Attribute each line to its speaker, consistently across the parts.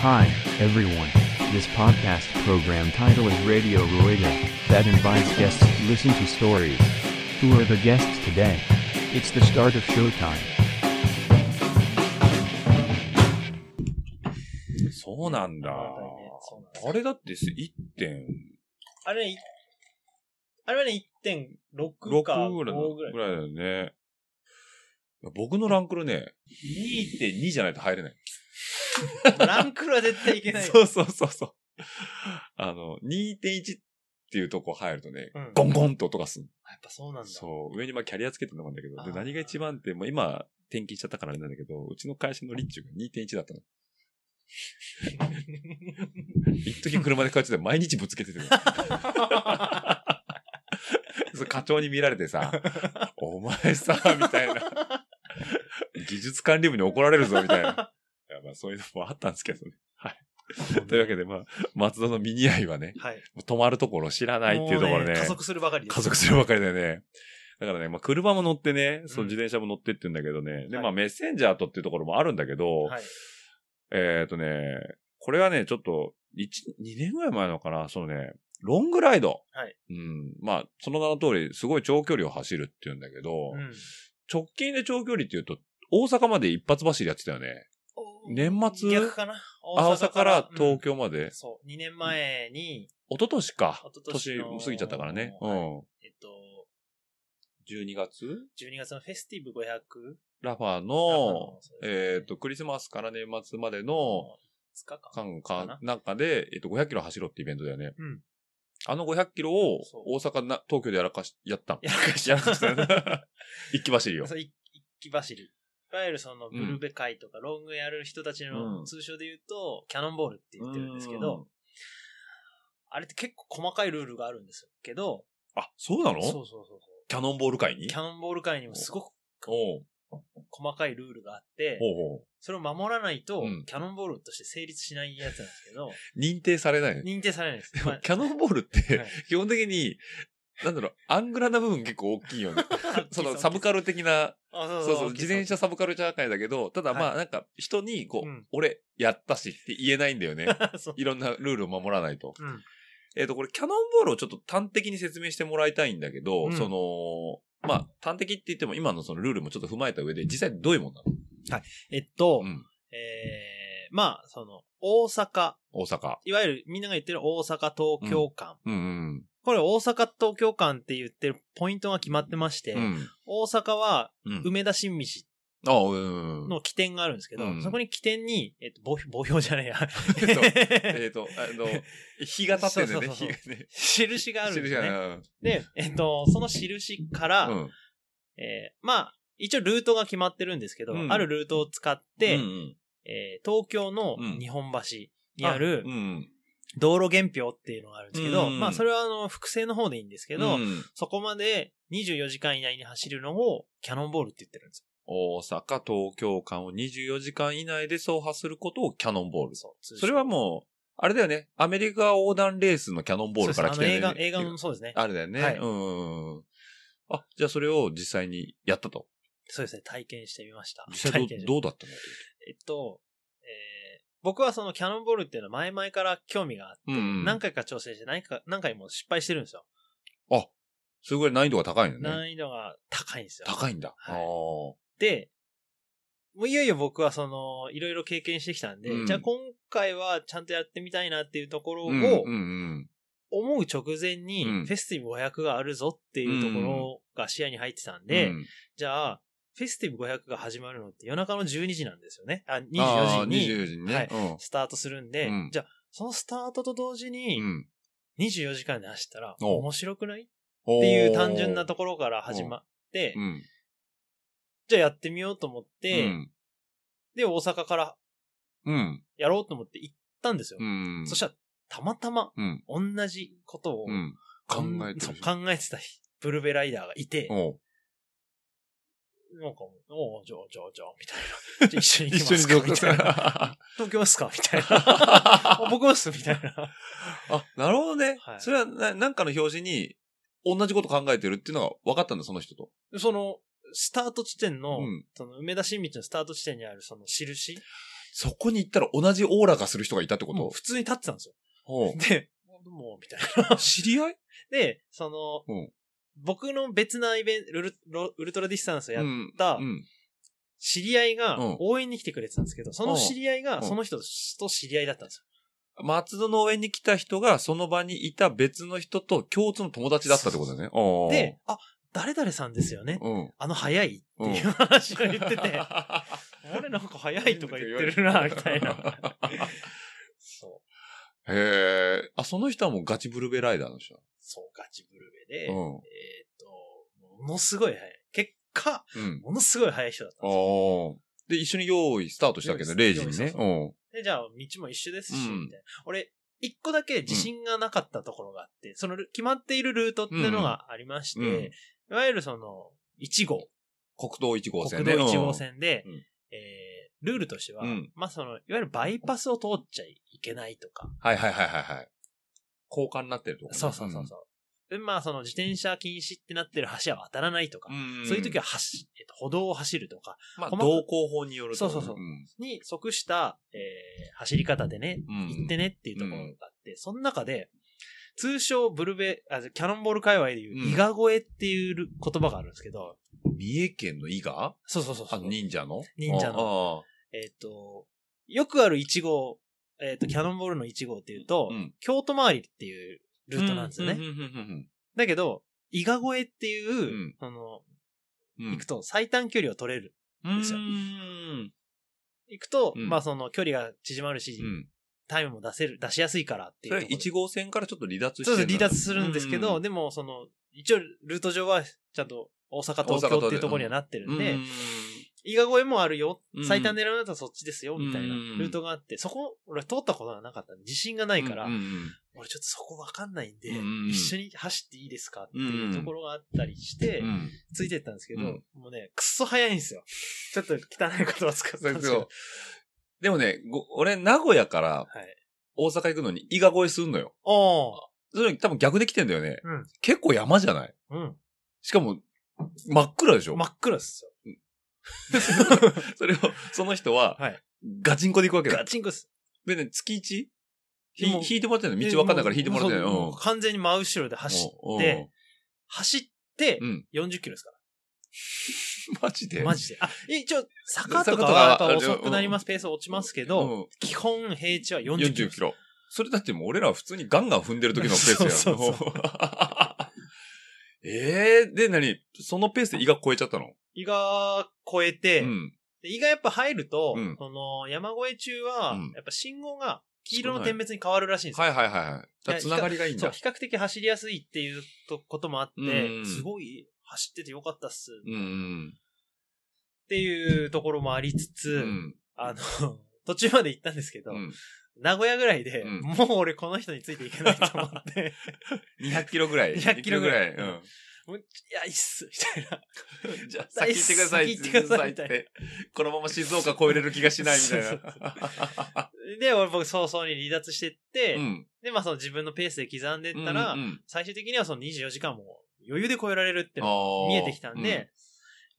Speaker 1: Hi, everyone. This podcast program title is Radio Rueda, that invites guests to listen to stories. Who are the guests today? It's the start of showtime.
Speaker 2: そうなんだ。
Speaker 3: ありがたいねそうなんです
Speaker 2: あれだって1点、
Speaker 3: あれね、いあれはね、1.6
Speaker 2: 6
Speaker 3: か
Speaker 2: ぐらい
Speaker 3: 5ぐらい。
Speaker 2: だよね。いや僕のランクルね、2.2じゃないと入れない。
Speaker 3: ランクルは絶対いけない。
Speaker 2: そうそうそうそう。あの、2.1っていうとこ入るとね、
Speaker 3: うん
Speaker 2: ゴンゴンと音がする。
Speaker 3: やっぱそうなんだ。
Speaker 2: そう。上にまあキャリアつけてるのもあるんだけど、で、
Speaker 3: あー
Speaker 2: 何が一番って、もう今、転勤しちゃったからあれなんだけど、うちの会社のリッチュが2.1だったの。一時車で通ってて毎日ぶつけてて。そう課長に見られてさ、お前さ、みたいな。技術管理部に怒られるぞ、みたいな。いやまあそういうのもあったんですけどね。はい。というわけで、まあ、松田のミニ愛はね、
Speaker 3: はい。
Speaker 2: 止まるところを知らないっていうとこ
Speaker 3: も
Speaker 2: ろね。
Speaker 3: 加速する ばかりです。
Speaker 2: 加速するばかりだよね。だからね、まあ、車も乗ってね、そうう、
Speaker 3: ん
Speaker 2: 自転車も乗ってって言うんだけどね。で、
Speaker 3: はい
Speaker 2: まあ、メッセンジャーとっていうところもあるんだけど、
Speaker 3: はい。
Speaker 2: えっ、とね、これはね、ちょっと、一、二年ぐらい前のかな、そのね、ロングライド。
Speaker 3: はい
Speaker 2: うん。まあ、その名の通り、すごい長距離を走るって言うんだけど、
Speaker 3: うん
Speaker 2: 直近で長距離って言うと、大阪まで一発走りやってたよね。年末
Speaker 3: 逆かな
Speaker 2: 大阪から東
Speaker 3: 京。
Speaker 2: 京まで。
Speaker 3: うんそう。2年前に、
Speaker 2: 一昨年か。
Speaker 3: 一昨年の
Speaker 2: 年過ぎちゃったからね。うん。
Speaker 3: えっと、
Speaker 2: 12月
Speaker 3: 12月のフェスティブ500
Speaker 2: ラファー
Speaker 3: ラファー
Speaker 2: の
Speaker 3: の、そうですね
Speaker 2: えっ、と、クリスマスから年末までの、
Speaker 3: 5日か。
Speaker 2: 間
Speaker 3: か
Speaker 2: か
Speaker 3: な、
Speaker 2: なんかで、えっと、500キロ走ろうってイベントだよね。
Speaker 3: うん
Speaker 2: あの500キロを
Speaker 3: そう、
Speaker 2: 大阪な、東京でやらかし、やったん。
Speaker 3: やらかし
Speaker 2: やらかしたよね。 一気走りよ。
Speaker 3: そう、い一気走り。いわゆるその、ブルベ会とか、ロングやる人たち
Speaker 2: うん
Speaker 3: の通称で言うと、キャノンボールって言ってるんですけど、
Speaker 2: うん
Speaker 3: あれって結構細かいルールがあるんですけど、
Speaker 2: あ、そうなの
Speaker 3: そうそうそうそ
Speaker 2: キャノンボール会に
Speaker 3: う。キャノンボール会にもすごく
Speaker 2: おう
Speaker 3: 細かいルールがあって、
Speaker 2: ほうほ
Speaker 3: それを守らないと、
Speaker 2: うん
Speaker 3: キャノンボールとして成立しないやつなんですけ ど、
Speaker 2: う。認定されない。
Speaker 3: 認定されないんです。まあ
Speaker 2: キャノンボールって、
Speaker 3: はい
Speaker 2: 基本的に、なんだろう、アングラな部分結構大きい よね。 そのサブカル的な、
Speaker 3: あそ
Speaker 2: そうう
Speaker 3: そう
Speaker 2: そう、自転車サブカルチャー会だけど、ただま
Speaker 3: は
Speaker 2: あなんか人にこう、
Speaker 3: うん
Speaker 2: 俺やったしって言えないんだよ ね。
Speaker 3: そう
Speaker 2: いろんなルールを守らないと。
Speaker 3: うん。
Speaker 2: えっ、と、これ、キャノンボールをちょっと端的に説明してもらいたいんだけど、
Speaker 3: うん
Speaker 2: その、まあ、端的って言っても今のそのルールもちょっと踏まえた上で、実際どういうもんなの
Speaker 3: えっと、
Speaker 2: うん。
Speaker 3: えー、まあ、その、大阪、
Speaker 2: 大阪。
Speaker 3: いわゆるみんなが言ってる大阪東京間。
Speaker 2: うんうん
Speaker 3: これ大阪東京間って言ってるポイントが決まってまして、
Speaker 2: うん。うん。
Speaker 3: 大阪は
Speaker 2: うん。
Speaker 3: 梅田新道
Speaker 2: ああ、うん うん。
Speaker 3: の起点があるんですけど、
Speaker 2: うん
Speaker 3: そこに起点に、えっと、 墓墓標じゃねえや。
Speaker 2: とえっ、と、あの、日が立ってんだよね、
Speaker 3: そうそ
Speaker 2: 日
Speaker 3: うそうそう
Speaker 2: がね。
Speaker 3: 印があるんですよ
Speaker 2: 印
Speaker 3: ね。
Speaker 2: がね
Speaker 3: で、えっと、その印から、
Speaker 2: うん。うん
Speaker 3: えーまあ、一応ルートが決まってるんですけど、
Speaker 2: うん
Speaker 3: あるルートを使って、
Speaker 2: うん
Speaker 3: えー東京の
Speaker 2: うん
Speaker 3: 日本橋にある
Speaker 2: うん。
Speaker 3: 道路原標っていうのがあるんですけど、
Speaker 2: うん
Speaker 3: まあ、それはあの、複製の方でいいんですけど、
Speaker 2: うん
Speaker 3: そこまで24時間以内に走るのをキャノンボールって言ってるんですよ。
Speaker 2: 大阪、東京間を24時間以内で走破することをキャノンボール。
Speaker 3: そう通称
Speaker 2: それはもう、あれだよね。アメリカ横断レースのキャノンボールから来
Speaker 3: そう
Speaker 2: て
Speaker 3: で
Speaker 2: る
Speaker 3: す
Speaker 2: ね
Speaker 3: あの映画、映画のそうですね。
Speaker 2: あれだよね。
Speaker 3: はい
Speaker 2: うんうん。あ、じゃあそれを実際にやったと。
Speaker 3: そうですね、体験してみました。
Speaker 2: 実際
Speaker 3: 体
Speaker 2: ど
Speaker 3: 験
Speaker 2: う
Speaker 3: し
Speaker 2: どうだったの
Speaker 3: えっと、えー僕はそのキャノンボールっていうのは前々から興味があって、
Speaker 2: うんうん
Speaker 3: 何回か挑戦して何回か、何回も失敗してるんですよ。
Speaker 2: あ、それぐらい難易度が高いのね。
Speaker 3: 難易度が高いんですよ。
Speaker 2: 高いんだ。
Speaker 3: はい
Speaker 2: あー
Speaker 3: で、もういよいよ僕はその、いろいろ経験してきたんで、
Speaker 2: うん
Speaker 3: じゃあ今回はちゃんとやってみたいなっていうところを、
Speaker 2: うんうんうん。
Speaker 3: 思う直前に、
Speaker 2: うん
Speaker 3: フェスティブ500があるぞっていうところが視野に入ってたんで、
Speaker 2: うん
Speaker 3: じゃあ、フェスティブ500が始まるのって夜中の12時なんですよね。あ、
Speaker 2: あ
Speaker 3: 24
Speaker 2: ー
Speaker 3: 時に
Speaker 2: 24時にね。う
Speaker 3: スタートするんで、
Speaker 2: うん
Speaker 3: じゃあ、そのスタートと同時に
Speaker 2: んう、ん。
Speaker 3: 24時間で走ったら、
Speaker 2: お
Speaker 3: 面白くないっ
Speaker 2: って
Speaker 3: いう単純なところから始まって
Speaker 2: う、ん。
Speaker 3: じゃあやってみようと思っ
Speaker 2: う
Speaker 3: て、
Speaker 2: ん。
Speaker 3: で、大阪から
Speaker 2: うん。
Speaker 3: やろうと思って行ったんですよ。
Speaker 2: うん。
Speaker 3: そしたら、たまたま、
Speaker 2: うん。
Speaker 3: 同じことを、
Speaker 2: うん。考えて
Speaker 3: そう
Speaker 2: る。
Speaker 3: 考えてた人ブルベライダーがいて、
Speaker 2: おう
Speaker 3: なんかもう、おうじゃあ、じゃあ、じゃあ、みたいな。じゃあ一緒に行 きますか、みたいな。東京っすかみたいな。あ僕もっすみたい な。
Speaker 2: あ、なるほどね。
Speaker 3: はい
Speaker 2: それはな、なんかの表示に、同じこと考えてるっていうのが分かったんだ、その人と。
Speaker 3: その、スタート地点の、
Speaker 2: うん
Speaker 3: その梅田新道のスタート地点にあるその印
Speaker 2: そこに行ったら同じオーラがする人がいたってこ
Speaker 3: もう
Speaker 2: と
Speaker 3: 普通に立ってたんですよ。
Speaker 2: ほう
Speaker 3: で、もう、みたいな。
Speaker 2: 知り合い
Speaker 3: で、その、
Speaker 2: うん
Speaker 3: 僕の別なイベント、ウルロウルトラディスタンスをやっ
Speaker 2: ん。
Speaker 3: た
Speaker 2: うん。
Speaker 3: 知り合いが
Speaker 2: うん
Speaker 3: 応援に来てくれてたんですけど、その知り合いうが
Speaker 2: ん
Speaker 3: その人と知り合いだったんですよ。
Speaker 2: 松戸の応援に来た人が、その場にいた別の人と共通の友達だったってことだね。おー
Speaker 3: で、、あ、誰々さんですよね。
Speaker 2: うん。
Speaker 3: あの早いっていう話を言って て、あれなんか早いとか言ってるな、み たいな。そう。
Speaker 2: へえ。あ、その人はもうガチブルベライダーの人だ。
Speaker 3: そう、ガチブルベで、
Speaker 2: う
Speaker 3: えーっ
Speaker 2: ん。
Speaker 3: と、ものすごい早い。結果、
Speaker 2: うん。
Speaker 3: ものすごい早い人だったんですよ。
Speaker 2: おーで、一緒に用意スタートしたけど、0時に
Speaker 3: 用意
Speaker 2: ね
Speaker 3: ス。ター
Speaker 2: うん。
Speaker 3: で、じゃあ、道も一緒ですし、
Speaker 2: うん
Speaker 3: みたいな。俺、一個だけ自信がなかったところがあって、そのル決まっているルートっていうのがありまして、
Speaker 2: うんうん
Speaker 3: いわゆるその、1号、
Speaker 2: 国道1号線
Speaker 3: 国
Speaker 2: ね。
Speaker 3: 道1号線で、
Speaker 2: うん
Speaker 3: えー、ルールとしては、
Speaker 2: うん
Speaker 3: まあその、いわゆるバイパスを通っちゃいけないとか、
Speaker 2: うん。はいはいはいはいはい。交換になってるとこね
Speaker 3: そうそうそうそう。で、まあその自転車禁止ってなってる橋は渡らないとか、
Speaker 2: うん。
Speaker 3: そういう時
Speaker 2: は、
Speaker 3: は走、えっと、歩道を走るとか、
Speaker 2: まあ、
Speaker 3: 細かく
Speaker 2: 同行法によるとね。
Speaker 3: そうそうそうんに即した、えー走り方でね、
Speaker 2: うん
Speaker 3: 行ってねっていうところがあって、その中で、通称ブルベ、あ、キャノンボール界隈でいうう、
Speaker 2: ん
Speaker 3: イガ越えっていうル言葉があるんですけど、
Speaker 2: 三重県の伊賀
Speaker 3: そうそうそうそ
Speaker 2: あ
Speaker 3: う
Speaker 2: の、。忍者の
Speaker 3: 忍者
Speaker 2: の。
Speaker 3: えっ、と、よくある1号、えっ、と、キャノンボールの1号っていうと、
Speaker 2: うん
Speaker 3: 京都周りっていうルートなんですよね。
Speaker 2: うんうんうん
Speaker 3: だけど、伊賀越えっていう、
Speaker 2: うん
Speaker 3: その、
Speaker 2: うんうん。
Speaker 3: 行くと最短距離を取れる。
Speaker 2: うん
Speaker 3: ですよ
Speaker 2: うん
Speaker 3: 行くと、
Speaker 2: うん
Speaker 3: まあその距離が縮まるし、
Speaker 2: うん。
Speaker 3: タイムも出せる、出しやすいからってい
Speaker 2: そうれ
Speaker 3: ところで。
Speaker 2: 1号線からちょっと離脱して
Speaker 3: そう
Speaker 2: る
Speaker 3: です、離脱するんですけど、
Speaker 2: うん
Speaker 3: でも、その、一応、ルート上は、ちゃんと、大阪、東京っていうところにはなってるんで、
Speaker 2: うん
Speaker 3: 伊賀越えもあるよ
Speaker 2: う、ん
Speaker 3: 最短狙うんだったらそっちですよ、
Speaker 2: うん
Speaker 3: みたいなルートがあって、そこ、俺通ったことがなかったんで自信がないから、
Speaker 2: うんうん
Speaker 3: 俺ちょっとそこわかんないんで、
Speaker 2: うん
Speaker 3: 一緒に走っていいですかっていうところがあったりして、
Speaker 2: うん
Speaker 3: ついてったんですけど、
Speaker 2: うん
Speaker 3: もうね、くっそ早いんですよ。ちょっと汚い言葉使った
Speaker 2: そ
Speaker 3: ん
Speaker 2: うですす
Speaker 3: でけど
Speaker 2: よ。でもね、ご俺、名古屋から
Speaker 3: はい。
Speaker 2: 大阪行くのに伊賀越えすんのよ。
Speaker 3: おー
Speaker 2: それ多分逆で来てんだよね。
Speaker 3: うん
Speaker 2: 結構山じゃない
Speaker 3: うん。
Speaker 2: しかも、真っ暗でしょ
Speaker 3: 真っ暗っすよ。
Speaker 2: それを、その人は、
Speaker 3: はい。
Speaker 2: ガチンコで行くわけ
Speaker 3: ガ
Speaker 2: だ。
Speaker 3: チンコっす。
Speaker 2: でね、月 1?
Speaker 3: でも
Speaker 2: ひ引いてもらってんの道わかんないから引いてもらってん
Speaker 3: そうも
Speaker 2: の
Speaker 3: う完全に真後ろで走っ
Speaker 2: うん
Speaker 3: て、走って
Speaker 2: うんうん。
Speaker 3: 40キロですか
Speaker 2: マジで
Speaker 3: ら。マジで。あ、一応、坂
Speaker 2: 坂と
Speaker 3: とか
Speaker 2: かは
Speaker 3: はやっぱ遅くなります、ペース落ちますけど、
Speaker 2: う
Speaker 3: 基本平地は
Speaker 2: ん
Speaker 3: 40キロ
Speaker 2: 40。キロ。それだってもう俺らは普通にガンガン踏んでる時のペースやん。
Speaker 3: そうそうそ
Speaker 2: ええで、何そのペースで胃が超えちゃったの
Speaker 3: 伊賀越えて
Speaker 2: う、ん。
Speaker 3: で伊賀やっぱ入ると
Speaker 2: うん、
Speaker 3: その山越え中は
Speaker 2: うん、
Speaker 3: やっぱ信号が黄色の点滅に変わるらしいんですよ。
Speaker 2: はいはいはいはい。じゃあ繋がりがいいん
Speaker 3: そう、
Speaker 2: だ。
Speaker 3: 比較的走りやすいっていうとこともあって
Speaker 2: う、ん
Speaker 3: すごい走っててよかったっす。
Speaker 2: うんうん。
Speaker 3: っていうところもありつ
Speaker 2: う
Speaker 3: つ、
Speaker 2: ん。
Speaker 3: あの、途中まで行ったんですけど
Speaker 2: う、ん。
Speaker 3: 名古屋ぐらいで、
Speaker 2: うん
Speaker 3: もう俺この人についていけないと思って、
Speaker 2: 200キロぐらい。
Speaker 3: 200キロぐらい
Speaker 2: 200キうん。
Speaker 3: もういや、いいっす、みたいな。
Speaker 2: じゃあ、先行ってください。
Speaker 3: 先行ってください
Speaker 2: 先行ってこのまま静岡超えれる気がしないみたい
Speaker 3: そうそう
Speaker 2: な。
Speaker 3: で、俺僕早々に離脱してって、
Speaker 2: うん。
Speaker 3: で、まあその自分のペースで刻んでったら、
Speaker 2: うんうん
Speaker 3: 最終的にはその24時間も余裕で超えられるっていうの
Speaker 2: あ
Speaker 3: が
Speaker 2: ー
Speaker 3: 見えてきたんで、、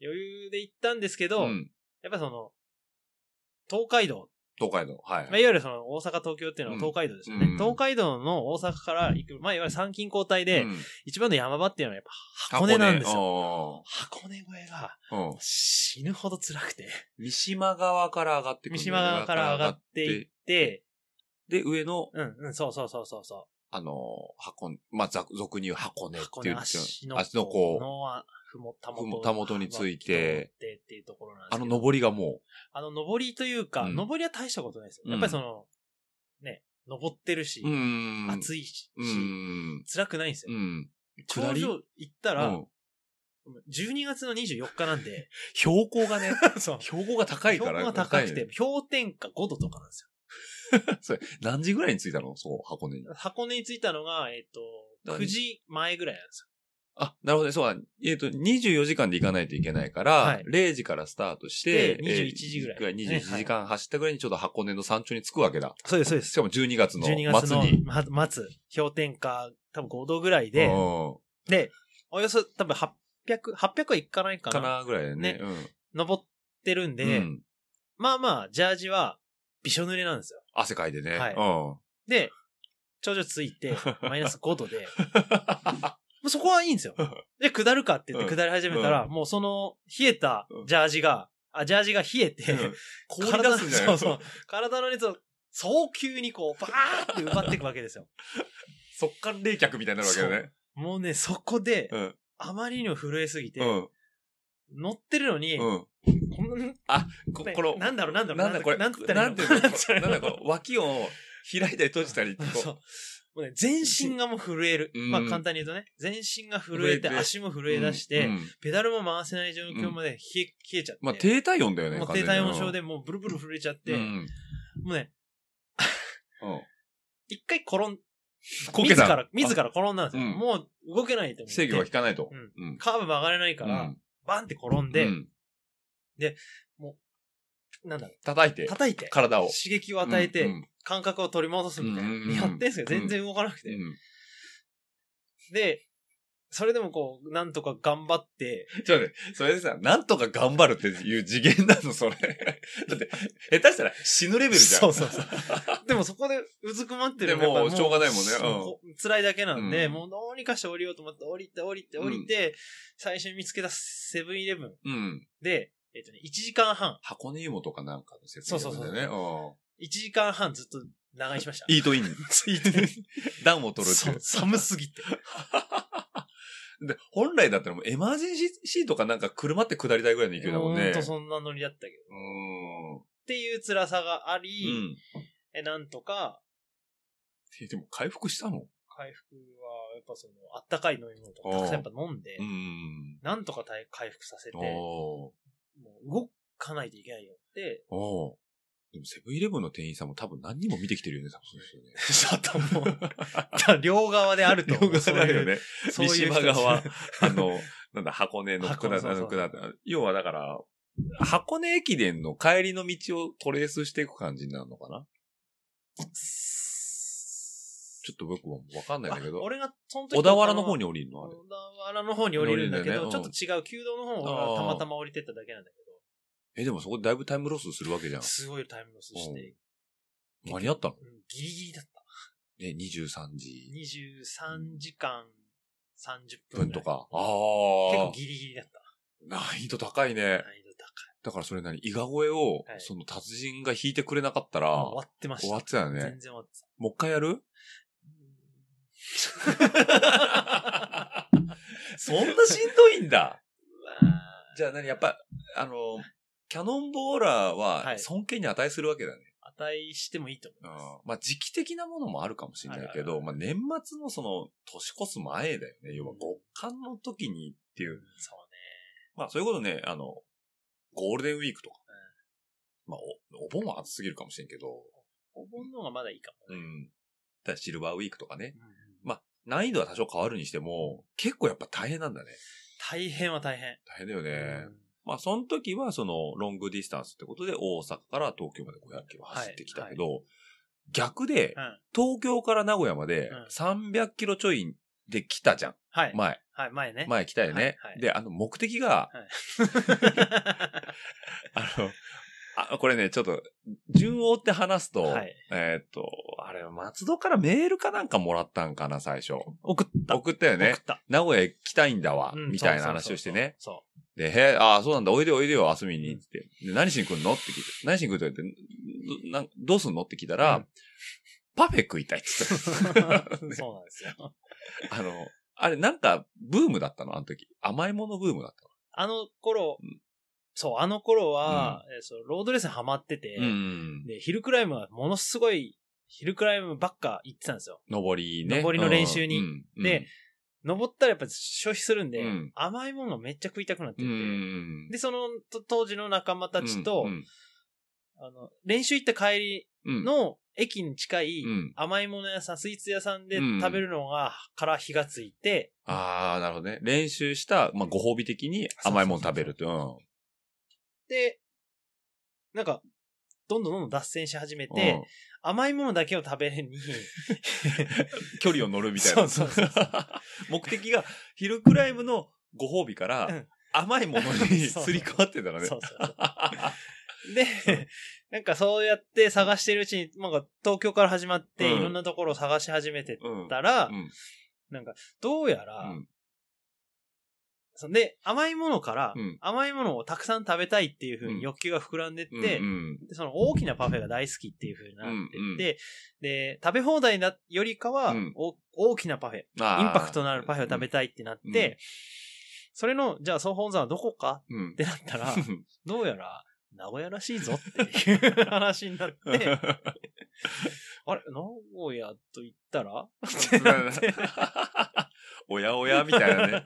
Speaker 3: 余裕で行ったんですけ
Speaker 2: う
Speaker 3: ど、
Speaker 2: んうん
Speaker 3: やっぱその、東海道、
Speaker 2: 東海道。はい。
Speaker 3: まあ、いわゆるその大阪東京っていうのは東海道ですよね。
Speaker 2: うん
Speaker 3: 東海道の大阪から行く、まあいわゆる参勤交代で、
Speaker 2: うん
Speaker 3: 一番の山場っていうのはやっぱ箱根なんですよ。
Speaker 2: よ。
Speaker 3: 箱根越えが
Speaker 2: うん
Speaker 3: 死ぬほど辛くて。
Speaker 2: 三島側から上がってくる
Speaker 3: 三島側から上がっていって、
Speaker 2: で、上の、
Speaker 3: うんうん、そうそうそうそうそ
Speaker 2: あのー、箱根、まあ、ざ俗に言う箱
Speaker 3: う。
Speaker 2: 根って
Speaker 3: 箱
Speaker 2: い
Speaker 3: 根
Speaker 2: うんですよ
Speaker 3: 足の
Speaker 2: 足のこう、
Speaker 3: のふもたもと。
Speaker 2: たもとについて
Speaker 3: 登ってっていうところなん
Speaker 2: あ
Speaker 3: ですけ
Speaker 2: の
Speaker 3: ど。
Speaker 2: 登りがも
Speaker 3: あの登りというか、
Speaker 2: うん
Speaker 3: 登りは大したことないです
Speaker 2: う
Speaker 3: よ。
Speaker 2: ん
Speaker 3: やっぱりその、ね、登ってるし
Speaker 2: う、う、ーん。
Speaker 3: 暑いし、
Speaker 2: うーん。
Speaker 3: 辛くないんです
Speaker 2: う
Speaker 3: よ。
Speaker 2: ん。
Speaker 3: 頂上行った
Speaker 2: う
Speaker 3: ら
Speaker 2: ん、
Speaker 3: 12月の24日なんで、
Speaker 2: 標高がね、
Speaker 3: そう。
Speaker 2: 標高が高いか
Speaker 3: 標
Speaker 2: ら。
Speaker 3: 高が高く
Speaker 2: い
Speaker 3: て
Speaker 2: ね。、
Speaker 3: 氷点下5度とかなんです
Speaker 2: それ、何時ぐらいに着いたのそう、箱根に。
Speaker 3: よ。箱根に着いたのが、えっと、
Speaker 2: だ
Speaker 3: 9時前ぐらいなんです
Speaker 2: あ、なるほどね。そうだ、えっ、と、24時間で行かないといけないから、
Speaker 3: はい
Speaker 2: 0時からスタートして、
Speaker 3: で21時ぐらい
Speaker 2: えー21時間走ったぐらいにちょうど箱根の山頂に着くわけだ。
Speaker 3: よ。そうです、そうで
Speaker 2: し。かも12月の末に。
Speaker 3: 12月のま末、氷点下多分5度ぐらいで、
Speaker 2: う
Speaker 3: で、およそ多分800、800はいかないか
Speaker 2: ん、か
Speaker 3: な、
Speaker 2: なぐらいだよね。
Speaker 3: ね登ってるんで、
Speaker 2: うん
Speaker 3: まあまあ、ジャージはびしょ濡れなんですよ。
Speaker 2: 汗かいてね。
Speaker 3: はいで、頂上着い て、マイナス5度で、もうそこはいいんですよ。で、下るかって言って下り始めたら、もうその、冷えたジャージが、あ、ジャージが冷えて、
Speaker 2: うん。うん。氷
Speaker 3: 体
Speaker 2: 出
Speaker 3: の、
Speaker 2: すんじゃない
Speaker 3: そうそう。体の熱を早急にこう、バーって奪っていくわけですよ。
Speaker 2: 速乾冷却みたいになるわけだね。
Speaker 3: もうね、そこで、
Speaker 2: うん。
Speaker 3: あまりにも震えすぎて、
Speaker 2: うん。
Speaker 3: 乗ってるのに、
Speaker 2: うん。
Speaker 3: こんな、
Speaker 2: こ、この、
Speaker 3: なんだろう、なんだろう、
Speaker 2: なんだこれ、
Speaker 3: なんて言ったらいいの
Speaker 2: なんていうの
Speaker 3: なんて言ったらいいの
Speaker 2: なんだこれ、脇を開いたり閉じたり、こ
Speaker 3: そう。もうね、全身がもう震える。
Speaker 2: うん
Speaker 3: まあ簡単に言うとね、全身が震
Speaker 2: 震
Speaker 3: えて、
Speaker 2: えて
Speaker 3: 足も震え出して、
Speaker 2: うんうん
Speaker 3: ペダルも回せない状況まで冷え、冷えちゃって。
Speaker 2: まあ、低体温だよね。
Speaker 3: もう
Speaker 2: 完
Speaker 3: 低
Speaker 2: 全に
Speaker 3: 体温症。でもうブルブル震えちゃって、
Speaker 2: うん。
Speaker 3: もうね、
Speaker 2: うん
Speaker 3: 一回転ん、
Speaker 2: こけ
Speaker 3: 自
Speaker 2: た
Speaker 3: ら、自ら転んだんですよ。
Speaker 2: うん
Speaker 3: もう動けないと思って。
Speaker 2: 制御が効かないと。
Speaker 3: うん
Speaker 2: うん。
Speaker 3: カーブ曲がれないから、
Speaker 2: うん
Speaker 3: バンって転んで、
Speaker 2: うん
Speaker 3: なんだろ、
Speaker 2: 叩いうて、
Speaker 3: 叩いて、
Speaker 2: 体を。
Speaker 3: 刺激を与えて、
Speaker 2: うんうん
Speaker 3: 感覚を取り戻すみたいな。
Speaker 2: うんうんうん
Speaker 3: やってんすけど、全然動かなくて。
Speaker 2: うん
Speaker 3: で、それでもこう、なんとか頑張って、
Speaker 2: ちょっと待って、それでさ、なんとか頑張るっていう次元なの、それ。 だって、下手したら死ぬレベルじゃん。
Speaker 3: そうそうそう。 でもそこでうずくまってるの
Speaker 2: でも
Speaker 3: やっぱ
Speaker 2: しょうがないもんねうん
Speaker 3: こ辛いだけなんで、
Speaker 2: うん
Speaker 3: もうどうにかして降りようと思って、降りて降りて降りて、最初に見つけたセブンイレブン
Speaker 2: うん。
Speaker 3: で、えっ、とね、1時間半、
Speaker 2: 箱根芋とかなんかの説明
Speaker 3: そうそうそう
Speaker 2: だよね。うん
Speaker 3: 1時間半ずっと長居しました。
Speaker 2: イートイン。 暖を取るって
Speaker 3: そ
Speaker 2: いうう。
Speaker 3: 寒すぎて。
Speaker 2: で、本来だったらもうエマージェンシーとかなんか車って下りたいぐらいの勢いだもん
Speaker 3: ほ
Speaker 2: ね。
Speaker 3: んとそんなノリだったけど。っ
Speaker 2: うーん。
Speaker 3: ていう辛さがあり、
Speaker 2: うん。
Speaker 3: えなんとか、
Speaker 2: えでも回復したの
Speaker 3: 回復は、やっぱその、あったかい飲み物とかたくさんやっぱ飲んで、
Speaker 2: ん。
Speaker 3: なんとか耐え回復させて、も
Speaker 2: おー
Speaker 3: う動かないといけないよ って、
Speaker 2: おーでもセブンイレブンの店員さんも多分何人も見てきてるよね、多分そうですよね。
Speaker 3: ちょ っともう、だ両側であると思う。
Speaker 2: 両側であるよね。
Speaker 3: そ
Speaker 2: 三
Speaker 3: ういう
Speaker 2: 島
Speaker 3: 人たち
Speaker 2: 側、あの、なんだ、箱根の
Speaker 3: 箱
Speaker 2: 下
Speaker 3: そうそう
Speaker 2: 下下要はだから、箱根駅伝の帰りの道をトレースしていく感じになるのかなちょっと僕もわかんないんだけ
Speaker 3: あ
Speaker 2: ど、
Speaker 3: 俺がその時
Speaker 2: 小田原の方
Speaker 3: に。
Speaker 2: に降りるのあ
Speaker 3: 小
Speaker 2: れ。
Speaker 3: 田原の方に降りるんだけど、
Speaker 2: 降りるん
Speaker 3: ちょっ
Speaker 2: だよね
Speaker 3: と違う旧道の方を俺はたまたま降りてっただけなんだけ
Speaker 2: え、でもそこだいぶタイムロスするわけじゃ
Speaker 3: ど、
Speaker 2: ん。
Speaker 3: すごいタイムロスして、
Speaker 2: 間に合ったの
Speaker 3: うんギリギリだった。
Speaker 2: え、23時
Speaker 3: 23時間30分
Speaker 2: 分
Speaker 3: ぐら
Speaker 2: と
Speaker 3: い。
Speaker 2: か。あ
Speaker 3: 結
Speaker 2: あ
Speaker 3: 構。ギリギリだった。
Speaker 2: 難易度高いね。
Speaker 3: 難易度高い。
Speaker 2: だからそれなり、伊賀越えを
Speaker 3: は、い
Speaker 2: その達人が弾いてくれなかったら、
Speaker 3: 終わってました。
Speaker 2: 終わってたよ
Speaker 3: 全然
Speaker 2: ね。
Speaker 3: 終わってた。
Speaker 2: もう一回やるそんなしんどいん だ。じゃあ何やっぱ、あの、キャノンボーラー
Speaker 3: は
Speaker 2: はい尊敬に値するわけだね。
Speaker 3: 値してもいいと思い
Speaker 2: うん
Speaker 3: ます。
Speaker 2: まあ時期的なものもあるかもしれないけど、まあ年末のその年越す前だよね。要は極寒の時にっていう。
Speaker 3: そうね。
Speaker 2: まあそういうことね、あの、ゴールデンウィークとか。まあお、お盆は暑すぎるかもしれんけど、
Speaker 3: お盆の方がまだいいか
Speaker 2: う
Speaker 3: もね。
Speaker 2: ん。だからシルバーウィークとかね。
Speaker 3: うん
Speaker 2: 難易度は多少変わるにしても、結構やっぱ大変なんだね。
Speaker 3: 大変は大変。
Speaker 2: 大変だよね。
Speaker 3: うん
Speaker 2: まあ、その時は、その、ロングディスタンスってことで、大阪から東京まで500キロ走ってきたけど、逆で、
Speaker 3: うん
Speaker 2: 東京から名古屋まで
Speaker 3: うん
Speaker 2: 300キロちょいで来たじゃん。
Speaker 3: はい。
Speaker 2: 前。
Speaker 3: はい、前ね。
Speaker 2: 前来たよね。
Speaker 3: はいはい
Speaker 2: で、あの、目的が、 あの、あ、これね、ちょっと、順を追って話すと、
Speaker 3: はい
Speaker 2: えーっと、あれ、松戸からメールかなんかもらったんかな、最初。
Speaker 3: 送った。
Speaker 2: 送ったよね
Speaker 3: 送。った。
Speaker 2: 名古屋行きたいんだわ、
Speaker 3: うん
Speaker 2: みたいな話をしてね。。
Speaker 3: そう そう
Speaker 2: で、へえ、ああ、そうなんだ、おいでよおいでよ、遊びに、つって。で、何しに来んのって聞いて、何しに来るって言って、どなんどうすんのって聞いたら、
Speaker 3: うん
Speaker 2: パフェ食いたいっつ
Speaker 3: そう
Speaker 2: って。
Speaker 3: そうそうそうなんですよ。
Speaker 2: あの、あれ、なんか、ブームだったのあの時。甘いものブームだっ
Speaker 3: あの頃
Speaker 2: うん、
Speaker 3: そう、あの頃は、えーそうロードレースにハマってて
Speaker 2: たの。、ん。
Speaker 3: で、ヒルクライムはものすごい、ヒルクライムばっか行ってたんですよ。
Speaker 2: 登りね。
Speaker 3: 登りの練習に
Speaker 2: うん
Speaker 3: で、登ったらやっぱ消費するんで
Speaker 2: うん、
Speaker 3: 甘いものがめっちゃ食いたくなって
Speaker 2: うんうん。
Speaker 3: て、で、そのと当時の仲間たちと
Speaker 2: う、ん
Speaker 3: あの、練習行った帰り
Speaker 2: うん、
Speaker 3: の駅に近い
Speaker 2: うん
Speaker 3: 甘いもの屋さん、スイーツ屋さんで
Speaker 2: うん
Speaker 3: 食べるのが、から火がついて、
Speaker 2: ああ、なるほどね。練習した、まあ、ご褒美的に甘いもの食べると。うん
Speaker 3: で、なんか、どんどんどんどん脱線し始めて、
Speaker 2: うん
Speaker 3: 甘いものだけを食べ に、
Speaker 2: 距離を乗るみたいな。
Speaker 3: そうそ うそ
Speaker 2: 目的が、ヒルクライムのご褒美か
Speaker 3: う
Speaker 2: ら
Speaker 3: ん、
Speaker 2: 甘いものに
Speaker 3: そう
Speaker 2: すり替わってたらね
Speaker 3: そう。そうそう。で、なんかそうやって探してるうちに、なんか東京から始まって、
Speaker 2: うん
Speaker 3: いろんなところを探し始めて
Speaker 2: うん。
Speaker 3: たら、
Speaker 2: うん
Speaker 3: なんか、どうや
Speaker 2: う
Speaker 3: ら、
Speaker 2: ん。
Speaker 3: そんで、甘いものから
Speaker 2: うん、
Speaker 3: 甘いものをたくさん食べたいっていう風
Speaker 2: うん
Speaker 3: に欲求が膨らんでって、
Speaker 2: うん。
Speaker 3: でその大きなパフェが大好きっていう風になってって、
Speaker 2: うんうん
Speaker 3: で、食べ放題だよりかは、
Speaker 2: うん
Speaker 3: お大きなパフェ、イン
Speaker 2: あー
Speaker 3: パクトのあるパフェを食べたいってなって、
Speaker 2: うん
Speaker 3: それの、じゃあ総本山はどこか
Speaker 2: うん。うん
Speaker 3: ってなっ たら、どうやら、名古屋らしいぞっていう話にな って、あれ、名古屋と言ったらってなって。
Speaker 2: おやおやみたいなね。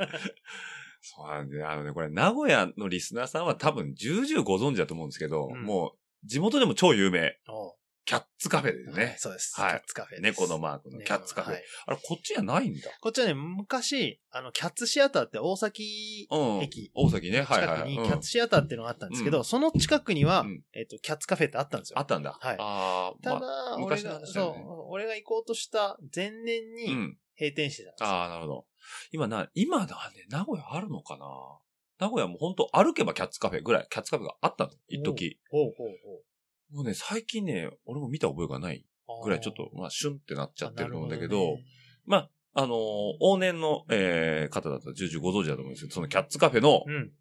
Speaker 2: そうなんで、あのね、これ、名古屋のリスナーさんは多分、重々ご存知だと思うんですけど、
Speaker 3: うん
Speaker 2: もう、地元でも超有名、
Speaker 3: おう
Speaker 2: キャッツカフェです
Speaker 3: はい
Speaker 2: ね。
Speaker 3: そうです。
Speaker 2: はい
Speaker 3: キャッツカフェです。
Speaker 2: 猫のマークのキャッツカフェ。
Speaker 3: はい
Speaker 2: あれ、こっちじゃないんだ。
Speaker 3: こっちはね、昔、あの、キャッツシアターって大崎
Speaker 2: うん。
Speaker 3: 駅
Speaker 2: 大崎ね、はいはい
Speaker 3: 近
Speaker 2: は
Speaker 3: く
Speaker 2: い。
Speaker 3: に
Speaker 2: う
Speaker 3: キ
Speaker 2: ん
Speaker 3: ャッツシアターっていうのがあったんですけど、その近くには、
Speaker 2: うん
Speaker 3: えっと、キャッツカフェってあったんですよ。
Speaker 2: あったんだ。
Speaker 3: はい
Speaker 2: ああ、
Speaker 3: ただ、
Speaker 2: まあ、
Speaker 3: 俺
Speaker 2: 昔の
Speaker 3: が、
Speaker 2: 話だよ
Speaker 3: そ
Speaker 2: ね
Speaker 3: う、俺が行こうとした前年
Speaker 2: う
Speaker 3: に
Speaker 2: ん。
Speaker 3: 閉店してたんですよ。
Speaker 2: ああ、なるほど。今な、今だね、名古屋あるのかな名古屋も本当歩けばキャッツカフェぐらい、キャッツカフェがあったの。一時。
Speaker 3: ほうほうほう
Speaker 2: もうね、最近ね、俺も見た覚えがない
Speaker 3: あー。
Speaker 2: ぐらいちょっと、まあ、シュンってなっちゃってると思うんだけど、
Speaker 3: あなるほね
Speaker 2: まあ、あのー往年の、えー方だったら重々ご存知だと思うんですけど、そのキャッツカフェの、
Speaker 3: うん。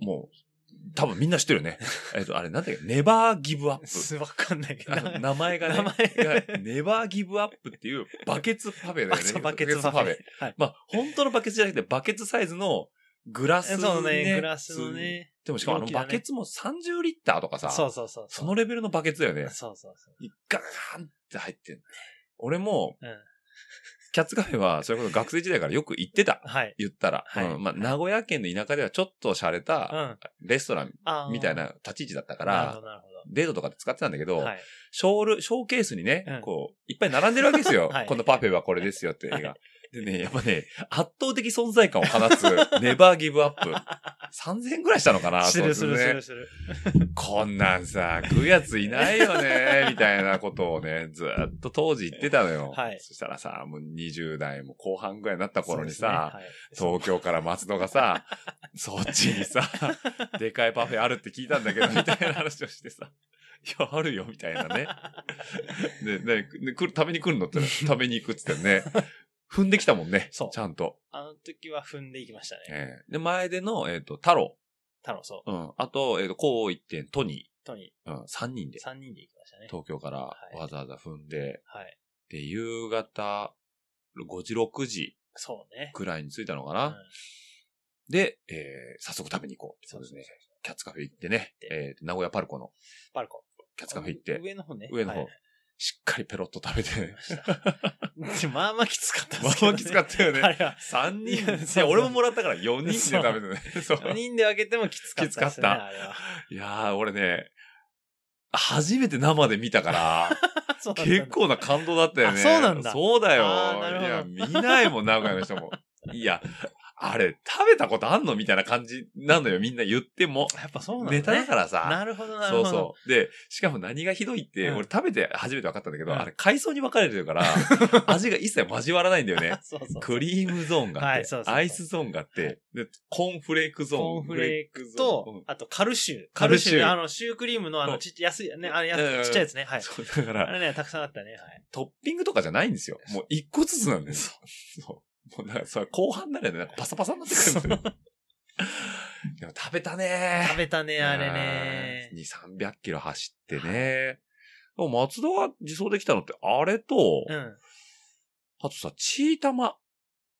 Speaker 2: お、もう、多分みんな知ってるよ ね。えっと、あれなんだっけ、ネバーギブアップ。
Speaker 3: す、わかんないけ ど。
Speaker 2: あの 名前がね、
Speaker 3: 名前
Speaker 2: がネバーギブアップっていうバケツパフェだよ
Speaker 3: あ
Speaker 2: ね。
Speaker 3: そうバケツパフェ。はい。
Speaker 2: まあ、本当のバケツじゃなくて、バケツサイズのグラス、
Speaker 3: え
Speaker 2: ね、
Speaker 3: そうね、グラスの。ね。
Speaker 2: でもしかもあの
Speaker 3: 容器だ
Speaker 2: バ
Speaker 3: ね
Speaker 2: ケツも30リッターとかさ、
Speaker 3: そうそうそう。
Speaker 2: そのレベルのバケツだよね。
Speaker 3: そうそうそう。
Speaker 2: ガーンって入ってんの俺も、
Speaker 3: うん
Speaker 2: キャッツカフェは、それこそ学生時代からよく行ってた。
Speaker 3: はい。
Speaker 2: 言ったら。
Speaker 3: はい
Speaker 2: うんまあ、名古屋県の田舎ではちょっと洒落
Speaker 3: う
Speaker 2: た
Speaker 3: ん。
Speaker 2: レストラン
Speaker 3: あー
Speaker 2: みたい。な立ち位置だったか
Speaker 3: なるほ
Speaker 2: ら、
Speaker 3: ど、なるほ
Speaker 2: デートとかで使ってたんだけど、
Speaker 3: ど。はい。
Speaker 2: ショール、ショーケースにね、
Speaker 3: うん
Speaker 2: こう、いっぱい並んでるわけですよ。
Speaker 3: はい
Speaker 2: このパフェはこれですよって映画。
Speaker 3: は
Speaker 2: でね、やっぱね、圧倒的存在感を放つ、ネバーギブア ップ。3000円ぐらいしたのかな
Speaker 3: するす
Speaker 2: そう
Speaker 3: る
Speaker 2: ですす
Speaker 3: る
Speaker 2: ね。
Speaker 3: する。
Speaker 2: こんなんさ、食うやついないよね、みたいなことをね、ずーっと当時言ってたのよ。
Speaker 3: はい
Speaker 2: そしたらさ、もう20代も後半ぐらいになった頃にさ、
Speaker 3: そう
Speaker 2: 東京から松戸がさ、 そっちにさ、でかいパフェあるって聞いたんだ けど、みたいな話をしてさ、いや、あるよ、みたいなね。で、で、で来る、食べに来るのって、食べに行くっつってね。踏んできたもんね。
Speaker 3: そう
Speaker 2: ちゃんと。
Speaker 3: あの時は踏んでいきましたね。
Speaker 2: ええで、前での、えっ、と、太郎。
Speaker 3: 太郎、そう。
Speaker 2: うん。あと、えっ、と、こう一点、トニ
Speaker 3: とに、
Speaker 2: ー。うん。三人で、
Speaker 3: 3人で行きましたね。
Speaker 2: 東京から
Speaker 3: はい
Speaker 2: わざわざ踏んで、
Speaker 3: はい。
Speaker 2: で、夕方、5時、6時
Speaker 3: そうね。
Speaker 2: くらいに着いたのか
Speaker 3: う
Speaker 2: な。
Speaker 3: ん
Speaker 2: で、えー、早速食べに行こうって
Speaker 3: そ
Speaker 2: こ
Speaker 3: う
Speaker 2: と
Speaker 3: で
Speaker 2: ですす
Speaker 3: ね
Speaker 2: ね。。キャッツカフェ行ってね、えー、名古屋パルコの
Speaker 3: パルコ。
Speaker 2: キャッツカフェ行って、
Speaker 3: 上の方ね。
Speaker 2: 上の方、
Speaker 3: はい
Speaker 2: しっかりペロッと食べて、
Speaker 3: でまあまあきつかった
Speaker 2: まあまあきつかったよね。
Speaker 3: あれ は。
Speaker 2: 3人、
Speaker 3: いや
Speaker 2: い
Speaker 3: そう
Speaker 2: や、俺ももらったから4人で食べて ね。そう
Speaker 3: 4人で分けてもきつかったですね。
Speaker 2: きつかった
Speaker 3: あれは。
Speaker 2: いやー、俺ね、初めて生で見たから、
Speaker 3: そうだったんだ
Speaker 2: 結構な感動だったよね。
Speaker 3: あそうなんだ
Speaker 2: そうだよ。
Speaker 3: あーない
Speaker 2: や、
Speaker 3: る
Speaker 2: 見ないもん、名古屋の人も。いや、あれ、食べたことあんのみたいな感じなのよ、みんな言っても。
Speaker 3: やっぱそうなんだ、ね。
Speaker 2: ネタだからさ。
Speaker 3: なるほど、なる
Speaker 2: そ
Speaker 3: ほ
Speaker 2: う
Speaker 3: ど。
Speaker 2: そう。で、しかも何がひどいって、
Speaker 3: うん
Speaker 2: 俺食べて初めて分かったんだけど、
Speaker 3: うん
Speaker 2: あれ階層に分かれてる から、味が一切交わらないんだよね。
Speaker 3: そうそうそう。
Speaker 2: クリームゾーンがあって、
Speaker 3: はいそうそうそう
Speaker 2: アイスゾーンがあって、で、コーンフレークゾーン。
Speaker 3: コーンフレーク
Speaker 2: フレー
Speaker 3: と
Speaker 2: ク、
Speaker 3: あとカルシュ。
Speaker 2: カルシュ
Speaker 3: あの、シュークリームのあ
Speaker 2: そ
Speaker 3: の、
Speaker 2: う
Speaker 3: ちっちゃい安い、ね、あれ
Speaker 2: うんうんう
Speaker 3: や
Speaker 2: ん
Speaker 3: つ、ちっちゃいやつね。はい。
Speaker 2: ゾーンそう、だか
Speaker 3: あ
Speaker 2: ら、
Speaker 3: れね、たくさんあったね。 はい。
Speaker 2: トッピングとかじゃないん ですよ。もう一個ずつなんですよ。そう。もうなんか、それ後半になるよね。なんかパサパサになってくるんですよ。 でも食べたね
Speaker 3: 食べたね、あれね。
Speaker 2: 2、300キロ走ってね。でも松戸が自走できたのって、あれと、
Speaker 3: うん。
Speaker 2: あとさ、チータマ
Speaker 3: は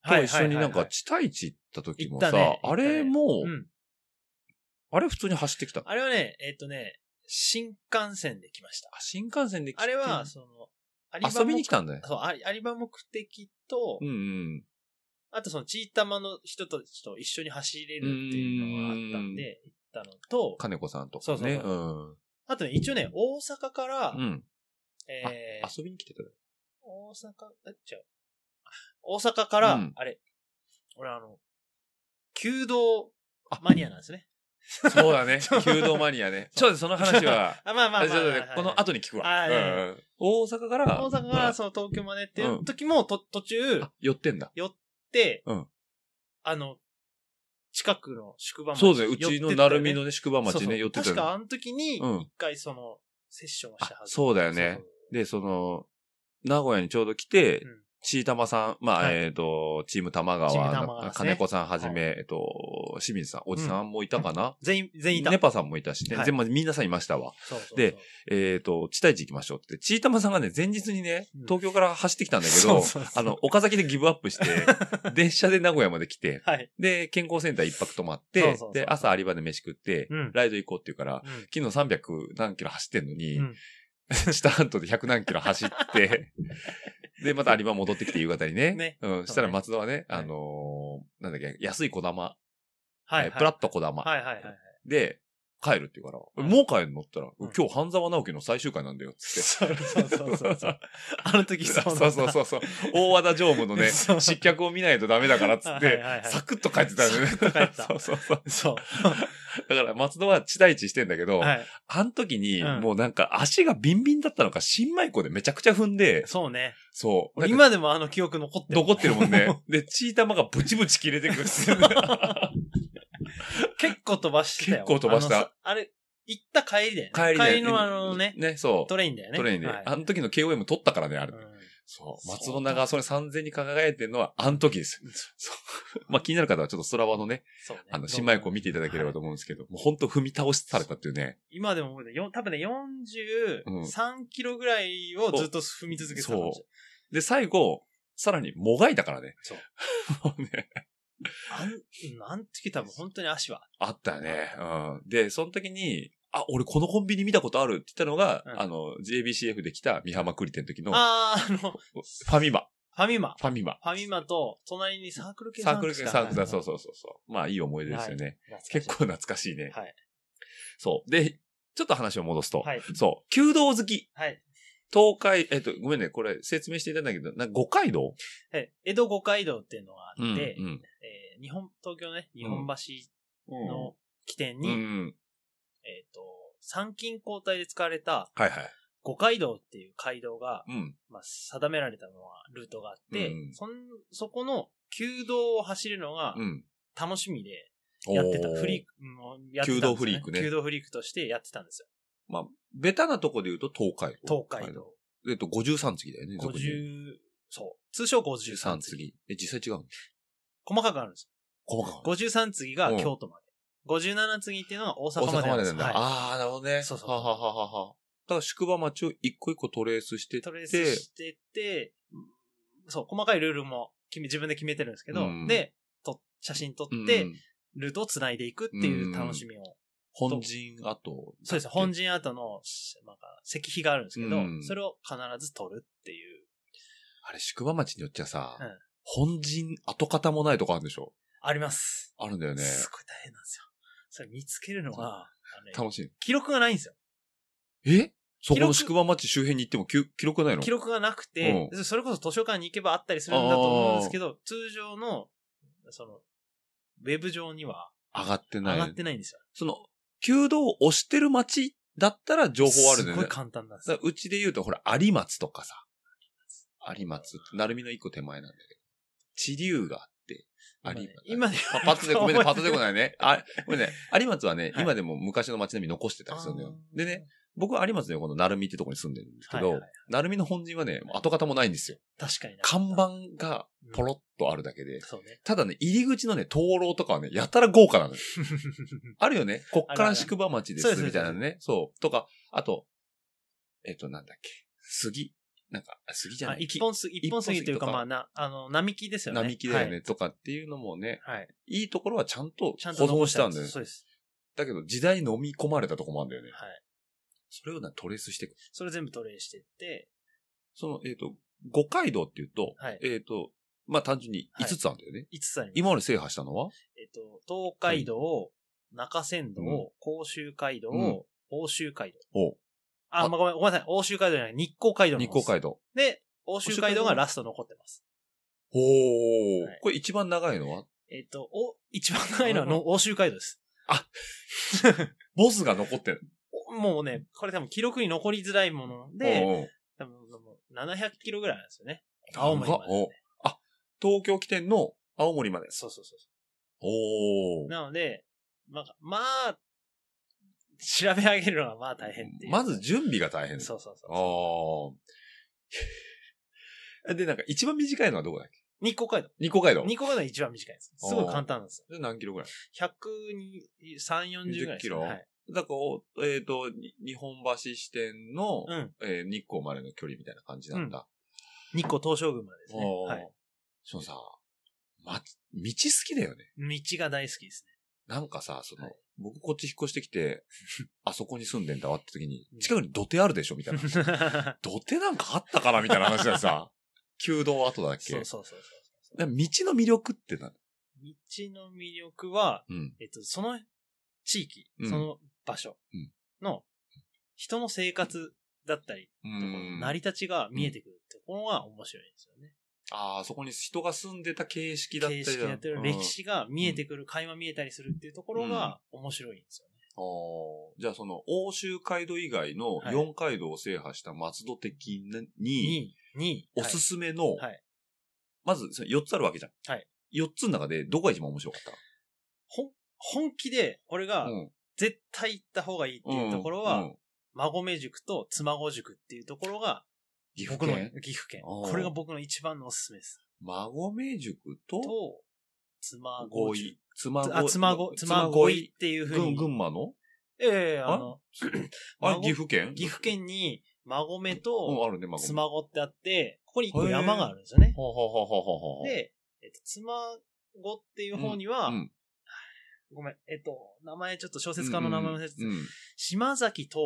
Speaker 2: と
Speaker 3: い
Speaker 2: 一緒になん
Speaker 3: は
Speaker 2: か
Speaker 3: いはいはい
Speaker 2: 地対地行った時も
Speaker 3: 行
Speaker 2: さ、
Speaker 3: ったね行
Speaker 2: あ
Speaker 3: ったね
Speaker 2: れも、
Speaker 3: うん。
Speaker 2: あれ普通に走ってきた。
Speaker 3: あれはね、えっとね、新幹線で来ました。
Speaker 2: あ新幹線で来て
Speaker 3: あれは、その、ア
Speaker 2: 遊びに来
Speaker 3: た。
Speaker 2: たんだよ。
Speaker 3: そう、アリアリバ目的と、
Speaker 2: うんうん。
Speaker 3: あとその、チータマの人たちと一緒に走れるっていうのがあったんで、行ったのと、
Speaker 2: 金子さんとかね。
Speaker 3: そうそうそうあとね、一応ね、大阪から、
Speaker 2: ん。うん。
Speaker 3: えー
Speaker 2: 遊びに来てたよ。
Speaker 3: 大阪、え、違う。大阪から、
Speaker 2: うん
Speaker 3: あれ、俺あの、弓道マニアなんですね。、
Speaker 2: そうだね。弓道マニアね。ちょっとその話は
Speaker 3: あ、まあまあまあ
Speaker 2: ちょっとね
Speaker 3: はい
Speaker 2: この後に聞くわ。
Speaker 3: あいやいや
Speaker 2: うんうん大阪から、
Speaker 3: 大阪か
Speaker 2: ま
Speaker 3: ら
Speaker 2: あ
Speaker 3: その東京までっていう時も、と途中、
Speaker 2: あ寄ってんだ。
Speaker 3: で、
Speaker 2: うん
Speaker 3: あの、近くの宿場まで
Speaker 2: そうですね。うちの成海のね、宿場
Speaker 3: 寄ってったよね
Speaker 2: 町ね、寄ってた
Speaker 3: そうそう確か
Speaker 2: よ
Speaker 3: あの時に、
Speaker 2: ね。うん
Speaker 3: 一回その、セッションをしたはず。
Speaker 2: あそうだよねで、その、名古屋にちょうど来て、
Speaker 3: うん
Speaker 2: ちーたまさん、まあ、
Speaker 3: はい
Speaker 2: えっ、と、チーム玉川、
Speaker 3: チーム玉川ですね
Speaker 2: 金子さんはじめ、えっと、清水さん、おじさんもいたかな、
Speaker 3: 全員、全員いた。
Speaker 2: ネパさんもいたしね、
Speaker 3: はい
Speaker 2: 全部、みんなさんいましたわ。
Speaker 3: そうそうそう
Speaker 2: で、えっ、と、地帯地行きましょうって。ちーたまさんがね、前日にね
Speaker 3: うん、
Speaker 2: 東京から走ってきたんだけ
Speaker 3: そ
Speaker 2: ど、
Speaker 3: うそうそう
Speaker 2: あの、岡崎でギブアッ プして、電車で名古屋まで来て、
Speaker 3: はい。
Speaker 2: で、健康センター一泊泊まっ
Speaker 3: そう
Speaker 2: て
Speaker 3: そうそう、
Speaker 2: で、朝有馬で飯食って、
Speaker 3: うん
Speaker 2: ライド行こうって言うから、
Speaker 3: うん
Speaker 2: 昨日300何キロ走ってんのに、
Speaker 3: うん
Speaker 2: 下半島で100何キロ走 って、で、また有馬戻ってきて夕方にね。
Speaker 3: ね
Speaker 2: うん。したら松田はね、あのーなんだっけ、安い小玉、
Speaker 3: はい、
Speaker 2: えー
Speaker 3: はい。
Speaker 2: プラット小玉、
Speaker 3: はいはいはい。
Speaker 2: で、帰るって言うから、
Speaker 3: うん
Speaker 2: もう帰るのって言ったら、
Speaker 3: うん
Speaker 2: 今日半沢直樹の最終回なんだよ、つって。
Speaker 3: そうそうそうそ うそう。あの時 そう
Speaker 2: そ
Speaker 3: なん
Speaker 2: う
Speaker 3: だ
Speaker 2: そうそうそうそう。大和田常務のね、
Speaker 3: そう
Speaker 2: 失脚を見ないとダメだからっつっ
Speaker 3: はい
Speaker 2: て
Speaker 3: はいはい、
Speaker 2: サクッと帰ってたんだよね。
Speaker 3: サクッと帰った
Speaker 2: そうそうそう。
Speaker 3: そう。
Speaker 2: だから松戸は地対地してんだ けど、
Speaker 3: はい。
Speaker 2: あの時に、
Speaker 3: うん
Speaker 2: もうなんか足がビンビンだったのか、新米粉でめちゃくちゃ踏んで、
Speaker 3: そうね。
Speaker 2: そう。
Speaker 3: 俺
Speaker 2: なんか
Speaker 3: 今でもあの記憶残ってる。
Speaker 2: 残ってるもん ね。で、チー玉がブチブチ切れてくるっていうね
Speaker 3: 結構飛ばしてたよ。
Speaker 2: 結構飛ばした
Speaker 3: あの。あれ、行った帰りだよね。
Speaker 2: 帰りね
Speaker 3: のあのね、
Speaker 2: ね、そう。
Speaker 3: トレインだよね。
Speaker 2: トレインで。
Speaker 3: はい
Speaker 2: あの時の KOM 取ったからね、あれ
Speaker 3: う。ん
Speaker 2: そう。
Speaker 3: そう
Speaker 2: 松尾がそれ3000に輝いてるのは、あの時です。そう。まあ気になる方はちょっとスラバのね、
Speaker 3: そうね。
Speaker 2: あの、新米子を見ていただければと思うんですけど、もうほんと踏み倒しされたっていうね。
Speaker 3: 今でも覚えてるよん多分ね、43キロぐらいをずっと踏み続けてたかもしれ
Speaker 2: で、最後、さらにもがいたからね。
Speaker 3: そう
Speaker 2: もうね。
Speaker 3: ない。あん、なんて時多分本当に足は。
Speaker 2: あったよね。うん。で、その時に、あ、俺このコンビニ見たことあるって言ったのが、
Speaker 3: うん
Speaker 2: あの、JBCF で来た三浜栗店の時の、フ
Speaker 3: あー、あの、フ
Speaker 2: ァミマ。
Speaker 3: ァミマ。
Speaker 2: ファミマ。
Speaker 3: ファミマと、隣にサークル系
Speaker 2: サークル系サークルだ、
Speaker 3: だ
Speaker 2: そうそうそうそう。まあいい思い出ですよね。結
Speaker 3: 結
Speaker 2: 構
Speaker 3: 構。
Speaker 2: 懐かしいね。
Speaker 3: はい。
Speaker 2: そう。で、ちょっと話を戻すと、
Speaker 3: はい。
Speaker 2: そう、弓道好き。
Speaker 3: はい。
Speaker 2: 東海、えっと、ごめんね、これ説明していただいたんだけど、なんか五街道
Speaker 3: はい江戸五街道っていうのがあって、
Speaker 2: うん。
Speaker 3: えー日本、東京のね、日本橋の起点
Speaker 2: うん
Speaker 3: に、
Speaker 2: うん。
Speaker 3: えっ、と、参勤交代で使われた
Speaker 2: はいはい。
Speaker 3: 五街道っていう街道が、
Speaker 2: うん。
Speaker 3: まあ、定められたのはルートがあって、
Speaker 2: うん
Speaker 3: そんそこの旧道を走るのが
Speaker 2: うん。
Speaker 3: 楽しみでやってた。
Speaker 2: おー
Speaker 3: フリーク、もうやってたんです
Speaker 2: 旧
Speaker 3: よ
Speaker 2: 道フリークね
Speaker 3: 旧道フリークとしてやってたんですよ。
Speaker 2: まあ、ベタなとこで言うと東海
Speaker 3: 東
Speaker 2: 道。
Speaker 3: 海道。
Speaker 2: えっと、53次だよね、俗に言う
Speaker 3: 50、そう。通称
Speaker 2: 53
Speaker 3: 53次。
Speaker 2: 次。え、実際違うの
Speaker 3: 細かくあるんですよ。
Speaker 2: 細かく。
Speaker 3: 53次が京都まで。57次っていうのが大
Speaker 2: 大
Speaker 3: 阪まで
Speaker 2: 阪まで
Speaker 3: で
Speaker 2: な
Speaker 3: す
Speaker 2: んだ。
Speaker 3: はい
Speaker 2: ああ、なるほどね。
Speaker 3: そうそう
Speaker 2: はははははは。だから宿場町を一個一個トレースしてって。
Speaker 3: トレースしてって、そう、細かいルールも決め自分で決めてるんですけど、
Speaker 2: うん
Speaker 3: で、と写真撮
Speaker 2: うん
Speaker 3: って、、ルートを繋いでいくっていう楽しみを。
Speaker 2: 本陣後。
Speaker 3: そうですね、本陣跡の、しなんか、石碑があるんですけど、
Speaker 2: うん
Speaker 3: それを必ず撮るっていう。
Speaker 2: あれ、宿場町によっちゃさ
Speaker 3: うん、
Speaker 2: 本陣跡形もないとこあるんでしょ
Speaker 3: あります。
Speaker 2: あるんだよね。
Speaker 3: すごい大変なんですよ。それ見つけるのが、あのね
Speaker 2: 楽しい。
Speaker 3: 記録がないんですよ。
Speaker 2: えそこの
Speaker 3: 記録
Speaker 2: 宿場町周辺に行っても記記録ないの
Speaker 3: 記録がなくて、それこそ図書館に行けばあったりするんだと思うんですけど、通常の、その、ウェブ上には
Speaker 2: 上がってな
Speaker 3: 上
Speaker 2: い。
Speaker 3: がってないんですよ。
Speaker 2: その、弓道を押してる町だったら情報あるんだよ
Speaker 3: すご
Speaker 2: ね。
Speaker 3: い簡単なんです
Speaker 2: だ
Speaker 3: よ
Speaker 2: からうちで言うと、ほら、有松とかさ。有松って、なるみの一個手前なんだけど。地流があって、有松。
Speaker 3: 今ね、
Speaker 2: パパッとで、ごめんね、パッとでこ
Speaker 3: い。
Speaker 2: ないね。あ、ごめんね。有松はね、
Speaker 3: はい
Speaker 2: 今でも昔の街並み残してたりする のよ。でね、、僕は有松の横のなるみってとこに住んでるんですけ
Speaker 3: はい
Speaker 2: ど
Speaker 3: はいは、
Speaker 2: なるみの本陣はね、跡形もないんですよ。
Speaker 3: 確かにな
Speaker 2: 看板がポロッとあるだけで、
Speaker 3: そうね。
Speaker 2: ただね、入り口のね、灯籠とかはね、やたら豪華 なのよ。あるよね。こっから宿場町で
Speaker 3: あるあ
Speaker 2: す、
Speaker 3: る
Speaker 2: みたいなね。そう。とか、あと、えっと、なんだっけ。杉。なんか、杉じゃ
Speaker 3: あ
Speaker 2: ない。
Speaker 3: 一本す、一本杉という
Speaker 2: 一本杉と
Speaker 3: か、
Speaker 2: か
Speaker 3: まあ、な、あの、並木ですよね。
Speaker 2: 並木だよね、とかっていうのもね、
Speaker 3: はい。はい。
Speaker 2: いいところはちゃんと
Speaker 3: ちゃん
Speaker 2: 保
Speaker 3: と
Speaker 2: 存
Speaker 3: 残
Speaker 2: し
Speaker 3: したた
Speaker 2: ん
Speaker 3: ん
Speaker 2: だ
Speaker 3: で
Speaker 2: よ
Speaker 3: す。
Speaker 2: ね。
Speaker 3: そうです。
Speaker 2: だけど、時代に飲み込まれたとこもあるんだよね。
Speaker 3: はい。
Speaker 2: それをね、トレースしていく。
Speaker 3: それ全部トレーしてって、
Speaker 2: その、えっ、と、五街道っていうと、
Speaker 3: はい
Speaker 2: えっ、と、まあ、単純に5つあるんだよね。
Speaker 3: 5つあります。
Speaker 2: 今まで制覇したのは
Speaker 3: えっと、東海道、中山道、
Speaker 2: うん
Speaker 3: 甲州街道、
Speaker 2: うん
Speaker 3: 欧州街道。
Speaker 2: お
Speaker 3: あ、まあ、ごめん、ごめんなさい。欧州街道じゃない、日光街道の
Speaker 2: 日
Speaker 3: 方で
Speaker 2: 光
Speaker 3: す
Speaker 2: 街道。
Speaker 3: で、欧州街道がラスト残ってます。
Speaker 2: おー、
Speaker 3: はい
Speaker 2: これ一番長いのは
Speaker 3: えっと、お、一番長いのはの欧州街道です。
Speaker 2: ボスが残ってる。
Speaker 3: おもうね、これ多分記録に残りづらいもので、
Speaker 2: おー
Speaker 3: 多分もう700キロぐらいなんですよね。青森まで
Speaker 2: おあ、東京起点の青森まで。
Speaker 3: そうそうそうそ
Speaker 2: お
Speaker 3: う。
Speaker 2: ー。
Speaker 3: なので、まあ、まあ、調べ上げるのはまあ大変っていう。
Speaker 2: まず準備が大変です。
Speaker 3: そうそうそ
Speaker 2: ああ。 で、なんか一番短いのはどこだっけ
Speaker 3: う。日光街道。
Speaker 2: 日光街道。
Speaker 3: 日光街道が一番短いです。すごい簡単なんですよ。
Speaker 2: で何キロぐらい
Speaker 3: 103、40ぐらいです、
Speaker 2: 20キロ
Speaker 3: はい。
Speaker 2: だからお、えっ、と、に日本橋支店の、
Speaker 3: うん。
Speaker 2: えー日光までの距離みたいな感じなんだ。
Speaker 3: 日光東照宮までですね。
Speaker 2: おー
Speaker 3: はい。
Speaker 2: そのさ、ま、道好きだよね。
Speaker 3: 道が大好きです
Speaker 2: なんかさ、その、
Speaker 3: は
Speaker 2: 僕こっち引っ越してき て、あそこに住んでんだわって時に
Speaker 3: うん、
Speaker 2: 近くに土手あるでしょみたい な。
Speaker 3: ね。
Speaker 2: 土手なんかあったかなみたいな話で さ、旧道跡だっけ
Speaker 3: そうそうそうそう。
Speaker 2: だから道の魅力ってな、
Speaker 3: 道の魅力は、
Speaker 2: うん。
Speaker 3: えっと、その地域、
Speaker 2: うん
Speaker 3: その場所
Speaker 2: うん
Speaker 3: の人の生活だったり、
Speaker 2: うん
Speaker 3: 成り立ちが見えてくるってところが面白いですよね。
Speaker 2: ああ、そこに人が住んでた形式だったり
Speaker 3: 形
Speaker 2: だ
Speaker 3: 式でやって
Speaker 2: う
Speaker 3: る
Speaker 2: ん
Speaker 3: 歴史が見えてくる、会話見えたりするっていうところが面白いんですよね。
Speaker 2: あーじゃあその、欧州街道以外の
Speaker 3: はい
Speaker 2: 四街道を制覇した松戸的に、
Speaker 3: に、に、
Speaker 2: おすすめの、
Speaker 3: はいはい
Speaker 2: まずその4つあるわけじゃん。
Speaker 3: はい
Speaker 2: 4つの中でどこが一番面白かっ
Speaker 3: ほん本気で俺が
Speaker 2: たん。
Speaker 3: 絶対行った方がいいっていうところは、
Speaker 2: うん、
Speaker 3: 馬込塾と妻籠塾っていうところが
Speaker 2: 岐阜
Speaker 3: 僕の
Speaker 2: 県。
Speaker 3: 岐阜県。
Speaker 2: おー
Speaker 3: これが僕の一番のおすすめです。
Speaker 2: 馬込塾と、
Speaker 3: と、妻
Speaker 2: 合
Speaker 3: 籠
Speaker 2: 意
Speaker 3: 塾。。
Speaker 2: 妻
Speaker 3: あ、妻籠、妻
Speaker 2: 恋
Speaker 3: 恋っていうふう
Speaker 2: 群、
Speaker 3: に。
Speaker 2: 群馬 の
Speaker 3: ええええあの、
Speaker 2: あれ
Speaker 3: 孫
Speaker 2: 岐阜県
Speaker 3: 岐阜県に馬込
Speaker 2: うん、
Speaker 3: と
Speaker 2: あるね、馬込。
Speaker 3: 妻籠ってあって、ここに一個
Speaker 2: へえ
Speaker 3: 山があるんですよね。
Speaker 2: ほうほうほうほうほうほう。
Speaker 3: で、えっと、妻籠っていう方には、
Speaker 2: うんうん
Speaker 3: ごめん、えっと、名前ちょっと小説家の名前を忘れてた
Speaker 2: うんうんうん
Speaker 3: 島崎藤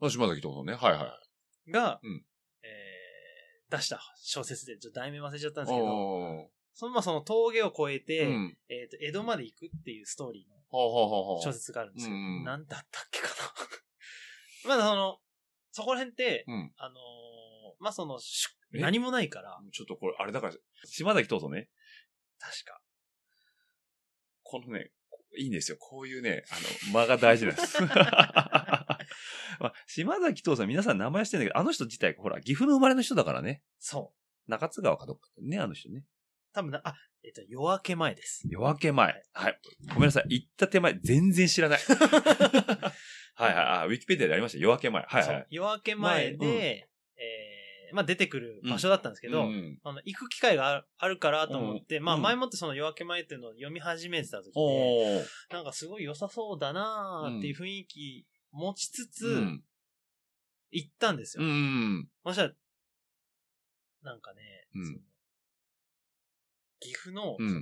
Speaker 2: あ島崎藤村ね。はいはい。
Speaker 3: 村が、
Speaker 2: うん
Speaker 3: えー出した小説で、ちょっと題名忘れちゃったんですけど、
Speaker 2: お
Speaker 3: そのまあその峠を越え
Speaker 2: ー
Speaker 3: て、
Speaker 2: うん。
Speaker 3: えっと、江戸まで行くっていうストーリーの
Speaker 2: ほうほうほうほう。
Speaker 3: 小説があるんですけど、
Speaker 2: うんうん
Speaker 3: なん だったっけかな。まだその、そこら辺って、
Speaker 2: うん。
Speaker 3: あのーまあ、その、し
Speaker 2: え
Speaker 3: 何もないから、
Speaker 2: ちょっとこれ、あれだから、島崎藤とね、
Speaker 3: 確か。
Speaker 2: このね、いいんですよ。こういうね、あの、間が大事なんです。ま あ、島崎藤さん、皆さん名前してんだけど、あの人自体、ほら、岐阜の生まれの人だからね。
Speaker 3: そう。
Speaker 2: 中津川かどっかね、あの人ね。
Speaker 3: 多分な、あ、えっ、と、夜明け前です。
Speaker 2: 夜明け前。はい。ごめんなさい。行った手前、全然知らない。 はいはい。あ、ウィキペディアでありました。夜明け前。はい
Speaker 3: そ
Speaker 2: は
Speaker 3: う
Speaker 2: い。
Speaker 3: 夜明け前で、
Speaker 2: 前うん
Speaker 3: えーまあ、出てくる場所だったんですけど、
Speaker 2: うん
Speaker 3: あの行く機会があるあるからと思って、まあ
Speaker 2: うん
Speaker 3: 前もってその夜明け前っていうのを読み始めてた時で、
Speaker 2: おー。
Speaker 3: なんかすごい良さそうだなーっていう雰囲気持ちつつ、
Speaker 2: うん。
Speaker 3: 行ったんですよ。
Speaker 2: うん。
Speaker 3: そしたら、なんかね、
Speaker 2: うん
Speaker 3: その岐阜の,、
Speaker 2: うん
Speaker 3: その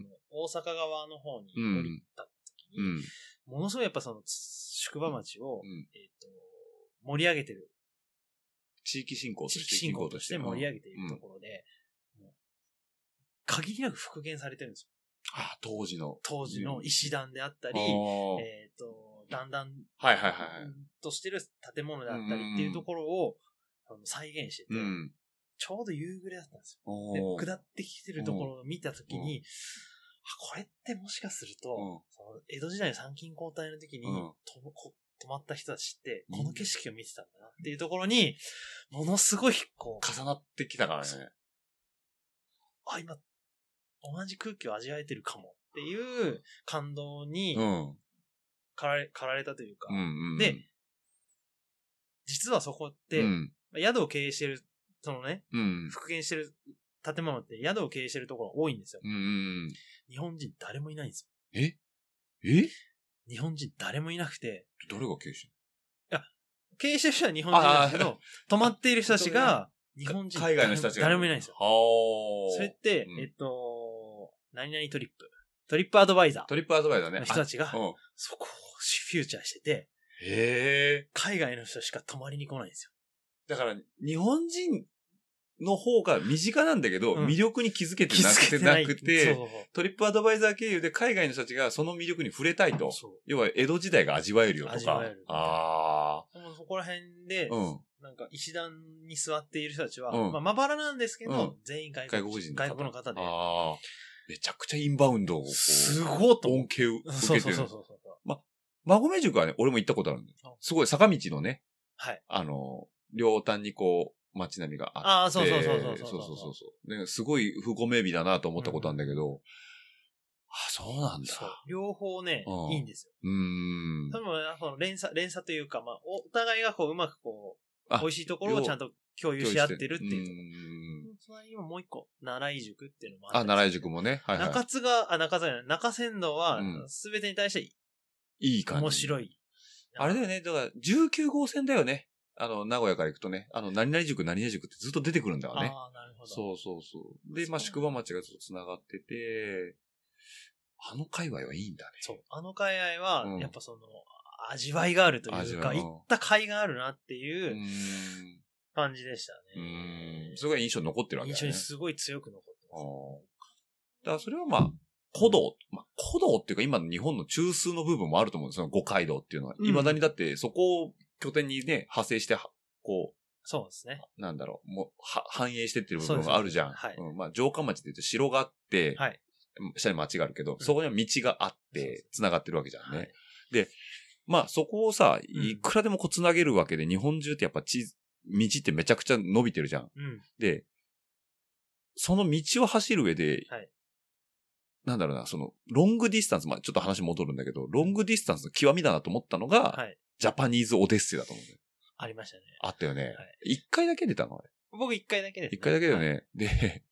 Speaker 3: 大阪側の方に
Speaker 2: う
Speaker 3: 降
Speaker 2: ん
Speaker 3: りた時
Speaker 2: う
Speaker 3: に、
Speaker 2: ん。
Speaker 3: ものすごいやっぱその宿場町を、
Speaker 2: うん
Speaker 3: えっと盛り上げてる
Speaker 2: 地域振興とし
Speaker 3: 地
Speaker 2: て。
Speaker 3: 域振興として盛り上げてい
Speaker 2: うん
Speaker 3: るところで、もう限りなく復元されてるんですよ。
Speaker 2: あ、当時の。
Speaker 3: 当時の石段であったり、
Speaker 2: おー
Speaker 3: えっ、と、だんだん
Speaker 2: はいはいはいはい。
Speaker 3: としてる建物であったりっていうところを、あの再現してて、
Speaker 2: うん。
Speaker 3: ちょうど夕暮れだったんですよ。で
Speaker 2: おー
Speaker 3: 下ってきてるところを見たときに、あこれってもしかすると、
Speaker 2: うん
Speaker 3: その江戸時代の参勤交代の時に、
Speaker 2: うん
Speaker 3: ともこ泊まった人たちって、
Speaker 2: うん
Speaker 3: この景色を見てたんだなっていうところに、ものすごい、こう、
Speaker 2: 重なってきたからね。
Speaker 3: あ、今、同じ空気を味わえてるかもっていう感動に
Speaker 2: うん。
Speaker 3: かられ、かられたというか、
Speaker 2: うんうん。
Speaker 3: で実はそこって、
Speaker 2: うん。
Speaker 3: 宿を経営してる、そのね、
Speaker 2: うん。
Speaker 3: 復元してる建物って宿を経営してるところが多いんですよ。
Speaker 2: うん。
Speaker 3: 日本人誰もいないんです
Speaker 2: え
Speaker 3: よ。日本人誰もいなくて、
Speaker 2: 誰が経営して
Speaker 3: 経営してる人は日本人なんですけど、泊まっている人たちが、日
Speaker 2: る
Speaker 3: 本人
Speaker 2: 海外の人たちが。
Speaker 3: 誰もいないんですよ。
Speaker 2: はー
Speaker 3: それって、
Speaker 2: うん
Speaker 3: えっと、何々トリップ、トリップアドバイザ
Speaker 2: トリップアドバイザー
Speaker 3: ー
Speaker 2: ね。
Speaker 3: の人たちが
Speaker 2: あ、うん。
Speaker 3: そこをフューチャーしてて、
Speaker 2: へえ。
Speaker 3: 海外の人しか泊まりに来ないんですよ。
Speaker 2: だから、日本人の方が身近なんだけど、
Speaker 3: うん
Speaker 2: 魅力に気づけて
Speaker 3: 気
Speaker 2: な
Speaker 3: づ
Speaker 2: く
Speaker 3: け
Speaker 2: て、
Speaker 3: てない。
Speaker 2: なく
Speaker 3: そう
Speaker 2: て、
Speaker 3: そう
Speaker 2: トリップアドバイザー経由で海外の人たちがその魅力に触れたいと。
Speaker 3: そう。
Speaker 2: 要は、江戸時代が味わえるよとか。
Speaker 3: 味わえる
Speaker 2: あ
Speaker 3: そう。でもそこら辺で、
Speaker 2: あ。うん。
Speaker 3: なんか石段に座っている人たちは、
Speaker 2: うん
Speaker 3: まあまばらなんですけど、
Speaker 2: うん
Speaker 3: 全員外
Speaker 2: 外
Speaker 3: 国
Speaker 2: 国
Speaker 3: 人
Speaker 2: 人
Speaker 3: 外国の方で、
Speaker 2: ああ。めちゃくちゃインバウンドをこう。
Speaker 3: すごっと思
Speaker 2: 恩
Speaker 3: う。
Speaker 2: 恵を受
Speaker 3: そう
Speaker 2: け
Speaker 3: そ
Speaker 2: てる
Speaker 3: うそう。そうそう。
Speaker 2: 馬込塾はね、俺も行ったことあるんだ
Speaker 3: あ
Speaker 2: よ。すごい坂道のね、
Speaker 3: はい。
Speaker 2: あの、両端にこう、街並みがあって。
Speaker 3: ああ、そうそうそうそう
Speaker 2: そうそうそうそう。ねすごい不公平日だなと思ったことあるんだけど、そうなんだ。
Speaker 3: そう。両方ね
Speaker 2: う、ん
Speaker 3: いいんですよ。
Speaker 2: うーん。
Speaker 3: 多分、あの連鎖、連鎖というか、まあ、おお互いがこう、うまくこう
Speaker 2: あ、
Speaker 3: 美味しいところをちゃんと共有し合ってるっていう。
Speaker 2: ーん
Speaker 3: 隣にももう一個、奈良井塾っていうのも
Speaker 2: あ、奈良井
Speaker 3: 井
Speaker 2: 塾もね。はいは
Speaker 3: 中津が、あ、中津じゃない、中仙道は
Speaker 2: うん、
Speaker 3: すべてに対して
Speaker 2: い。いい感じ。
Speaker 3: 面白
Speaker 2: い。
Speaker 3: い。
Speaker 2: あれだよね。だから、19号線だよね。あの、名古屋から行くとね。あの、何々塾、何々塾ってずっと出てくるんだよね。
Speaker 3: ああ、なるほど。
Speaker 2: そうそうそう。で、まあ、
Speaker 3: そう
Speaker 2: 宿場町がずっと繋がってて、あの界隈はいいんだね。
Speaker 3: そう。あの海外は
Speaker 2: うん、
Speaker 3: やっぱその、味わいがあるとい
Speaker 2: 味
Speaker 3: う
Speaker 2: わ
Speaker 3: か、
Speaker 2: いうん
Speaker 3: 行った甲斐があるなって
Speaker 2: う
Speaker 3: いう
Speaker 2: ーん。
Speaker 3: 感じでした
Speaker 2: うー
Speaker 3: ね
Speaker 2: ん。。それが印象に残ってるわけ
Speaker 3: 印
Speaker 2: だ
Speaker 3: 象
Speaker 2: よ
Speaker 3: に
Speaker 2: ね。
Speaker 3: すごい強く残って
Speaker 2: あ
Speaker 3: ます。
Speaker 2: ーだからそれはまあ、古道、まあ、古道っていうか今の日本の中枢の部分もあると思うんですよ、五街道っていうのは。
Speaker 3: うん
Speaker 2: 未だにだってそこを拠点にね、派生しては、こ
Speaker 3: そうですね。
Speaker 2: う、なんだろう、もう、は、繁栄してってる部
Speaker 3: そう
Speaker 2: 分
Speaker 3: です
Speaker 2: があるじゃん。
Speaker 3: はい
Speaker 2: うん、まあ、城下町って言うと城があって、
Speaker 3: はい。
Speaker 2: 下に町があるけど、
Speaker 3: うん
Speaker 2: そこには道があっ
Speaker 3: そうで
Speaker 2: て
Speaker 3: す、
Speaker 2: 繋がってるわけじゃんね。
Speaker 3: はい
Speaker 2: まあ、そこをさ、
Speaker 3: ん
Speaker 2: いくらでもこう繋げるわけで、日本中ってやっぱ地、道ってめちゃくちゃ伸びてるじゃん。
Speaker 3: うん。
Speaker 2: で、その道を走る上で、
Speaker 3: はい
Speaker 2: なんだろうな、その、ロングディスタンス、まあちょっと話戻るんだけど、ロングディスタンスの極みだなと思ったのが、
Speaker 3: はい
Speaker 2: ジャパニーズオデッセイだと思うんだよ。
Speaker 3: ありましたね。
Speaker 2: あったよね
Speaker 3: は。
Speaker 2: 一、回だけ出たのあれ。
Speaker 3: 僕一回だけです、
Speaker 2: 一回だけだよね。で、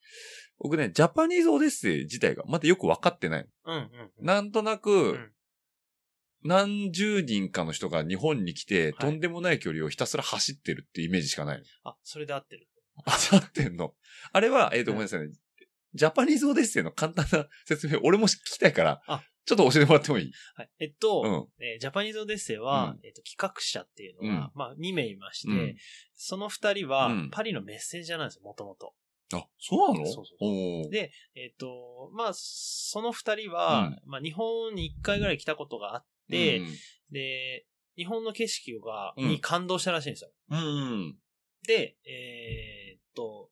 Speaker 2: 僕ね、ジャパニーズオデッセイ自体がまだよくわかってない
Speaker 3: はい。うんうんうん。
Speaker 2: なんとなく、
Speaker 3: うん
Speaker 2: 何十人かの人が日本に来て、
Speaker 3: い
Speaker 2: とんでもない距離をひたすら走ってるってイメージしかない。
Speaker 3: あ、それで合ってる。
Speaker 2: あ、合ってんの。あれは、えっ、と、
Speaker 3: うん
Speaker 2: ごめんなさいね。ジャパニーズオデッセイの簡単な説明、俺も聞きたいから
Speaker 3: あ、
Speaker 2: ちょっと教えてもらってもいい
Speaker 3: はい。えっと、
Speaker 2: うん。
Speaker 3: えージャパニーズオデッセイは、
Speaker 2: う
Speaker 3: えっと、企画者っていうのが、
Speaker 2: うん
Speaker 3: まあ、2名いまし
Speaker 2: う
Speaker 3: て、
Speaker 2: ん
Speaker 3: その2人は、
Speaker 2: うん
Speaker 3: パリのメッセンジャーなんですよ、もともと。
Speaker 2: あ、そうなの
Speaker 3: そうそうそう
Speaker 2: おー
Speaker 3: でえっと、まあ、その2人は、まあ、日本に1回ぐらい来たことがあって、
Speaker 2: うん
Speaker 3: で、日本の景色が、
Speaker 2: うん
Speaker 3: に感動したらしいんですよ。
Speaker 2: うん。
Speaker 3: で、えーっと、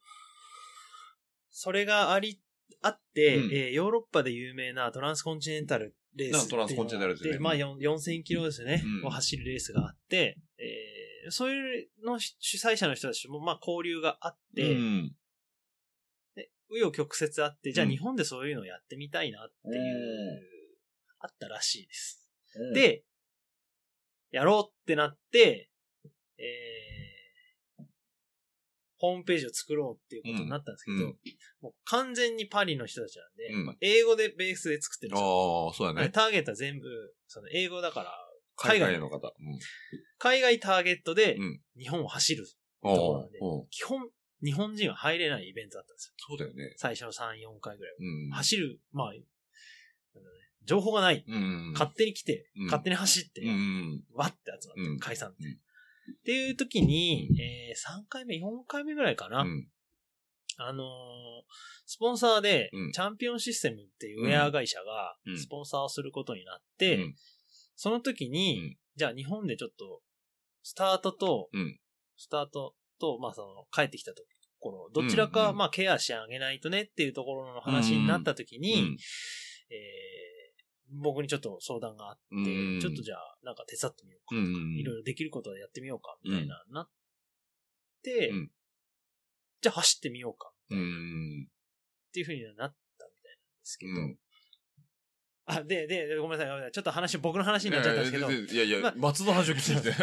Speaker 3: それがあり、あって、
Speaker 2: うん
Speaker 3: えーヨーロッパで有名なトランスコンチネンタルレースっていうのがあって。
Speaker 2: なトランスコンチネンタルですね
Speaker 3: でまあ、よん4000キロですね、
Speaker 2: うん
Speaker 3: を走るレースがあって、えーそういうのし主催者の人たちも、まあ、交流があって、
Speaker 2: うん
Speaker 3: で、紆余曲折あって、じゃあ
Speaker 2: うん
Speaker 3: 日本でそういうのをやってみたいなっていう、
Speaker 2: うん
Speaker 3: あったらしいです。、で、やろうってなって、えーホームページを作ろうっていうことになったんですけど、
Speaker 2: うんうん
Speaker 3: もう完全にパリの人たちなんで、
Speaker 2: うん
Speaker 3: まあ英語でベースで作ってるん
Speaker 2: ああ
Speaker 3: ですよ。、
Speaker 2: そうだね。
Speaker 3: ターゲットは全部、その英語だから、
Speaker 2: 海外
Speaker 3: 海外
Speaker 2: の方。うん。
Speaker 3: 海外ターゲットで
Speaker 2: うん
Speaker 3: 日本を走る。
Speaker 2: ああ
Speaker 3: ところなんで
Speaker 2: うん
Speaker 3: 基本、日本人は入れないイベントだったんですよ。
Speaker 2: そうだよね。
Speaker 3: 最初の3、4回ぐらい
Speaker 2: うん。
Speaker 3: は。走る、まあ、なんだろうね情報がない。
Speaker 2: うん。
Speaker 3: 勝手に来て、
Speaker 2: うん
Speaker 3: 勝手に走って、
Speaker 2: うん。
Speaker 3: わって集まって
Speaker 2: うん、
Speaker 3: 解散って。
Speaker 2: うん
Speaker 3: っていう時に、えー、3回目、4回目ぐらいかな。
Speaker 2: うん。
Speaker 3: あのースポンサーで、
Speaker 2: うん
Speaker 3: チャンピオンシステムっていうウェア会社が
Speaker 2: うん、
Speaker 3: スポンサーをすることになって、
Speaker 2: うん
Speaker 3: その時に、
Speaker 2: うん
Speaker 3: じゃあ日本でちょっと、スタートと、
Speaker 2: うん
Speaker 3: スタートと、まあその、帰ってきたところ、どちらか、
Speaker 2: うん
Speaker 3: まあケアしてあげないとねっていうところの話になった時に、
Speaker 2: うん
Speaker 3: えー僕にちょっと相談があって、
Speaker 2: うん
Speaker 3: ちょっとじゃあ、なんか手伝ってみようか
Speaker 2: うんうん
Speaker 3: いろいろできることでやってみようか、みたいな、なって、
Speaker 2: うん
Speaker 3: じゃあ走ってみようか、
Speaker 2: うん。うん
Speaker 3: っていうふうにはなったみたいなんですけど、
Speaker 2: うん
Speaker 3: あ、で、で、ごめんなさい、ごめんなさい。ちょっと話、僕の話になっちゃったんですけど、
Speaker 2: いやいや
Speaker 3: まあ、
Speaker 2: 松の話を聞いてて。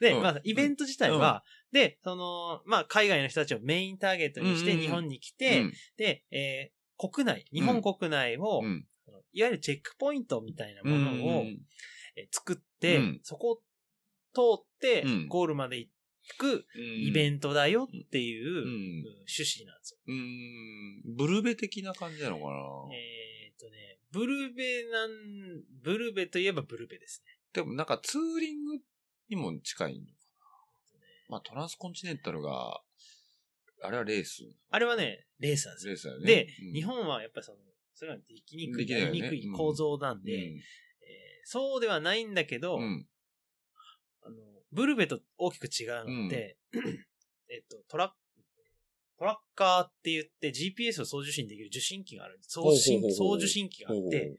Speaker 3: で、
Speaker 2: うん
Speaker 3: まあ、イベント自体は、で、その、まあ、海外の人たちをメインターゲットにし
Speaker 2: うん
Speaker 3: て
Speaker 2: うんうん
Speaker 3: 日本に来て、で、えー国内、日本国内を、
Speaker 2: うん、うん。
Speaker 3: いわゆるチェックポイントみたいなものを
Speaker 2: うん
Speaker 3: えー作って、
Speaker 2: うん
Speaker 3: そこを通って
Speaker 2: うん、
Speaker 3: ゴールまで行くイベントだよっていう、
Speaker 2: うん
Speaker 3: 趣旨なんですよ。
Speaker 2: うーん、ブルベ的な感じなのかな、
Speaker 3: えーっとね、ブルベなん、ブルベといえばブルベですね。
Speaker 2: でもなんかツーリングにも近いのかなまあトランスコンチネンタルが、あれはレース、
Speaker 3: あれはね、レースなんですよ。
Speaker 2: レースだよね。
Speaker 3: で、
Speaker 2: うん
Speaker 3: 日本はやっぱりその、それはできにく
Speaker 2: で
Speaker 3: い、
Speaker 2: きない
Speaker 3: や
Speaker 2: よね
Speaker 3: りにくい構造なんで、えーそうではないんだけど、
Speaker 2: うん、うん
Speaker 3: あのブルベと大きく違うので、えっと、トラック、トラッカーって言って GPS を送受信できる受信機があるんです。
Speaker 2: ほうほ
Speaker 3: 送
Speaker 2: うほう
Speaker 3: 信送受信機があ
Speaker 2: ほう
Speaker 3: っ
Speaker 2: ほう
Speaker 3: て、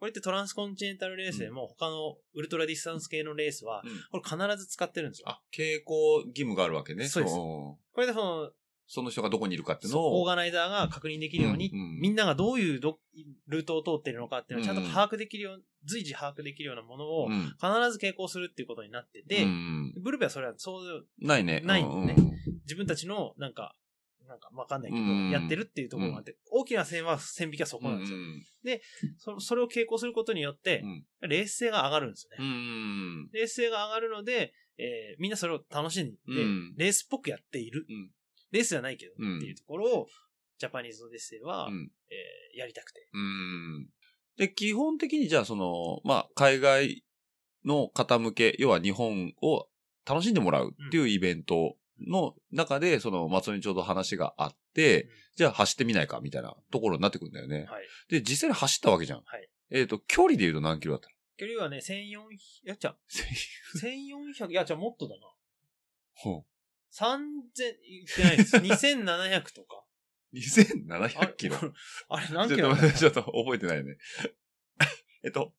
Speaker 3: これってトランスコンチネンタルレースでも他のウルトラディスタンス系のレースは
Speaker 2: うん、
Speaker 3: これ必ず使ってるんですよ。
Speaker 2: あ、傾向義務があるわけね。
Speaker 3: そうです
Speaker 2: お
Speaker 3: これでその、
Speaker 2: その人がどこにいるかっていう
Speaker 3: そう
Speaker 2: のを。
Speaker 3: オーガナイザーが確認できるように、
Speaker 2: うんうん
Speaker 3: みんながどういうどルートを通っているのかっていうのをちゃん
Speaker 2: うん
Speaker 3: と把握できるよう、随時把握できるようなものを
Speaker 2: う、ん
Speaker 3: 必ず傾向するっていうことになってて、
Speaker 2: うん
Speaker 3: ブルベはそれはそう、
Speaker 2: ないね。
Speaker 3: ない
Speaker 2: うんうん
Speaker 3: ね自分たちの、なんか、なんかわかんないけど、
Speaker 2: うん
Speaker 3: やってるっていうところがあって、大きな線は、線引きはそこなんですよ、
Speaker 2: うん
Speaker 3: そ。それを傾向することによって、冷静が上がるんですよ
Speaker 2: う
Speaker 3: ね。
Speaker 2: ん。
Speaker 3: 冷静が上がるので、えーみんなそれを楽しんで、
Speaker 2: うん
Speaker 3: レースっぽくやっている。
Speaker 2: うん
Speaker 3: レースじゃないけど、
Speaker 2: うん
Speaker 3: っていうところを、ジャパニーズのデッセイは、
Speaker 2: うん。
Speaker 3: えーやりたくて。
Speaker 2: うん。で、基本的にじゃあその、まあ、海外の方向け、要は日本を楽しんでもらうっていうイベントの中で、その、松尾にちょうど話があって、じゃあ走ってみないかみたいなところになってくるんだよね。
Speaker 3: はい。
Speaker 2: で、実際に走ったわけじゃん。
Speaker 3: はい
Speaker 2: えっ、と、距離で言うと何キロだったの
Speaker 3: 距離はね、1400、いや、じゃあ、1400、いや、じゃあもっとだな。
Speaker 2: ほ
Speaker 3: 3000、いってな いです。2700とか。
Speaker 2: う ?2700 キロ。
Speaker 3: あれあれ、何
Speaker 2: ちょ
Speaker 3: キ
Speaker 2: っ
Speaker 3: ロ
Speaker 2: と
Speaker 3: だ
Speaker 2: 待って、ちょっと覚えてないね。 えっと、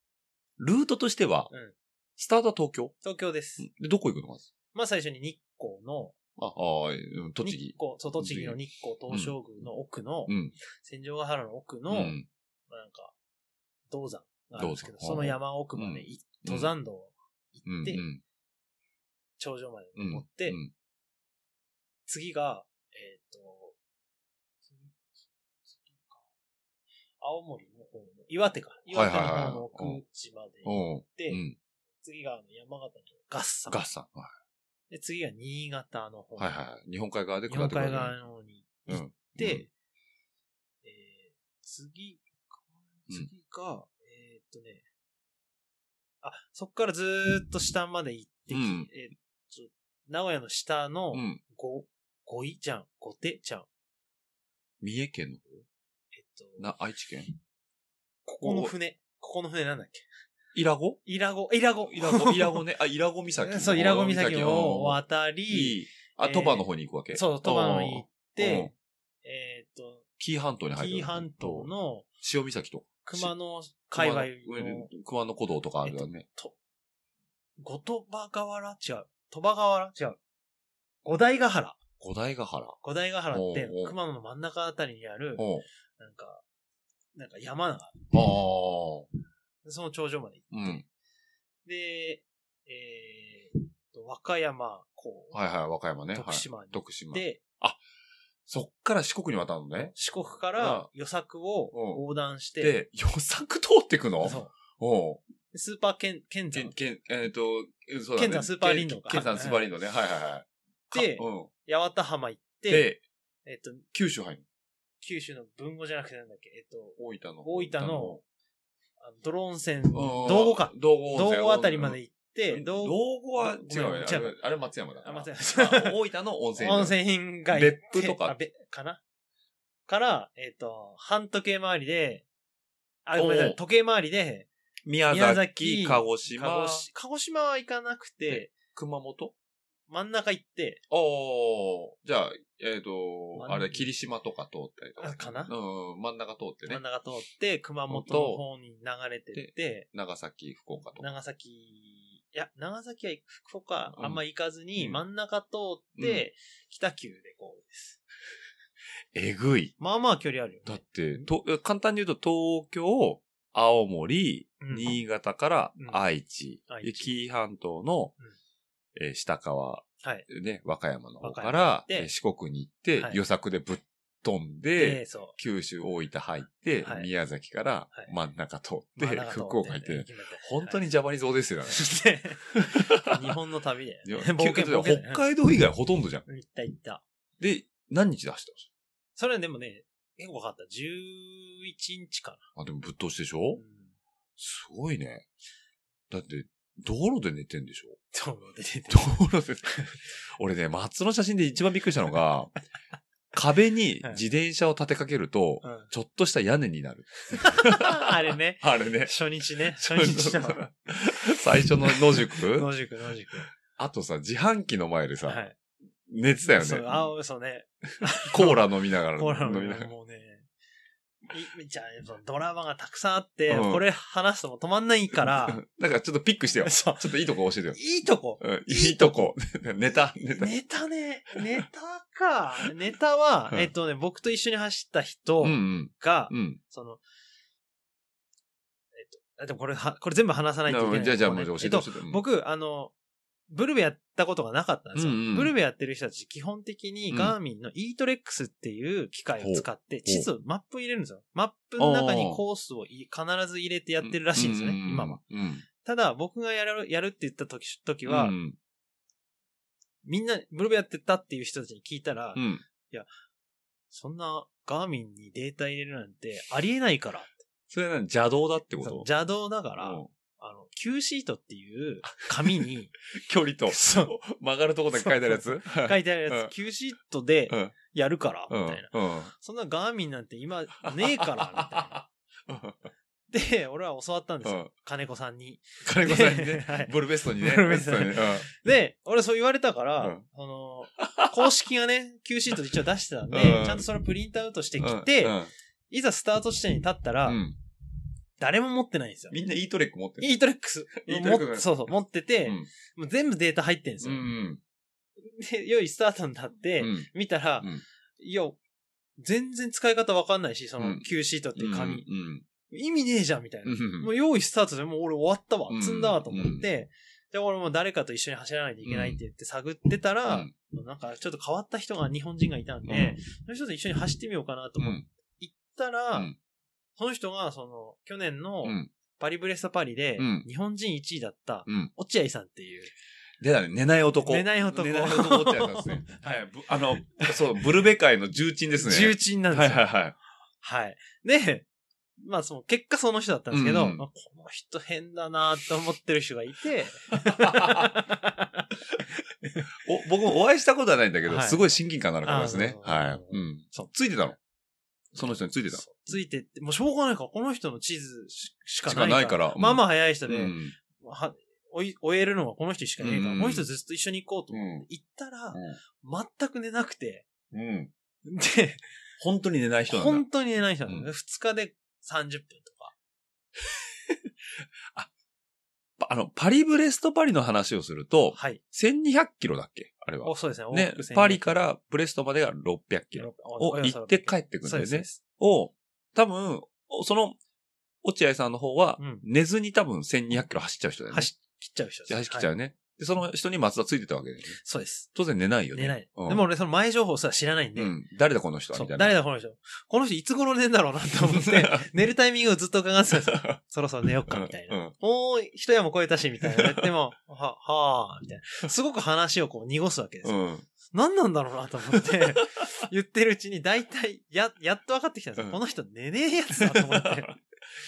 Speaker 2: ルートとしては、
Speaker 3: うん
Speaker 2: スタートは東京
Speaker 3: 東京です。
Speaker 2: で、どこ行くのまず
Speaker 3: まあ最初に日光の、
Speaker 2: あ、あーうん栃
Speaker 3: 日
Speaker 2: 木。
Speaker 3: 光、そう、栃木の日光東照宮の奥の、
Speaker 2: うん。
Speaker 3: 戦場ヶ原の奥の、
Speaker 2: うん。
Speaker 3: なんか、銅山があるんですけど、
Speaker 2: 銅山
Speaker 3: その山奥までい、
Speaker 2: うん
Speaker 3: 登山道
Speaker 2: うん。
Speaker 3: で
Speaker 2: うん
Speaker 3: 頂上まで
Speaker 2: うん
Speaker 3: 登って、
Speaker 2: うん
Speaker 3: 次が、えっ、と、次次か青森の方の、岩手か。岩手の方の奥地まで行
Speaker 2: お
Speaker 3: っ
Speaker 2: う
Speaker 3: て、
Speaker 2: うん。
Speaker 3: 次があの山形の合山。
Speaker 2: ガッサン。は
Speaker 3: で、次が新潟の方。
Speaker 2: いはいはい。日本海側で
Speaker 3: 日
Speaker 2: 下っ
Speaker 3: 本
Speaker 2: てくるわ
Speaker 3: 海
Speaker 2: けね。
Speaker 3: 側の方に行っ
Speaker 2: う
Speaker 3: て、
Speaker 2: ん
Speaker 3: えー次か
Speaker 2: うん
Speaker 3: 次が、えーっとね、あ、そっからずーっと下まで行ってき、
Speaker 2: うん
Speaker 3: えーっと、名古屋の下の
Speaker 2: うん。うん
Speaker 3: ご、ごいじゃん、ごてじゃん、
Speaker 2: 三重県の方
Speaker 3: えっと、
Speaker 2: な、愛知県
Speaker 3: ここの船、ここの船なんだっけ
Speaker 2: イラゴ
Speaker 3: イラゴ、イラゴ、
Speaker 2: イラゴ、イラゴね。あ、イラゴ岬。
Speaker 3: そう、イラゴ岬を
Speaker 2: 渡っ
Speaker 3: 渡り、
Speaker 2: いい。あ、
Speaker 3: えー
Speaker 2: 鳥羽の方に行くわけ
Speaker 3: そう、鳥羽の方に行
Speaker 2: うん
Speaker 3: っ
Speaker 2: うん
Speaker 3: て、えーっと、
Speaker 2: 紀伊半島に入る。
Speaker 3: 紀伊半島。の
Speaker 2: 潮岬とか。
Speaker 3: 熊野界隈
Speaker 2: 熊
Speaker 3: の
Speaker 2: 野熊野古道とかあるよね。
Speaker 3: と、五戸場河原違う。戸場河原違う。五台ヶ原。
Speaker 2: 五台ヶ原。
Speaker 3: 五台ヶ原って
Speaker 2: おうおう
Speaker 3: 熊野の真ん中あたりにある、
Speaker 2: うん。
Speaker 3: なんか、なんか山があ
Speaker 2: あ
Speaker 3: る。その頂上まで行っ
Speaker 2: あ。うん。
Speaker 3: て、えーっと、和歌山港
Speaker 2: はいはい、和歌山ね。はい
Speaker 3: 徳島に
Speaker 2: 徳島。
Speaker 3: で、
Speaker 2: そっから四国に渡るのね。
Speaker 3: 四国か
Speaker 2: ああ
Speaker 3: ら予作を横断して、
Speaker 2: で、予作通ってくの
Speaker 3: そう
Speaker 2: おう
Speaker 3: スーパーケン、ケン
Speaker 2: け
Speaker 3: ザ
Speaker 2: ん、けん、えっと、そうだね。
Speaker 3: 剣山スーパーリンド
Speaker 2: けん
Speaker 3: か
Speaker 2: 剣山スーパーリンドね。はいはいはい。か
Speaker 3: で
Speaker 2: うん
Speaker 3: 八幡浜行って、
Speaker 2: で、
Speaker 3: えーっと、
Speaker 2: 九州入る。
Speaker 3: 九州の文庫じゃなくてなんだっけ、えーっと、
Speaker 2: 大分の。
Speaker 3: 大分の、あのドローン船、
Speaker 2: うん、
Speaker 3: 道後か。
Speaker 2: 道後温
Speaker 3: 道
Speaker 2: 泉
Speaker 3: 後あたりまで行って、
Speaker 2: 道
Speaker 3: 道後
Speaker 2: 後は違うよね。
Speaker 3: ご
Speaker 2: あ
Speaker 3: めん違
Speaker 2: れあれ松山だから。
Speaker 3: あ 松
Speaker 2: あ
Speaker 3: 山
Speaker 2: 大分の温泉。
Speaker 3: 温泉品街。
Speaker 2: 別府とか
Speaker 3: あべかなから、えっ、と、半時計回りで、あ、
Speaker 2: おう
Speaker 3: ごめんなさい、時計回りで、
Speaker 2: 宮
Speaker 3: 宮
Speaker 2: 崎、
Speaker 3: 崎
Speaker 2: 鹿児島、
Speaker 3: 鹿児し鹿児島は行かなくて、
Speaker 2: 熊本
Speaker 3: 真ん中行って、
Speaker 2: おーじゃあ、えっ、と
Speaker 3: 真、ん
Speaker 2: あれ、霧島とか通ったりとか。
Speaker 3: あかな
Speaker 2: うん、真ん中通って
Speaker 3: 真
Speaker 2: ね
Speaker 3: ん。中通って、熊本の方に流れてって、
Speaker 2: 長崎、福岡とか。
Speaker 3: 長崎、いや、長崎は福岡
Speaker 2: うん
Speaker 3: あんま行かずに、
Speaker 2: うん
Speaker 3: 真ん中通って、北九でこうです。
Speaker 2: えぐい。
Speaker 3: まあまあ距離あるよ、ね。
Speaker 2: だって、と、簡単に言うと、東京、青森、
Speaker 3: うん
Speaker 2: 新潟から
Speaker 3: うん
Speaker 2: 愛知、
Speaker 3: 愛知
Speaker 2: で紀伊半島の、えー下川、
Speaker 3: はい。
Speaker 2: ね、和歌山の方か
Speaker 3: 和歌山行
Speaker 2: ら
Speaker 3: っ、て
Speaker 2: えー四国に行って、
Speaker 3: はい
Speaker 2: 予策でぶっ飛ん
Speaker 3: で、
Speaker 2: で、
Speaker 3: そ
Speaker 2: 九州、大分入って、
Speaker 3: はい
Speaker 2: 宮崎から
Speaker 3: はい
Speaker 2: 真ん中通っ
Speaker 3: う。
Speaker 2: て、
Speaker 3: 真ん中通
Speaker 2: 福岡行 って、
Speaker 3: 決めて
Speaker 2: 本当にジャパニーズ王ですよね。
Speaker 3: で 日本の旅で。
Speaker 2: いや
Speaker 3: 冒険
Speaker 2: 究極
Speaker 3: 冒
Speaker 2: だ
Speaker 3: 険
Speaker 2: よ北海道以外ほとんどじゃん。
Speaker 3: 行った行った。
Speaker 2: で、何日で走ったんです
Speaker 3: それはでもね、結構かかった。11日か
Speaker 2: かあ、でもぶっ通しでし
Speaker 3: な。
Speaker 2: ょ
Speaker 3: うん
Speaker 2: すごいね。だって、道路で寝てんでしょ
Speaker 3: そう、出てて。
Speaker 2: 道路で。 俺ね、松の写真で一番びっくりしたのが、 壁に自転車を立てかけると、
Speaker 3: うん
Speaker 2: ちょっとした屋根になる。
Speaker 3: あれね。
Speaker 2: あれね。
Speaker 3: 初日ね。初日の。
Speaker 2: 最初の野宿
Speaker 3: 野宿、野宿。
Speaker 2: あとさ、自販機の前でさ、
Speaker 3: はい。
Speaker 2: 寝てたよね
Speaker 3: そう、。あ、そうね。
Speaker 2: コーラ飲みながら。
Speaker 3: コーラ
Speaker 2: 飲みなが
Speaker 3: の
Speaker 2: ら。
Speaker 3: もうね。いじゃあ、そのドラマがたくさんあって、
Speaker 2: うん
Speaker 3: これ話すともう止まんないから、
Speaker 2: なんかちょっとピック してよ。
Speaker 3: そう。
Speaker 2: ちょっと いいとこ教えてよ。
Speaker 3: いいとこ。
Speaker 2: うんいいとこ。ネタ、ネタ。
Speaker 3: ネタね、ネタか。ネタは、
Speaker 2: うん
Speaker 3: えっとね、僕と一緒に走った人
Speaker 2: うんうん。
Speaker 3: が、
Speaker 2: うん。
Speaker 3: その、えっと、あでもこれは、これ全部話さないといけない。
Speaker 2: じゃあ、じゃあ、
Speaker 3: こ
Speaker 2: も
Speaker 3: こ
Speaker 2: う
Speaker 3: ね
Speaker 2: 教え
Speaker 3: え
Speaker 2: て
Speaker 3: っ
Speaker 2: 教
Speaker 3: と
Speaker 2: えて。うん、
Speaker 3: 僕、あの、ブルベやったことがなかったんですよ。
Speaker 2: うんうん
Speaker 3: ブルベやってる人たち、基本的に
Speaker 2: うん
Speaker 3: ガーミンの e トレックスっていう機械を使って、地図、マップ入れるんですよ。マップの中にコースをい必ず入れてやってるらしいんですよね、
Speaker 2: う
Speaker 3: 今は。。
Speaker 2: うん。
Speaker 3: ただ、僕がやる、やるって言った時時は、
Speaker 2: うん
Speaker 3: みんな、ブルベやってたっていう人たちに聞いたら、
Speaker 2: うん。
Speaker 3: そんな、ガーミンにデータ入れるなんてありえないから。
Speaker 2: それは何邪道だってこと
Speaker 3: 邪道だから、
Speaker 2: うん
Speaker 3: あの、Q シートっていう 紙に
Speaker 2: 距離と、曲がるとこだけ書いてあるやつ
Speaker 3: 書いてある
Speaker 2: う
Speaker 3: や
Speaker 2: ん
Speaker 3: つ、Q シートで
Speaker 2: うん
Speaker 3: やるから、
Speaker 2: うん
Speaker 3: みたいな。
Speaker 2: うん。
Speaker 3: そんなガーミンなん て今ねえから、みたいな。で、俺は教わったんです
Speaker 2: う
Speaker 3: よ。
Speaker 2: ん。
Speaker 3: 金子さんに。、
Speaker 2: 金子さんにね
Speaker 3: はい
Speaker 2: ブルベストにね。
Speaker 3: ブルベストに
Speaker 2: に。う
Speaker 3: で、俺そう言われたから、
Speaker 2: うん
Speaker 3: あの、公式がね、Q シートで一応出してたんで、
Speaker 2: うん
Speaker 3: ちゃんとそれをプリントアウトして
Speaker 2: ん
Speaker 3: きて、
Speaker 2: うん
Speaker 3: いざスタート地点に立ったら、
Speaker 2: うん
Speaker 3: 誰も持ってないんですよ。
Speaker 2: みんな E トレック持ってる。
Speaker 3: イートレックス。
Speaker 2: イートレックス
Speaker 3: もそうそう、持ってて、
Speaker 2: うん
Speaker 3: もう全部データ入ってんです
Speaker 2: う
Speaker 3: よ。
Speaker 2: ん。
Speaker 3: で、用意スタートになって、
Speaker 2: うん
Speaker 3: 見たら、
Speaker 2: うん
Speaker 3: いや、全然使い方わかんないし、そうの
Speaker 2: ん
Speaker 3: Q シートっていう紙。
Speaker 2: うん
Speaker 3: 意味ねえじゃん、みたいな。
Speaker 2: うん
Speaker 3: もう用意スタートでもう俺終わったわ
Speaker 2: う、ん
Speaker 3: 積んだわと思って、で、俺も誰かと一緒に走らないといけないって言って探ってたら、
Speaker 2: うん
Speaker 3: なんかちょっと変わった人が、日本人がいたんで、その人と一緒に走ってみようかなと
Speaker 2: う
Speaker 3: 思っ
Speaker 2: ん
Speaker 3: たら、
Speaker 2: うん
Speaker 3: その人が、その、去年の
Speaker 2: うん
Speaker 3: パリブレスタパリで
Speaker 2: うん、
Speaker 3: 日本人1位だった
Speaker 2: うん、
Speaker 3: 落合さんっていう、
Speaker 2: でだね、寝ない男。
Speaker 3: 寝ない男
Speaker 2: 寝ない男ってやつなん ですね。はい。ぶあの、そう、ブルベ界の重鎮ですね。
Speaker 3: 重鎮なんです
Speaker 2: は
Speaker 3: よ。
Speaker 2: いはいはい。
Speaker 3: はい。で、 まあその結果その人だったんですけど、
Speaker 2: うんうん
Speaker 3: まあ、この人変だなと思ってる人がいて、
Speaker 2: お僕もお会いしたことはないんだけど、
Speaker 3: はい
Speaker 2: すごい親近感のある方ですね。
Speaker 3: あー
Speaker 2: はい。うん。
Speaker 3: そう
Speaker 2: ついてたのその人についてたの
Speaker 3: そうついてって、もうしょうがないから、この人の地図ししか
Speaker 2: し
Speaker 3: な
Speaker 2: か
Speaker 3: いから。
Speaker 2: ないから。
Speaker 3: まあま
Speaker 2: あ、
Speaker 3: あ早い人
Speaker 2: う
Speaker 3: で、
Speaker 2: ん。
Speaker 3: は追い追えるのはこの人しかいないから、
Speaker 2: うん
Speaker 3: この人ずっと一緒に行こうと
Speaker 2: う
Speaker 3: 思って
Speaker 2: ん。
Speaker 3: 行ったら、
Speaker 2: うん
Speaker 3: 全く寝なくて、
Speaker 2: うん。
Speaker 3: で、
Speaker 2: 本当に寝ない人なん
Speaker 3: 本
Speaker 2: だ。
Speaker 3: 当に寝ない人なの、
Speaker 2: う
Speaker 3: ね。二日で30分とか。
Speaker 2: パあの、パリブレストパリの話をすると、
Speaker 3: はい。
Speaker 2: 1200キロだっけあれは
Speaker 3: お。そうですね。往
Speaker 2: ね
Speaker 3: 復1200、
Speaker 2: パリからブレストまでが600キロ。
Speaker 3: お
Speaker 2: を
Speaker 3: およそ
Speaker 2: 行って帰
Speaker 3: 600
Speaker 2: ってくるん
Speaker 3: そう
Speaker 2: だ
Speaker 3: で
Speaker 2: よね
Speaker 3: すそうで。す。
Speaker 2: を、多分、おその、落合さんの方は
Speaker 3: うん、
Speaker 2: 寝ずに多分1200キロ走っちゃう人だよね。
Speaker 3: 走切っちゃう人です。
Speaker 2: 走っちゃ
Speaker 3: は
Speaker 2: う
Speaker 3: い
Speaker 2: ね。で、その人に松田ついてたわけだよね。
Speaker 3: そうです。
Speaker 2: 当然寝ないよね。
Speaker 3: 寝ない。
Speaker 2: うん
Speaker 3: でも、俺その前情報すら知らないんで、
Speaker 2: うん。誰だこの人は
Speaker 3: そう
Speaker 2: みたいな。
Speaker 3: 誰だこの人。この人いつ頃寝んだろうなって 思って、寝るタイミングをずっと伺ってたんですよ。そろそろ寝よっか、みたいな。
Speaker 2: うんうん
Speaker 3: もう一山越えたし、みたいな。でも、 は、はあ、みたいな。すごく話をこう濁すわけですよ。
Speaker 2: うん。
Speaker 3: 何なんだろうなと思って、 言ってるうちに大体、や、やっと分かってきたんですよ。
Speaker 2: うん
Speaker 3: この人寝ねえやつだと思 って。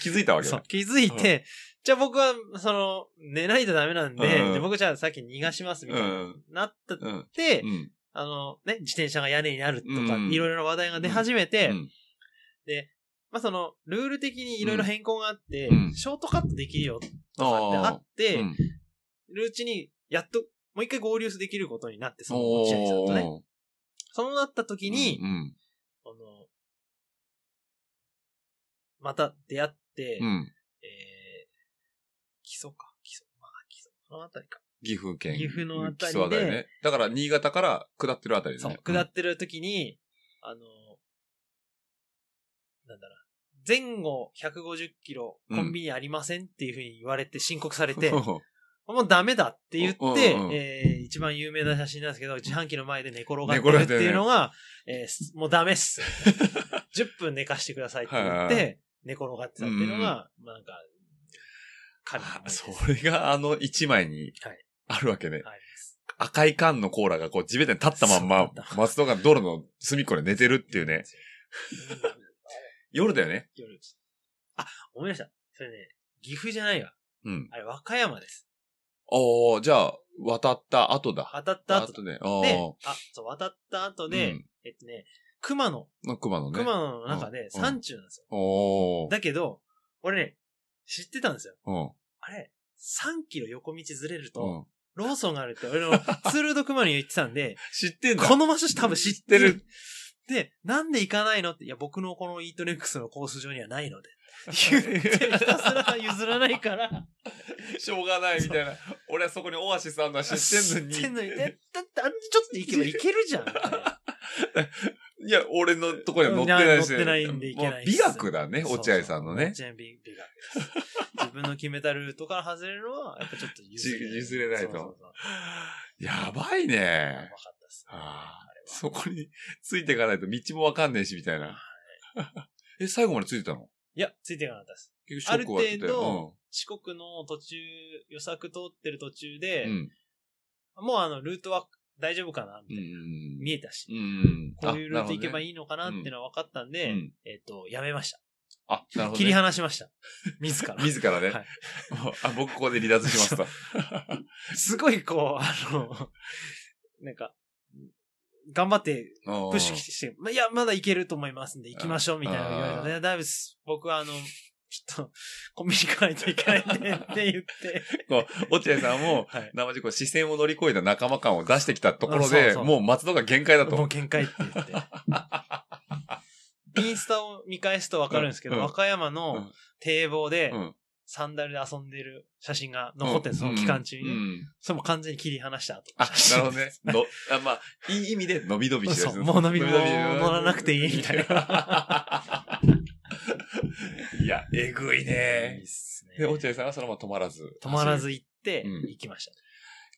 Speaker 2: 気づいたわけ
Speaker 3: そう
Speaker 2: だ。
Speaker 3: 気づいて、じゃあ僕は、その、寝ないとダメなんで、
Speaker 2: うん
Speaker 3: で僕じゃあさっき逃がします、み
Speaker 2: う
Speaker 3: たいな。
Speaker 2: ん。
Speaker 3: なったっ
Speaker 2: うん。
Speaker 3: て、
Speaker 2: うん。
Speaker 3: あの、ね、自転車が屋根になるとか、
Speaker 2: うん
Speaker 3: いろいろな話題が出始めて、
Speaker 2: うん
Speaker 3: まあその、ルール的にいろいろ変更があって、
Speaker 2: うん
Speaker 3: ショートカットできるよ
Speaker 2: あ
Speaker 3: とかってあ
Speaker 2: あ
Speaker 3: って、
Speaker 2: うん
Speaker 3: ルーチにやっともう一回合流できることになって、その落合さんとね。
Speaker 2: おー
Speaker 3: そうなった時に、
Speaker 2: うん。
Speaker 3: あの、また出会って、
Speaker 2: うんうん。
Speaker 3: えー、基礎か、基礎、まあ基礎、このあたりか。
Speaker 2: 岐阜県。
Speaker 3: 岐阜のあた
Speaker 2: 木
Speaker 3: りで
Speaker 2: 曽だよね。だから、新潟から下ってるあたりです
Speaker 3: そう
Speaker 2: ね。、
Speaker 3: 下ってる時に、あの、なんだろう、前後150キロ
Speaker 2: うん
Speaker 3: コンビニありませんっていうふうに言われて申告され
Speaker 2: うん
Speaker 3: て、もうダメだって言
Speaker 2: うん
Speaker 3: って
Speaker 2: うんう、ん
Speaker 3: えー一番有名な写真なんですけど、自販機の前で寝転が
Speaker 2: 寝転
Speaker 3: っ
Speaker 2: がってて
Speaker 3: る
Speaker 2: ね
Speaker 3: っていうのが、えーすもうダメ っす。10分寝かしてくださいって言っ
Speaker 2: はいはい
Speaker 3: て、寝転がってたっていうのが、まあなんか、彼の思い
Speaker 2: あ
Speaker 3: です
Speaker 2: それがあの一枚に
Speaker 3: はい
Speaker 2: あるわけね。
Speaker 3: あります
Speaker 2: 赤い缶のコーラがこう地べたに立ったまんま
Speaker 3: そう立った、
Speaker 2: 松戸が道路の隅っこで寝てるっていうね。夜だよね。
Speaker 3: 夜ですあ、思い出した。それね、岐阜じゃないわ。
Speaker 2: うん。
Speaker 3: あれ、和歌山です。
Speaker 2: おー、じゃあ、渡った後だ。
Speaker 3: 渡った後
Speaker 2: ね。
Speaker 3: で
Speaker 2: あ、
Speaker 3: あ、そう、渡った後
Speaker 2: ー。
Speaker 3: で、
Speaker 2: うん
Speaker 3: えっとね、熊野、
Speaker 2: の熊野ね。
Speaker 3: 熊野の中で
Speaker 2: うん
Speaker 3: 山中なんですよ。
Speaker 2: おー。
Speaker 3: だけど、俺ね、知ってたんですよ。
Speaker 2: うん。
Speaker 3: あれ、3キロ横道ずれると、
Speaker 2: うん。
Speaker 3: ローソンがあるって、俺のツールドクマに言ってたんで、
Speaker 2: 知ってんだ。
Speaker 3: この場所多分知っ
Speaker 2: 知ってて
Speaker 3: る
Speaker 2: る。
Speaker 3: で、なんで行かないのって、いや、僕のこのイートネックスのコース上にはないので。言って、ひたすら譲らないから。
Speaker 2: しょうがないみたいな。俺はそこにオアシスあんのは知ってんのに。
Speaker 3: 知ってんのに。だだって、あんなちょっと行けば行けるじゃん。みたいない
Speaker 2: や、俺のとこには乗ってないし。
Speaker 3: 乗ってないんでいけない
Speaker 2: もう
Speaker 3: し
Speaker 2: 美学だ ね、落合さんのね。
Speaker 3: そうそう美学です自分の決めたルートから外れるのは、やっぱちょっと譲れない。
Speaker 2: じ譲れないと
Speaker 3: そうそうそう
Speaker 2: やばい
Speaker 3: やばか
Speaker 2: ね。
Speaker 3: ったですね。
Speaker 2: あーそこについていかないと道もわかんねえし、みたいな。 え、最後までついてたの
Speaker 3: いや、ついていかなかったです。
Speaker 2: 結局ショックはって
Speaker 3: ある程度四国の途中、予策通ってる途中で、
Speaker 2: うん。うん。
Speaker 3: もうあの、ルートは大丈夫かなみ
Speaker 2: う
Speaker 3: たいな、
Speaker 2: ん。
Speaker 3: 見えたし、
Speaker 2: うん。
Speaker 3: こういうルート行けば
Speaker 2: い。
Speaker 3: いいのかなっていうのは分かったんで、
Speaker 2: うん
Speaker 3: えっ、と、やめました。
Speaker 2: あ、なるほどね。
Speaker 3: 切り離し ました。自ら。
Speaker 2: 自らね。
Speaker 3: はい
Speaker 2: もう あ僕ここで離脱し ますと。
Speaker 3: すごいこう、あの、なんか、頑張ってプ
Speaker 2: プ
Speaker 3: ッシュして、まいや、まだいけると思いますんで、行きましょうみたいなの言われた
Speaker 2: あー
Speaker 3: いやだいぶす、僕はあの、ちょっと、コンビニ行かないといけない んで、って言って。
Speaker 2: こう、 落合さんも、
Speaker 3: はい。
Speaker 2: 生地こう視線を乗り越えた仲間感を出してきたところ
Speaker 3: あそう
Speaker 2: で、
Speaker 3: そう
Speaker 2: もう松戸が限界だ
Speaker 3: もう
Speaker 2: と。
Speaker 3: 限界って言 って。インスタを見返すとわかるんですけど、
Speaker 2: うんうん
Speaker 3: 和歌山
Speaker 2: う
Speaker 3: の
Speaker 2: ん
Speaker 3: 堤防で
Speaker 2: うん
Speaker 3: サンダルで遊んでる写真が残ってるんです、その期間中にね。
Speaker 2: うん
Speaker 3: それも完全に切り離した後。
Speaker 2: あ、なるほどね。の、あ、まあ、いい意味で、伸び伸びして
Speaker 3: そうもう伸び伸び乗らなくていいみたい
Speaker 2: な。 いや、えぐい
Speaker 3: いい
Speaker 2: ね
Speaker 3: っ。すね
Speaker 2: で、落合さんはそのまま止まらず。
Speaker 3: 止まら。ず行って、
Speaker 2: うん
Speaker 3: 行きました。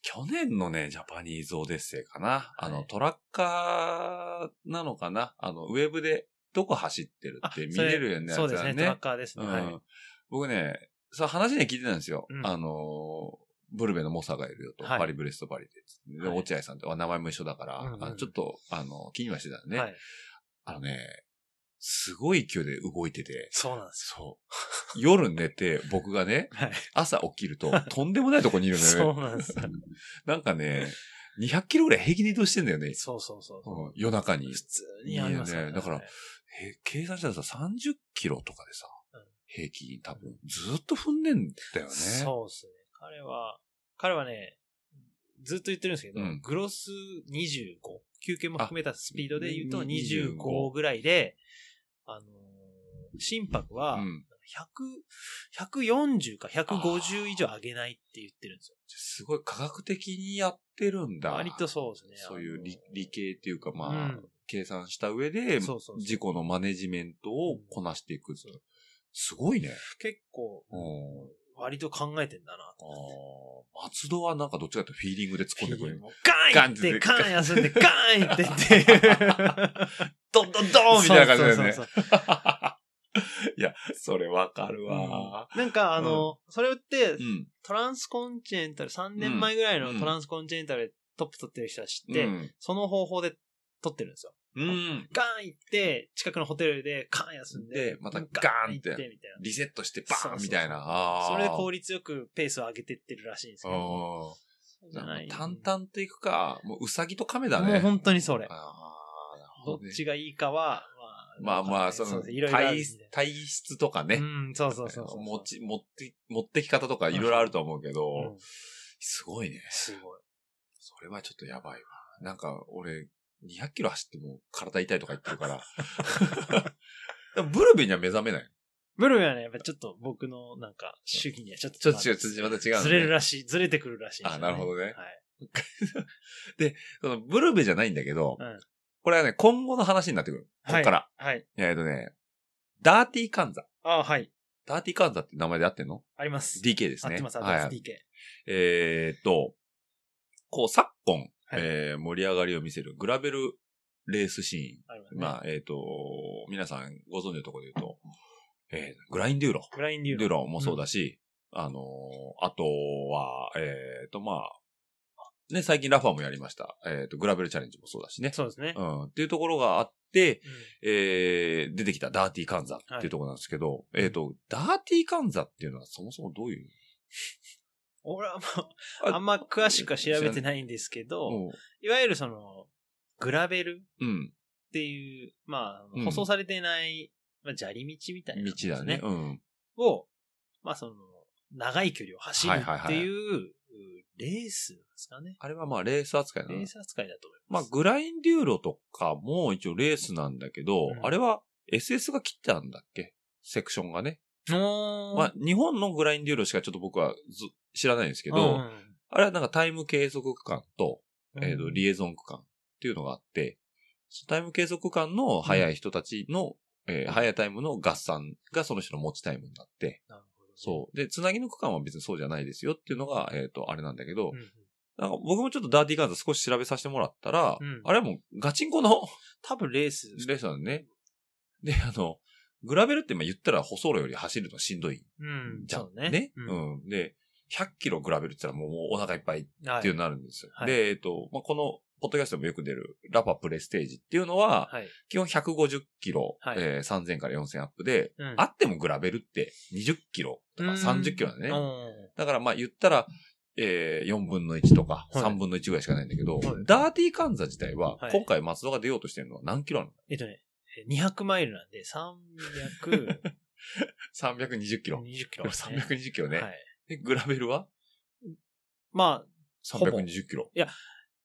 Speaker 2: 去年のね、ジャパニーズオデッセイかな。あ
Speaker 3: は
Speaker 2: の、
Speaker 3: い
Speaker 2: トラッカーなのかな。あの、ウェブで、どこ走ってるって見れるようにな
Speaker 3: そ
Speaker 2: る
Speaker 3: う
Speaker 2: やつ
Speaker 3: です
Speaker 2: だよ
Speaker 3: ね、トラッカーですね。は
Speaker 2: う
Speaker 3: い
Speaker 2: ん。僕ね、さ、話には聞いてたんですよ。
Speaker 3: うん
Speaker 2: あのー、ブルベのモサがいるよと、
Speaker 3: はい
Speaker 2: パリブレストパリで。で、
Speaker 3: はい
Speaker 2: 落合さんと、あ名前も一緒だから、
Speaker 3: うんうん
Speaker 2: あのちょっと、あの、気にはしてたんでね、
Speaker 3: はい。
Speaker 2: あのね、すごい勢いで動いてて、
Speaker 3: そうなんです
Speaker 2: そう。夜寝て、僕がね、
Speaker 3: よ。はい。
Speaker 2: 朝起きる と、とんでもないとこにいるの
Speaker 3: そ
Speaker 2: よ
Speaker 3: う
Speaker 2: ね。
Speaker 3: なんですよ。
Speaker 2: なんかね、200キロぐらい平気で移動してんだよね。
Speaker 3: そうそうそ
Speaker 2: う
Speaker 3: う。
Speaker 2: ん夜中に。
Speaker 3: 普通にあります
Speaker 2: いいよねだからえ計算したらさ、30キロとかでさ
Speaker 3: うん、
Speaker 2: 平均多分、ずっと踏んでんだよね。
Speaker 3: そうですね。彼は、彼はね、ずっと言ってるんですけど、
Speaker 2: うん
Speaker 3: グロス25、休憩も含めたスピードで言うと
Speaker 2: あ
Speaker 3: 25ぐらいで、あのー心拍は
Speaker 2: うん。
Speaker 3: 100、140か150以上上げないって言ってるんですよ。
Speaker 2: すごい科学的にやってるんだ。
Speaker 3: 割とそうですね。
Speaker 2: そういう理
Speaker 3: あのー
Speaker 2: 理系っていうか、まあ、
Speaker 3: うん
Speaker 2: 計算した上で、
Speaker 3: そうそうそう
Speaker 2: 事故のマネジメントをこなしていく。すごいね。
Speaker 3: 結構、
Speaker 2: うん
Speaker 3: 割と考えてんだな
Speaker 2: あ
Speaker 3: と。
Speaker 2: ー松戸はなんかどっちかというとフィーリングで突っ込んでくる。
Speaker 3: もうガーンって、ガ
Speaker 2: ガンって
Speaker 3: ーン休んで、ガーンってって。
Speaker 2: ドンドンドンみたいな感じだよね。
Speaker 3: そうそうそうそう
Speaker 2: いや、 それわかるわ。
Speaker 3: なんかあの、それって
Speaker 2: う、ん。
Speaker 3: トランスコンチネンタル、3年前ぐらいのトランスコンチネンタルでトップ取ってる人は知って、
Speaker 2: うん
Speaker 3: その方法で取ってるんですよ。
Speaker 2: うん。
Speaker 3: ガーン行って、近くのホテルでカーン休んで、
Speaker 2: でまた
Speaker 3: 行
Speaker 2: ガーンって
Speaker 3: みたい
Speaker 2: リセットしてバ
Speaker 3: そうそう
Speaker 2: ーン
Speaker 3: そう
Speaker 2: みたいな。あー
Speaker 3: な。それで効率よくペースを上げてってるらしいんですけど。
Speaker 2: あ
Speaker 3: そう
Speaker 2: ー
Speaker 3: じゃない
Speaker 2: 淡々といくか、もうウサギとカメだね。
Speaker 3: もう本当にそれ。
Speaker 2: ああ、なるほ
Speaker 3: ど
Speaker 2: どね
Speaker 3: っちがいいかは、
Speaker 2: まあまあ、そ
Speaker 3: そう
Speaker 2: の
Speaker 3: ですいろいろあるん
Speaker 2: 体
Speaker 3: で、
Speaker 2: 体質とかね。
Speaker 3: うん、そうそうそうそう。
Speaker 2: 持ち、持って、持ってき方とかいろいろあると思うけど、
Speaker 3: うん
Speaker 2: すごいね。
Speaker 3: すごい。
Speaker 2: それはちょっとやばいわ。なんか、俺、200キロ走っても体痛いとか言ってるから。 でもブルベには目覚めない。
Speaker 3: ブルーはね、やっぱちょっと僕のなんか主義にはちょっと
Speaker 2: ちょっと違う、ちょっとまた違う、ね。
Speaker 3: ずれるらしい、ずれてくるらしいんですよ、
Speaker 2: あなるほどね
Speaker 3: はい。
Speaker 2: そのブルベじゃないんだけど、
Speaker 3: うん
Speaker 2: これはね、今後の話になってくる。こっから。
Speaker 3: はい。
Speaker 2: えっとね、ダーティーカンザ。
Speaker 3: あはい。
Speaker 2: ダーティーカンザって名前で合ってんの
Speaker 3: あります。
Speaker 2: ?DK です
Speaker 3: 合
Speaker 2: ね。
Speaker 3: ってます、合
Speaker 2: はい
Speaker 3: ってます、DK。
Speaker 2: えーっと、こう、昨今、
Speaker 3: はい
Speaker 2: えー盛り上がりを見せるグラベルレースシ
Speaker 3: ありま
Speaker 2: ー
Speaker 3: す
Speaker 2: ン。
Speaker 3: ね。
Speaker 2: まあ、えーっと、皆さんご存知のところで言うと、えーグラインデューロ。
Speaker 3: ブラインデュ
Speaker 2: デ
Speaker 3: ー
Speaker 2: ュ
Speaker 3: ロ。
Speaker 2: ーロもそうだし、あのーあとは、えーっと、まあ、ね、最近ラファもやりました。えーっと、グラベルチャレンジもそうだしね。
Speaker 3: そうですね
Speaker 2: う。ん、っていうところがあって、
Speaker 3: うん
Speaker 2: えー出てきたダーティーカンザっていうところなんですけど、えーっと、ダーティーカンザっていうのはそもそもどういう
Speaker 3: 俺はもう、
Speaker 2: あ
Speaker 3: あんま詳しくは調べてないんですけど、
Speaker 2: うん
Speaker 3: いわゆるその、グラベル
Speaker 2: うん。
Speaker 3: っていう、ま
Speaker 2: う
Speaker 3: あ、
Speaker 2: ん
Speaker 3: 舗装されてない、まあ、砂利道みたいな、
Speaker 2: 道だね。。うん。
Speaker 3: を、まあその、長い距離を走る
Speaker 2: はいはい
Speaker 3: っ
Speaker 2: は
Speaker 3: て
Speaker 2: い
Speaker 3: いううレースなんですかね。
Speaker 2: あれはまあレース扱いな
Speaker 3: レ
Speaker 2: の
Speaker 3: ー。ス扱いだと思い
Speaker 2: ま
Speaker 3: ま
Speaker 2: あ
Speaker 3: す。
Speaker 2: グラインデューロとかも一応レースなんだけど、
Speaker 3: うん
Speaker 2: あれは SS が切ってあるんだっけセクションがね。
Speaker 3: おー
Speaker 2: まあ日本のグラインデューロしかちょっと僕はず知らないんですけど、あれはなんかタイム計測区間と、
Speaker 3: うん
Speaker 2: えっ、と、リエゾン区間っていうのがあって、タイム計測区間の速い人たちの、えー速いタイムの合算がその人の持ちタイムになって、
Speaker 3: なるほどね
Speaker 2: そう。で、つなぎの区間は別にそうじゃないですよっていうのが、えっ、と、あれなんだけど、
Speaker 3: うんうん
Speaker 2: なんか僕もちょっとダーティーガンズ少し調べさせてもらったら、
Speaker 3: うん
Speaker 2: あれはもうガチンコの
Speaker 3: 多分レース。
Speaker 2: レースなんでね。で、あの、グラベルってまあ言ったら舗装路より走るのしんどい
Speaker 3: うん。
Speaker 2: じゃん。
Speaker 3: そうね。
Speaker 2: うん。で、100キログラベルって言ったらもうお腹いっぱいっ
Speaker 3: は
Speaker 2: ていうのになるんですよ。
Speaker 3: はい
Speaker 2: で、えっ、と、まあ、この、ポッドキャストでもよく出るラパプレステージっていうのは、
Speaker 3: はい。
Speaker 2: 基本150キロ、
Speaker 3: はい
Speaker 2: えー3000から4000アップで、
Speaker 3: うん
Speaker 2: あってもグラベルって20キロとか30キロだね。
Speaker 3: うん
Speaker 2: だからまあ言ったら、えー、4分の1とか
Speaker 3: はい
Speaker 2: 3分の1ぐらいしかないんだけど、
Speaker 3: はい
Speaker 2: ダーティーカンザ自体は
Speaker 3: は、い
Speaker 2: 今回松戸が出ようとしてるのは何キロなの
Speaker 3: えっとね、200マイルなんで、320
Speaker 2: ?320 キロ。
Speaker 3: キ ロですね。
Speaker 2: 320キロね。
Speaker 3: はい。
Speaker 2: でグラベルは
Speaker 3: まあ、ほぼ
Speaker 2: ?320 キロ。っ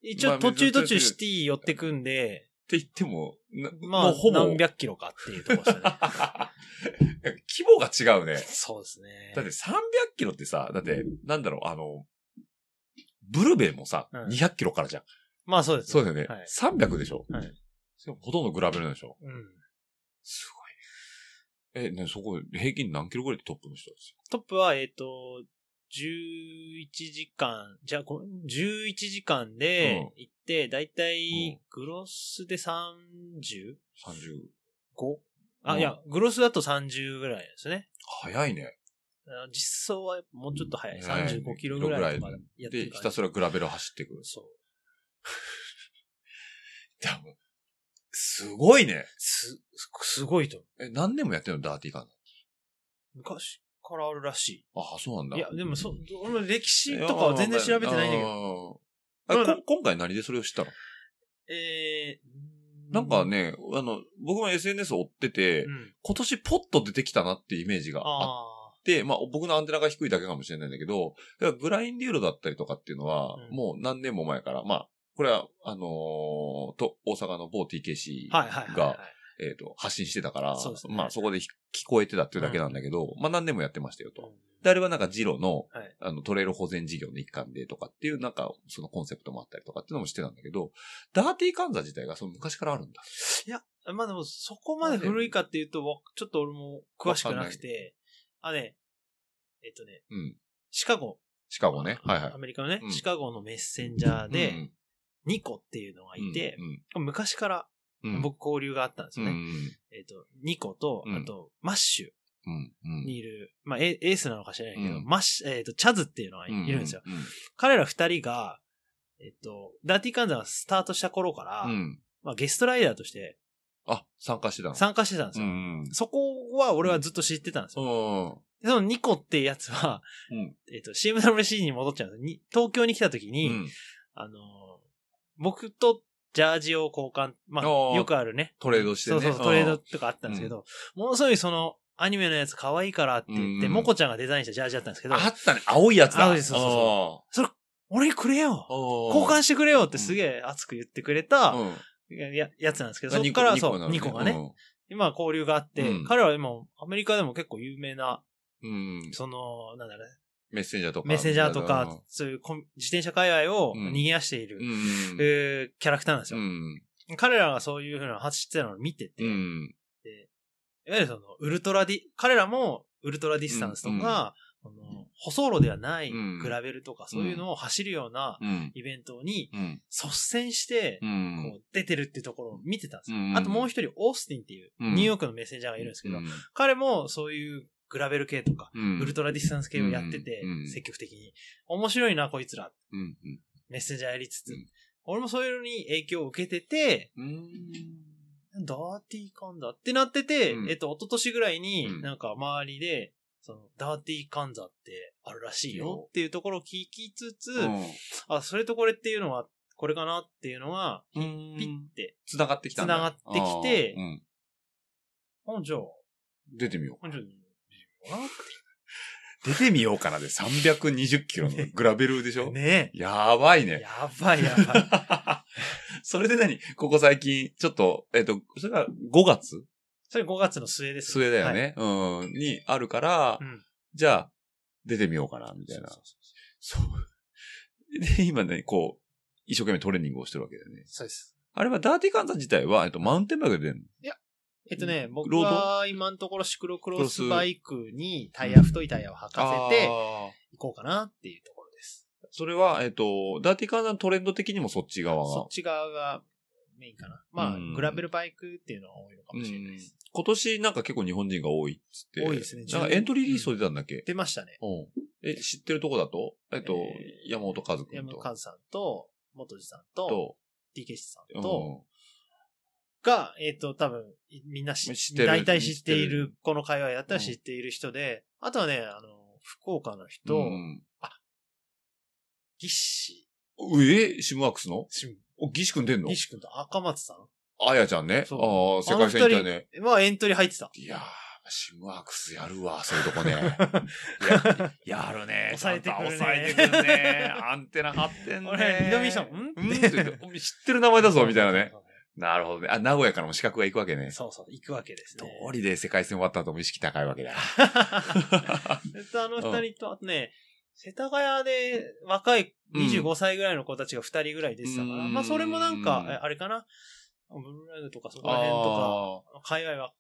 Speaker 3: 一応途中途中シティ寄ってくんで、
Speaker 2: て言っても、な
Speaker 3: ま
Speaker 2: も
Speaker 3: あ
Speaker 2: うほ、ぼ。
Speaker 3: 何百キロかっていうとこ ろですよね。
Speaker 2: 規模が違うね。
Speaker 3: そうですね。
Speaker 2: だって300キロってさ、だって、なんだろう、あの、ブルベもさ、
Speaker 3: うん
Speaker 2: 200キロからじゃん。
Speaker 3: まあそうです
Speaker 2: そうだよね。
Speaker 3: はい
Speaker 2: 300でしょ、
Speaker 3: はい
Speaker 2: しかもほとんどグラベルなんでしょ
Speaker 3: うん。
Speaker 2: すごいね。え、ね、そこ、平均何キロぐらいでトップの人です
Speaker 3: トップは、えっと、11時間、じゃあ、ご11時間で
Speaker 2: うん
Speaker 3: 行って、だいた
Speaker 2: うん
Speaker 3: い、グロスで 30?
Speaker 2: よ ?30。
Speaker 3: あ、
Speaker 2: うん
Speaker 3: いや、グロスだと30ぐらいですね。
Speaker 2: 早いね。
Speaker 3: あ実装はもうちょっと早い。
Speaker 2: 早い
Speaker 3: 35キロぐらいとかやって
Speaker 2: で、
Speaker 3: る
Speaker 2: ひ
Speaker 3: から
Speaker 2: たすらグラベル走ってくる。
Speaker 3: そう。
Speaker 2: 多分。すごいね。
Speaker 3: す、すごいと思
Speaker 2: え、何年もやってんのダーティーガン。
Speaker 3: う。昔からあるらし
Speaker 2: ああ、そうなんだ。
Speaker 3: い。いや、でもそ、俺も歴史とかは全然調べてないんだけど。
Speaker 2: ど。
Speaker 3: ま
Speaker 2: あ
Speaker 3: あ
Speaker 2: ーあ
Speaker 3: まあ
Speaker 2: こ今回何でそれを知ったの
Speaker 3: えー、
Speaker 2: なんかね、あの、僕も SNS を追ってて、
Speaker 3: うん、
Speaker 2: 今年ポッと出てきたなっていうイメージがあっ
Speaker 3: あ
Speaker 2: て、まあ僕のアンテナが低いだけかもしれないんだけど、だからグラインデューロだったりとかっていうのは、
Speaker 3: うん
Speaker 2: もう何年も前から、まあ、これは、あのーと、大阪の某 TKC
Speaker 3: あ。はいはいはい、はい
Speaker 2: が。えっ、と、発信してたから、
Speaker 3: そうですね
Speaker 2: まあそこでひ聞こえてたっていうだけなんだけど、まあ何年もやってましたよと。
Speaker 3: うん
Speaker 2: で、あれはなんかジロの、
Speaker 3: はい
Speaker 2: あの、トレイル保全事業の一環でとかっていう、なんか、そのコンセプトもあったりとかっていうのもしてたんだけど、ダーティーカンザ自体がその昔からあるんだ。
Speaker 3: まあでも、そこまで古いかっていうと、わちょっと俺も詳しくなくて、あ、ね、えっとね、
Speaker 2: うん。
Speaker 3: シカゴ、
Speaker 2: シカゴね。はいはい
Speaker 3: ア。メリカのね、
Speaker 2: うん
Speaker 3: シカゴのメッセンジャー
Speaker 2: う
Speaker 3: で、
Speaker 2: ん
Speaker 3: ニコっていうのがいて、、昔から
Speaker 2: うんうん、
Speaker 3: 僕交流があったんです
Speaker 2: う
Speaker 3: よ
Speaker 2: ん、
Speaker 3: ね。
Speaker 2: うん
Speaker 3: えっと、ニコと、
Speaker 2: うん
Speaker 3: あと、マッシュ
Speaker 2: うん、うん。
Speaker 3: にいる、まあ、エエースなのか知らないけど、
Speaker 2: うん
Speaker 3: マッシュ、えっと、チャズっていうのがい
Speaker 2: うん
Speaker 3: いるんですよ。。
Speaker 2: うん
Speaker 3: 彼ら二人が、えっと、ダーティーカンザがスタートした頃から、
Speaker 2: うん。
Speaker 3: まあ、ゲストライダーとして
Speaker 2: あ、参加してたの
Speaker 3: 参加してたんです
Speaker 2: う
Speaker 3: よ。
Speaker 2: ん。うん
Speaker 3: そこは俺はずっと知ってたんですよ。
Speaker 2: そ
Speaker 3: でそのニコっていうやつは、
Speaker 2: うん
Speaker 3: えっと、CMWC に戻っちゃうんですよに東京に来た時
Speaker 2: う
Speaker 3: に、
Speaker 2: ん。
Speaker 3: あのー僕とジャージを交換、ま
Speaker 2: あー
Speaker 3: あ、よくあるね。
Speaker 2: トレードして
Speaker 3: そう
Speaker 2: ね。
Speaker 3: そう、トレードとかあったんですけど、ものすごいその、アニメのやつ可愛いからって言って、
Speaker 2: うん
Speaker 3: モコちゃんがデザインしたジャージだったんですけ
Speaker 2: う
Speaker 3: ど
Speaker 2: ん。、あったね。青いやつだ。
Speaker 3: 青いそうそう
Speaker 2: そ
Speaker 3: 俺にくれよ
Speaker 2: う
Speaker 3: 交換
Speaker 2: し
Speaker 3: してくれよってすげえ熱く言ってくれた、
Speaker 2: うん。
Speaker 3: や、やつなんですけど、
Speaker 2: あ
Speaker 3: そ
Speaker 2: ニ
Speaker 3: っ
Speaker 2: コ
Speaker 3: から、
Speaker 2: ニコな
Speaker 3: そ
Speaker 2: の
Speaker 3: う、ニコがね、今交流があって、
Speaker 2: うん
Speaker 3: 彼は今、アメリカでも結構有名な、
Speaker 2: うん。うん
Speaker 3: その、なんだろうね、
Speaker 2: メッセンジャーとか。
Speaker 3: メッセンジャーとか、そういうコン自転車界隈を
Speaker 2: うん
Speaker 3: 逃げ出している、
Speaker 2: うん。
Speaker 3: えーキャラクターなんです
Speaker 2: う
Speaker 3: よ。
Speaker 2: ん。
Speaker 3: 彼らがそういうふうな走ってたのを見てて、
Speaker 2: うん。
Speaker 3: いわゆるその、ウルトラディ、彼らもウルトラディスタンスとか、その舗装路ではない
Speaker 2: うん
Speaker 3: グラベルとか、そういうのを走るような
Speaker 2: うん。
Speaker 3: イベントに
Speaker 2: うん。
Speaker 3: 率先して
Speaker 2: う、
Speaker 3: こ
Speaker 2: ん。
Speaker 3: う出てるっていうところを見てたんですよ。
Speaker 2: うん
Speaker 3: あともう一人、オースティンっていう、
Speaker 2: うん
Speaker 3: ニューヨークのメッセンジャーがいるんですけど、彼もそういうグラベル系とか、
Speaker 2: うん。
Speaker 3: ウルトラディスタンス系をやってて
Speaker 2: うんうん、
Speaker 3: 積極的に。面白いな、こいつら。
Speaker 2: うん。うん
Speaker 3: メッセンジャーやりつつ
Speaker 2: うん。
Speaker 3: 俺もそういうのに影響を受けてて、
Speaker 2: うん。
Speaker 3: ダーティーカンザってなってて、
Speaker 2: うん
Speaker 3: えっと、一昨年ぐらい
Speaker 2: うん
Speaker 3: に、なんか周りで、その、ダーティーカンザってあるらしいよっていうところを聞きつつ、あ、それとこれっていうのは、これかなっていうのが、
Speaker 2: うん
Speaker 3: ピッて、
Speaker 2: 繋がってきたんだ
Speaker 3: 繋がってきて
Speaker 2: あーうん
Speaker 3: あ、じゃあ、
Speaker 2: 出てみよう
Speaker 3: あじゃあ、
Speaker 2: 出てみようかなで320キ ロのグラベルでしょ、
Speaker 3: ね
Speaker 2: やばい
Speaker 3: え。
Speaker 2: ね。
Speaker 3: やばいやば い。
Speaker 2: それで何ここ最近、ちょっと、えっ、と、それが5月
Speaker 3: それ5月の末です。
Speaker 2: 末だよ
Speaker 3: はい。
Speaker 2: ね、うん。にあるから、
Speaker 3: うん
Speaker 2: じゃあ、出てみようかな、みたいな。そう。で、今ね、こう、一生懸命トレーニングをしてるわけだよね。
Speaker 3: そうです。
Speaker 2: あれはダーティーカンザ自体は、えっと、マウンテンバイクで出るの
Speaker 3: えっとね、僕
Speaker 2: ロー
Speaker 3: は今のところシクロクロスバイクにタイ
Speaker 2: う
Speaker 3: ヤ、
Speaker 2: ん
Speaker 3: 太いタイヤを履かせて
Speaker 2: あー
Speaker 3: いこうかなっていうところです。
Speaker 2: それは、えっと、ダーティーカンザのトレンド的にもそっち側
Speaker 3: そ
Speaker 2: が
Speaker 3: っ。ち側がメインかな。ま
Speaker 2: うん
Speaker 3: あ、グラベルバイクっていうのは多いのかもしれないです。
Speaker 2: 今年なんか結構日本人が多いっつって。
Speaker 3: 多いですね
Speaker 2: なんかエントリーリースト出たんだっけ、
Speaker 3: 出ましたね。
Speaker 2: うん、え、知ってるとこだとえっと、
Speaker 3: え
Speaker 2: 山本和君
Speaker 3: 山
Speaker 2: と。
Speaker 3: 本和さんと、元次さんと、
Speaker 2: と、
Speaker 3: DK さ
Speaker 2: うん
Speaker 3: んと、が、えっ、と、多分、いみんな知
Speaker 2: 知ってる
Speaker 3: 大体知ってい
Speaker 2: 知って
Speaker 3: る、この会話やったら知っている人で、あとはね、あの、福岡の人、
Speaker 2: うん
Speaker 3: ギッシ
Speaker 2: うえシムワックスの
Speaker 3: ー、シン
Speaker 2: お、岸君出んの
Speaker 3: ギッシー君と赤松さん
Speaker 2: あやちゃんね。ああ
Speaker 3: そう
Speaker 2: ー、世界戦行ったよね。
Speaker 3: はエントリー入ってた。
Speaker 2: いやー、シムワークスやるわ、そういうと こね。ややるね。
Speaker 3: 抑えてくる
Speaker 2: ちゃ
Speaker 3: ね
Speaker 2: んと抑えてくるね。アンテナ張ってんね。
Speaker 3: 俺二度見したもん
Speaker 2: う
Speaker 3: ん
Speaker 2: んって言ってお知ってる名前だぞ、みたいなね。。なるほどね。あ、名古屋からも資格が行くわけね。
Speaker 3: そうそう、行くわけです
Speaker 2: 通
Speaker 3: ね。
Speaker 2: りで世界戦終わった後も意識高いわけだ。
Speaker 3: えっと、あの二人と、あとね、世田谷で若い25歳ぐらいの子たちが二人ぐらい出てたから、
Speaker 2: うん
Speaker 3: まあそれもなんか、えあれかな、ブルーライドとかそこら辺とか、海外は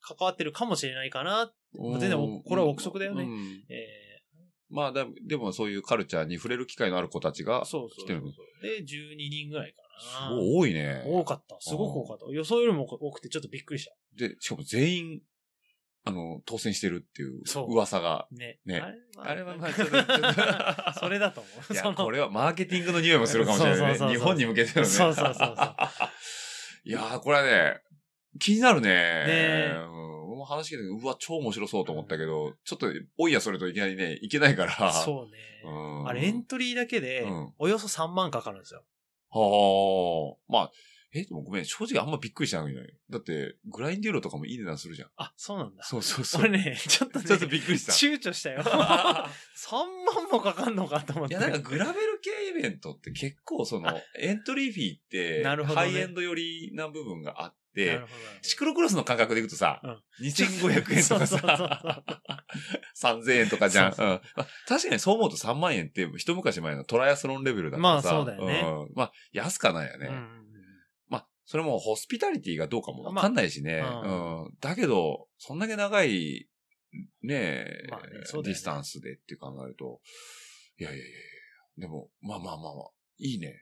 Speaker 3: 関わってるかもしれないかな。
Speaker 2: あー
Speaker 3: 全然
Speaker 2: うん
Speaker 3: これは憶測だよね
Speaker 2: うん
Speaker 3: え
Speaker 2: まあでも、でもそういうカルチャーに触れる機会のある子たち
Speaker 3: ー
Speaker 2: が、す
Speaker 3: そう
Speaker 2: 来
Speaker 3: そう
Speaker 2: て
Speaker 3: そう
Speaker 2: るの
Speaker 3: で、12人ぐらいかな。
Speaker 2: ごい多いね。
Speaker 3: 多かった。すごく多かった。予想よりも多くてちょっとびっくりし
Speaker 2: で、しかも全員、あの、当選してるっていう
Speaker 3: そう
Speaker 2: 噂が。
Speaker 3: た。ね。
Speaker 2: ね
Speaker 3: あれ
Speaker 2: あれはまあちょっとちょっと
Speaker 3: それだと思 う。
Speaker 2: いや、
Speaker 3: その
Speaker 2: これはマーケティングの匂いもするかもしれない
Speaker 3: そうそうそう
Speaker 2: ね。
Speaker 3: そう
Speaker 2: 日本に向けてのね。
Speaker 3: そうそうそうそう。
Speaker 2: いやー、これはね、気になるね。
Speaker 3: え
Speaker 2: うんもう話聞いて、うわ、超面白そうと思ったけど、ちょっと、おいや、それといきなりね、いけないから。
Speaker 3: そうね。
Speaker 2: うん。
Speaker 3: あれ、エントリーだけで
Speaker 2: うん、
Speaker 3: およそ3万かかるんですよ。
Speaker 2: はあ。まあ、え、でもごめん、正直あんまびっくりしないよね。だって、グラインデューロとかもいい値段するじゃん。
Speaker 3: あ、そうなんだ。
Speaker 2: そうそうそう。
Speaker 3: 俺ね、ちょっとね、
Speaker 2: ちょっとびっくりした。
Speaker 3: 躊躇したよ。3万もかかんのかと思っ
Speaker 2: い
Speaker 3: て。
Speaker 2: や、なんかグラベル系イベントって結構その、エントリーフィーって、
Speaker 3: なるほどね
Speaker 2: ハイエンド寄りな部分があっ
Speaker 3: な
Speaker 2: て
Speaker 3: る、ほどなるほど
Speaker 2: シクロクロスの感覚でいくとさ、
Speaker 3: うん
Speaker 2: 2500円とか
Speaker 3: そうそうそうそう
Speaker 2: さ、3000円とかじゃん。
Speaker 3: そうそう
Speaker 2: うんまあ確かにそう思うと3万円って一昔前のトライアスロンレベルだからさ、
Speaker 3: まあそうだよね
Speaker 2: んまあ安かないよね。
Speaker 3: うんうん
Speaker 2: まあ、それもホスピタリティがどうかもわかんないしね。
Speaker 3: まあう
Speaker 2: うん、だけど、そんだけ長い、ねえ、
Speaker 3: まあねそう
Speaker 2: デ
Speaker 3: だよね
Speaker 2: ィスタンスでって考えると、いやいやいやいやでも、まあまあまあまあ、いいね。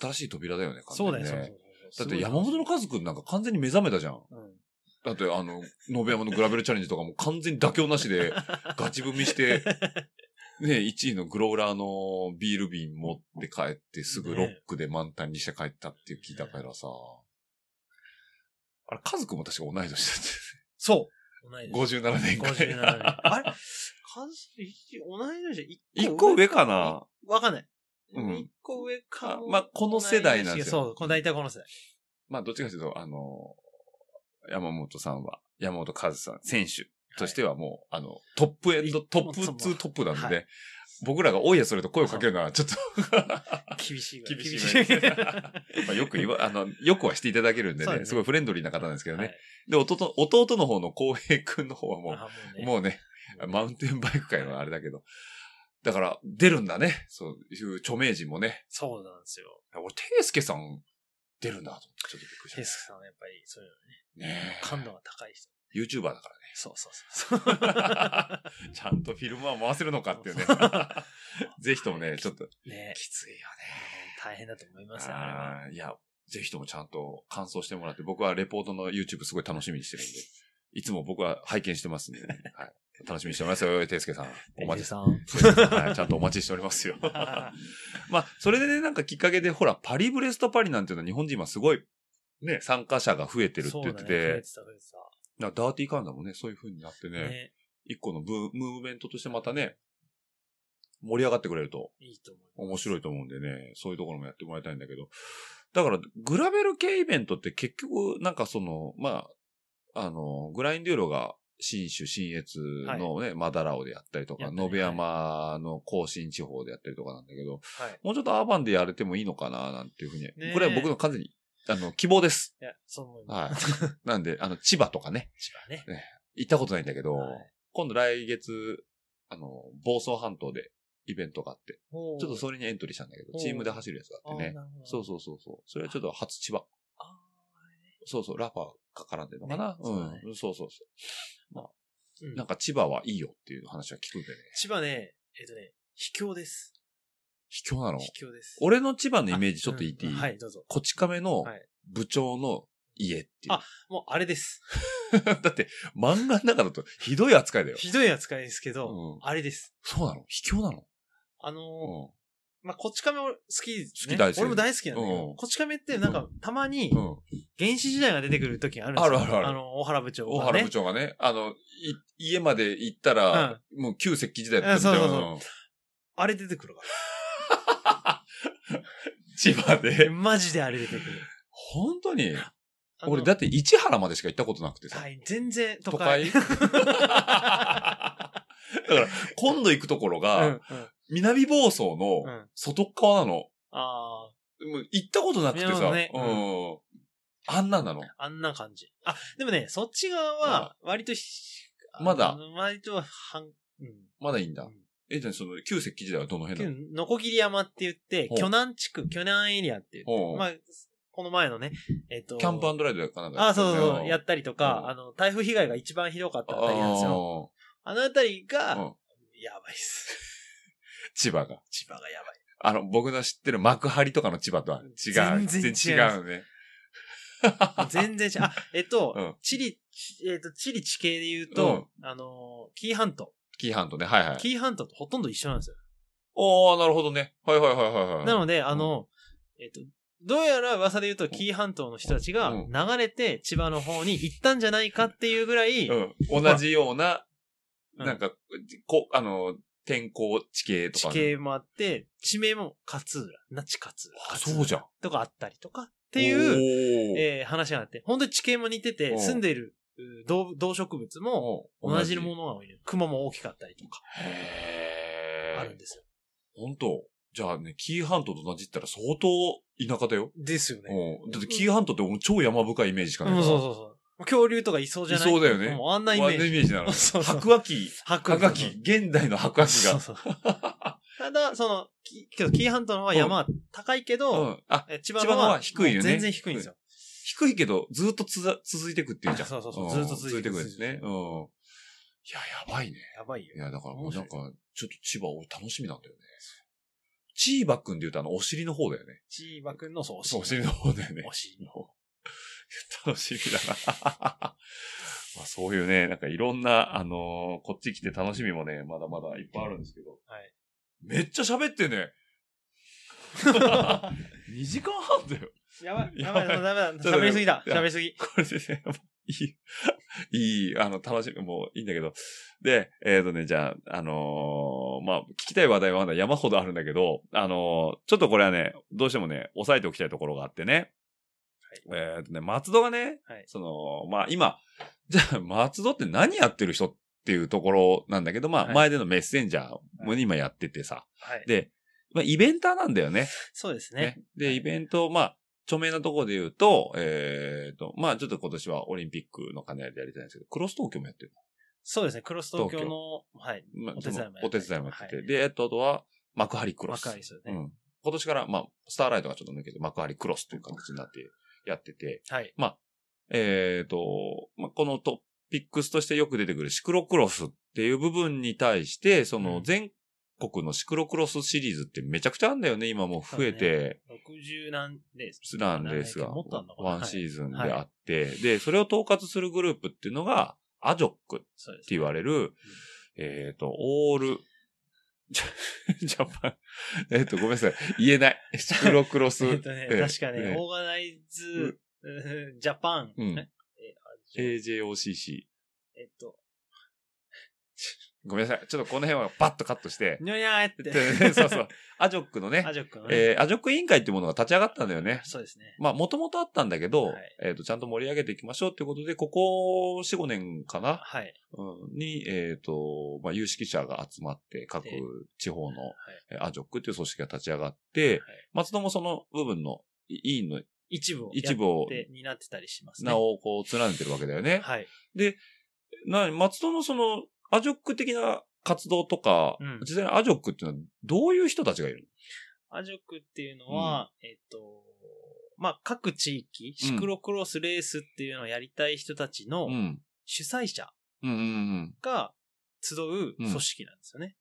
Speaker 2: 新しい扉だよね、
Speaker 3: うんそうだよ、
Speaker 2: 完
Speaker 3: そう
Speaker 2: 全に
Speaker 3: そうそう
Speaker 2: ね。
Speaker 3: そ
Speaker 2: だ
Speaker 3: う。
Speaker 2: って山本の和くんなんか完全に目覚めたじゃん。
Speaker 3: うん
Speaker 2: だってあの、野辺山のグラベルチャレンジとかも完全に妥協なし で、ガチ踏みして、ね、1位のグローラーのビール瓶持って帰って、すぐロックで満タンにして帰ったっていう聞いたからさ。あれ、カズくんも確か同い年だっ
Speaker 3: そう。同い年。
Speaker 2: たよね。57年くらい。
Speaker 3: 57年。 あれ数、同い年
Speaker 2: 1個上かな
Speaker 3: わかんない。
Speaker 2: うん
Speaker 3: 一個上かも。
Speaker 2: まあこの世代なんですよ
Speaker 3: そう、この大体この世代。
Speaker 2: まあ、どっちかというと、あの、山本さんは、山本和さん、選手としてはもう、あの、トップエンド、
Speaker 3: い
Speaker 2: トップ2トップなんで、
Speaker 3: は
Speaker 2: 僕らがおいやそれと声をかけるのはちょっと、
Speaker 3: 厳しいぐらい。
Speaker 2: 厳しいぐ らいまあよく言わ、あの、よくはしていただけるんで
Speaker 3: そう
Speaker 2: ね、
Speaker 3: だね
Speaker 2: すごいフレンドリーな方なんですけどね。
Speaker 3: はい
Speaker 2: で、弟、弟の方の浩平くんの方はも
Speaker 3: あ
Speaker 2: う、
Speaker 3: も
Speaker 2: もうね、マウンテンバイク界のあれだけど。だから、出るんだね。そういう著名人もね。
Speaker 3: そうなんですよ。
Speaker 2: 俺、ていすけさん、出るんだと思って、ちょっとびっくり
Speaker 3: テ
Speaker 2: し
Speaker 3: スクさんはやっぱり、そういう
Speaker 2: た。ねえ。
Speaker 3: 感度が高い人。
Speaker 2: YouTuber だからね。
Speaker 3: そうそう そう。
Speaker 2: ちゃんとフィルムは回せるのか っていうね。ぜひともね、ちょっと、
Speaker 3: ね
Speaker 2: きついよね。
Speaker 3: 大変だと思いますよ、あれは。
Speaker 2: あーいや、ぜひともちゃんと感想してもらって、僕はレポートの YouTube すごい楽しみにしてるんで、いつも僕は拝見してますんでね、はい、楽しみにしてますよ、ていす けさん。お待
Speaker 3: エンジ
Speaker 2: ち
Speaker 3: ェル、さん。
Speaker 2: はい、ちゃんとお待ちしており ますよ。まあ、それでね、なんかきっかけで、ほら、パリブレストパリなんていうのは日本人今すごい、ね、参加者が増えてるって
Speaker 3: そう
Speaker 2: 言
Speaker 3: だ
Speaker 2: っ
Speaker 3: ね
Speaker 2: て
Speaker 3: 増え
Speaker 2: て、
Speaker 3: てた、増えて
Speaker 2: なんかダーティーカンダもね、そういう風になって
Speaker 3: た。
Speaker 2: ね、
Speaker 3: ね。
Speaker 2: 一個のブームーブメントとしてまたね、盛り上がってくれると
Speaker 3: いいと思う。
Speaker 2: 面白いと思うんでね、そういうところもやってもらいたいんだけど。だから、グラベル系イベントって結局、なんかその、まあ、あの、グラインデューロが新州、新越のね、マダラオでやったりと
Speaker 3: や
Speaker 2: か、
Speaker 3: ったり
Speaker 2: 延山の甲信地方でやったりとかなんだけど、
Speaker 3: はい。
Speaker 2: もうちょっとアーバンでやれてもいいのかな、なんていうふうに。
Speaker 3: え
Speaker 2: これは僕の完全に、あの、希望です。
Speaker 3: いや、そう思います。
Speaker 2: はい。 なんで、あの、千葉とかね、
Speaker 3: 千葉ね。
Speaker 2: 行ったことないんだけど、
Speaker 3: はい
Speaker 2: 今度来月、あの、房総半島でイベントがあって、
Speaker 3: ちょ
Speaker 2: ちょっとそれにエントリーしたんだけど、
Speaker 3: おう
Speaker 2: チームで走るやつがあってね。そう
Speaker 3: う。
Speaker 2: そうそうそう。それはちょっと初千葉。
Speaker 3: あ
Speaker 2: そうそう、ラパーが絡んでるのかな、
Speaker 3: ねそうだね
Speaker 2: うん。そうそうそう。まあ、
Speaker 3: ーうん
Speaker 2: なんか千葉はいいよっていう話は聞くんでね。
Speaker 3: 千葉ね、えっとね、秘境です。
Speaker 2: 卑怯なの
Speaker 3: 秘境です。
Speaker 2: 俺の千葉のイメージちょっと言っていい、
Speaker 3: うんはい、どうぞ。
Speaker 2: こち亀の
Speaker 3: はい
Speaker 2: 部長の家っていう。
Speaker 3: もうあれです。
Speaker 2: だって漫画の中だとひどい扱いだよ。
Speaker 3: ひどい扱いですけど、
Speaker 2: うん、
Speaker 3: あれです。
Speaker 2: そうなの卑怯なの、
Speaker 3: あのー、
Speaker 2: う
Speaker 3: まあ、こち亀俺好きです
Speaker 2: 好
Speaker 3: ね。
Speaker 2: き大好き
Speaker 3: 俺も大好きなんだけ
Speaker 2: う
Speaker 3: ど
Speaker 2: ん、
Speaker 3: こち亀ってなんか、たまに
Speaker 2: ん、うん。
Speaker 3: 原始時代が出てくる時があるんですよ。
Speaker 2: あるあるある
Speaker 3: の、大原部長がね。
Speaker 2: 大原部長がね、あの、い家まで行ったら、もう旧石器時代だったみたいな。
Speaker 3: うんそうそうあれ出てくるか
Speaker 2: 千葉
Speaker 3: ら。
Speaker 2: で。
Speaker 3: マジであれ出てくる。
Speaker 2: 本当に
Speaker 3: あの
Speaker 2: 俺だって市原までしか行ったことなくてさ。
Speaker 3: はい、全然都
Speaker 2: 都
Speaker 3: 会。
Speaker 2: 会 だから、今度行くところ
Speaker 3: うん、
Speaker 2: が、
Speaker 3: うん、
Speaker 2: 南房総
Speaker 3: う
Speaker 2: の
Speaker 3: ん。
Speaker 2: 外っ側なの。
Speaker 3: あ
Speaker 2: もう行ったことなくて
Speaker 3: なるほ
Speaker 2: さ、
Speaker 3: どね
Speaker 2: うん。あんなんなの。
Speaker 3: あ、あんな感じ。あ、でもね、そっち側は、割とひ、
Speaker 2: まだ
Speaker 3: あの割と、はん、うん。
Speaker 2: まだいいんだ
Speaker 3: う。ん
Speaker 2: え、じゃあその、旧石器時代はどの辺なの
Speaker 3: のこぎり山って言って
Speaker 2: ほ、う
Speaker 3: 巨南地区、巨南エリアって言って、
Speaker 2: ほう
Speaker 3: まあ、この前のね、えっ、と、
Speaker 2: キャンプドライブかなんか
Speaker 3: あ、そうそうそう、や
Speaker 2: っ
Speaker 3: ったりと
Speaker 2: う
Speaker 3: か
Speaker 2: ん、
Speaker 3: あの、台風被害が一番ひどかった
Speaker 2: た
Speaker 3: あたりなんですよ。
Speaker 2: よ。
Speaker 3: あのあたりが、
Speaker 2: うん
Speaker 3: やばいっす。
Speaker 2: 千葉が。
Speaker 3: 千葉がやばい。
Speaker 2: あの、僕の知ってる幕張とかの千葉とは違う。
Speaker 3: 全然
Speaker 2: 全然違うね。
Speaker 3: 全然違う。あ、えっと、
Speaker 2: うん
Speaker 3: チリ、ちえっと、チリ地形で言うと、あのー、紀伊半島。
Speaker 2: 紀伊半島ね。はいはい。
Speaker 3: 紀伊半島とほとんど一緒なんですよ。
Speaker 2: おー、なるほどね。はいはいはいはいはい。
Speaker 3: なので、あの、えっと、どうやら噂で言うと、紀伊半島の人たちが
Speaker 2: う
Speaker 3: 流
Speaker 2: ん
Speaker 3: れて千葉の方に行ったんじゃないかっていうぐらい、
Speaker 2: うん。同じような、
Speaker 3: うん
Speaker 2: なんか、こ、あの、天候、地形と
Speaker 3: 地
Speaker 2: かね、
Speaker 3: 形もあって、地名も勝浦、那智勝浦。
Speaker 2: あ、そうじゃん。っ
Speaker 3: とかあったりとかって
Speaker 2: て
Speaker 3: いう、
Speaker 2: いう
Speaker 3: えー話があって、本当に地形も似て
Speaker 2: お
Speaker 3: て、
Speaker 2: う
Speaker 3: 住んでいるう動動植物も同じものが多いね。雲も大きかったりとか、
Speaker 2: へー
Speaker 3: あるんですよ。
Speaker 2: 本当じゃあね、紀伊半島と同じって言ったら相当田舎だよ。
Speaker 3: ですよね。
Speaker 2: うん。だって紀伊半島ってもう超山深いイメージしかない
Speaker 3: うん、
Speaker 2: から。
Speaker 3: そうそうそう。恐竜とかいそうじゃない
Speaker 2: いそうだよね
Speaker 3: もうあんなイメ
Speaker 2: あんなイ
Speaker 3: ージ。
Speaker 2: メージなの。
Speaker 3: そうそう
Speaker 2: 白亜紀、
Speaker 3: 白
Speaker 2: 白亜紀、現代の白亜紀
Speaker 3: そう
Speaker 2: が。
Speaker 3: そう。ただ、その、きけど、紀伊半島の方は山は高いけ
Speaker 2: う
Speaker 3: ど、
Speaker 2: ん。あ、
Speaker 3: え千葉
Speaker 2: 千葉の
Speaker 3: の方
Speaker 2: 方は
Speaker 3: は
Speaker 2: 低いよね
Speaker 3: もう全然低いんですよ。
Speaker 2: 低いけど、ずっとつざ続いてくっていうじゃん。
Speaker 3: あそうそうそうんずっと続いてく
Speaker 2: 続いてくんですね。うん。いや、やばいね。
Speaker 3: やばいよ
Speaker 2: い。や、だからもうなんか、ちょっと千葉俺楽しみなんだよね。チーバくんで言うとあの、お尻の方だよね。
Speaker 3: 千葉くんの、そう、お
Speaker 2: そうお尻の方だよね
Speaker 3: お。尻の。
Speaker 2: 楽しみだな。 まあそういうね、なんかいろんな、あのーこっち来て楽しみもね、まだまだいっぱいあるんですけど。
Speaker 3: はい
Speaker 2: めっちゃ喋って ね。2時間半だよ。
Speaker 3: やば い、
Speaker 2: や
Speaker 3: や
Speaker 2: ば
Speaker 3: ば
Speaker 2: い
Speaker 3: い、ダメだ。
Speaker 2: ちょっと
Speaker 3: 喋りすぎだ。
Speaker 2: いや
Speaker 3: 喋りすぎ。
Speaker 2: これでね、もういい、 いい、あの、楽しみ、もういいんだけど。で、えっ、とね、じゃあ、あのーまあ、聞きたい話題はまだ山ほどあるんだけど、あのーちょっとこれはね、どうしてもね、押さえておきたいところがあってね。えっ、とね、松戸がね、
Speaker 3: はい
Speaker 2: その、まあ、今、 じゃあ、松戸って何やってる人っていうところなんだけど、まあ、
Speaker 3: はい
Speaker 2: 前でのメッセンジャーも今やっててさ。
Speaker 3: はい。
Speaker 2: で、まあ、イベンターなんだよね。
Speaker 3: そうですね
Speaker 2: ね。。で、イベント、まあ、著名なところで言うと、えっ、と、まあ、ちょっと今年はオリンピックの兼ね合いでやりたいんですけど、クロス東京もやってる。
Speaker 3: そうですね。クロス東京の、はい。
Speaker 2: まあ、
Speaker 3: お手伝いも
Speaker 2: そ
Speaker 3: やっ
Speaker 2: の
Speaker 3: て
Speaker 2: お手伝いもやってて。
Speaker 3: はい
Speaker 2: で、えっと、あとは、幕張クロス。
Speaker 3: 若いですよ
Speaker 2: う
Speaker 3: ね。
Speaker 2: ん。今年から、まあ、スターライトがちょっと抜けて、幕張クロスという形になってやってて、
Speaker 3: はい。
Speaker 2: えっ、と、まあ、このトピックスとしてよく出てくるシクロクロスっていう部分に対して、そうの
Speaker 3: ん
Speaker 2: 全国のシクロクロスシリーズってめちゃくちゃあるんだよね、今もう増えて。
Speaker 3: 60何レース。
Speaker 2: スランレースが
Speaker 3: もっとあんのかな
Speaker 2: ワン
Speaker 3: はい
Speaker 2: シーズンであって、で、それを統括するグループっていうのが、アジョックって
Speaker 3: そうですね。
Speaker 2: 言われる、えっ、と、オール、 ジャジャパン、えっ、と、ごめんなさい、言えない。シクロクロス。
Speaker 3: えっとね、
Speaker 2: ええ
Speaker 3: 確かね、オーガナイズ、うんジャパン、
Speaker 2: うん
Speaker 3: ええ
Speaker 2: AJOCC。
Speaker 3: えっと、
Speaker 2: ごめんなさい。ちょっとこの辺はバッとカットして。
Speaker 3: にょにゃーっ
Speaker 2: で
Speaker 3: て。
Speaker 2: そうそう。アジョックのね
Speaker 3: ア、ジョックのね。
Speaker 2: えーアジョック委員会っていうものが立ち上がったんだよね。
Speaker 3: そうですね。
Speaker 2: まあ、もともとあったんだけど、
Speaker 3: はい
Speaker 2: えっ、と、ちゃんと盛り上げていきましょうっていうことで、ここ4、5年かな、
Speaker 3: はい。
Speaker 2: うん、に、えっ、と、まあ、有識者が集まって、各地方の
Speaker 3: はい
Speaker 2: えーアジョックっていう組織が立ち上がって、松戸もその部分のい委員の
Speaker 3: 一部を。
Speaker 2: 一部を
Speaker 3: で、になってたりしますね。
Speaker 2: 名をこう、連ねてるわけだよね。
Speaker 3: はい。
Speaker 2: な、松戸のその、アジョック的な活動とか、
Speaker 3: うん
Speaker 2: 実際にアジョックっていうのは、どういう人たちがいる
Speaker 3: アジョックっていうのは、えっと、まあ、各地域、シクロクロスレースっていうのをやりたい人たちの
Speaker 2: のうん。
Speaker 3: 主催者
Speaker 2: うんうんうん。
Speaker 3: が集う組織なんですよね。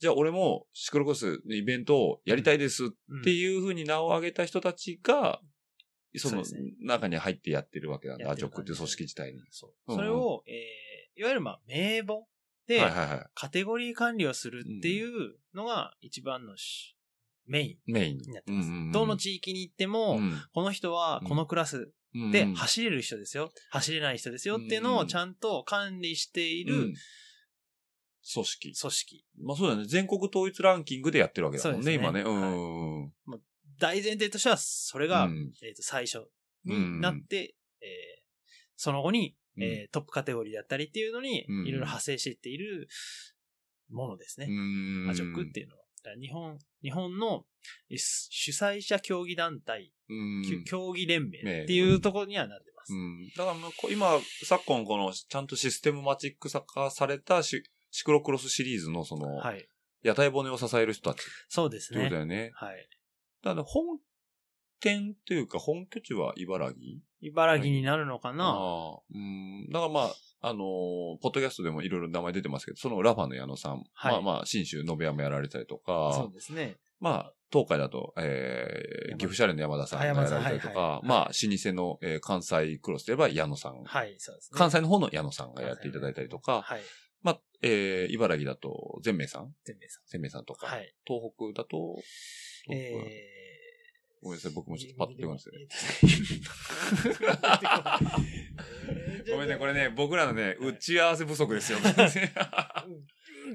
Speaker 2: じゃあ俺もシクロクロスのイベントをやりたいですっていうふうに名を挙げた人たちが、その
Speaker 3: そうです
Speaker 2: 中に入ってやってるわけなんだ、
Speaker 3: や
Speaker 2: ア
Speaker 3: って
Speaker 2: ジョ
Speaker 3: る
Speaker 2: ックっていう組織自体に。
Speaker 3: そう。
Speaker 2: うんうん
Speaker 3: それを、えー、いわゆるまあ名簿で、
Speaker 2: はいはいは
Speaker 3: カテゴリー管理をするっていうのが一番のしメイ
Speaker 2: い。メイン
Speaker 3: ンになってます。
Speaker 2: うんうんうん
Speaker 3: どの地域に行っても、この人はこのクラス
Speaker 2: うん
Speaker 3: で走れる人ですよ、走れない人ですよっていうのをちゃんと管理してい
Speaker 2: うん
Speaker 3: る
Speaker 2: 組織。
Speaker 3: 組織。
Speaker 2: まあそうだね。全国統一ランキングでやってるわけだもんね、
Speaker 3: そ
Speaker 2: 今
Speaker 3: うで
Speaker 2: ね。
Speaker 3: す
Speaker 2: う
Speaker 3: ね
Speaker 2: んうんうん。
Speaker 3: 大前提としてはそれが、
Speaker 2: うん
Speaker 3: えーと最初になって、えーその後に、えートップカテゴリーだったりっていうのに、い
Speaker 2: うん
Speaker 3: ろいろ派生していっているものですね。
Speaker 2: うん
Speaker 3: アジョックっていうのは。だから日本、日本のえー主催者競技団体、
Speaker 2: うん
Speaker 3: きゅ競技連盟っていうところにはなってます。
Speaker 2: うんだからもうこ今、昨今この、ちゃんとシステムマチック化されたシシクロクロスシリーズのその、
Speaker 3: はい。
Speaker 2: 屋台骨を支える人たち
Speaker 3: そうです
Speaker 2: ってこ
Speaker 3: ね
Speaker 2: とだ。よね。
Speaker 3: はい。
Speaker 2: だから本店というか本拠地は茨城
Speaker 3: 茨城になるのかな、
Speaker 2: ああ。うん。だからまあ、あのーポッドキャストでもいろいろ名前出てますけど、そのラファの矢野さん、
Speaker 3: はい
Speaker 2: まあまあ、新州延山やられたりとか
Speaker 3: そう、ですね。
Speaker 2: まあ、東海だと、えー、
Speaker 3: 山
Speaker 2: 岐阜シャレの山田さんがやられたりとか、
Speaker 3: あ山田さんはいはい
Speaker 2: まあ、老舗の、えー関西クロスといえば矢野さん、
Speaker 3: はい、そうですね。
Speaker 2: 関西の方の矢野さんがやっていただいたりとか、
Speaker 3: はい。
Speaker 2: まあ、えー、茨城だと全明さん、
Speaker 3: 全明さ
Speaker 2: 全明さんとか、
Speaker 3: ん。はい。
Speaker 2: 東北だと、
Speaker 3: え
Speaker 2: 東北
Speaker 3: ー、
Speaker 2: ごめんなさい僕もちょっとパッと出てこないです
Speaker 3: ね
Speaker 2: ごめんね、これね、僕らのね、
Speaker 3: はい
Speaker 2: 打ち合わせ不足 ですよ。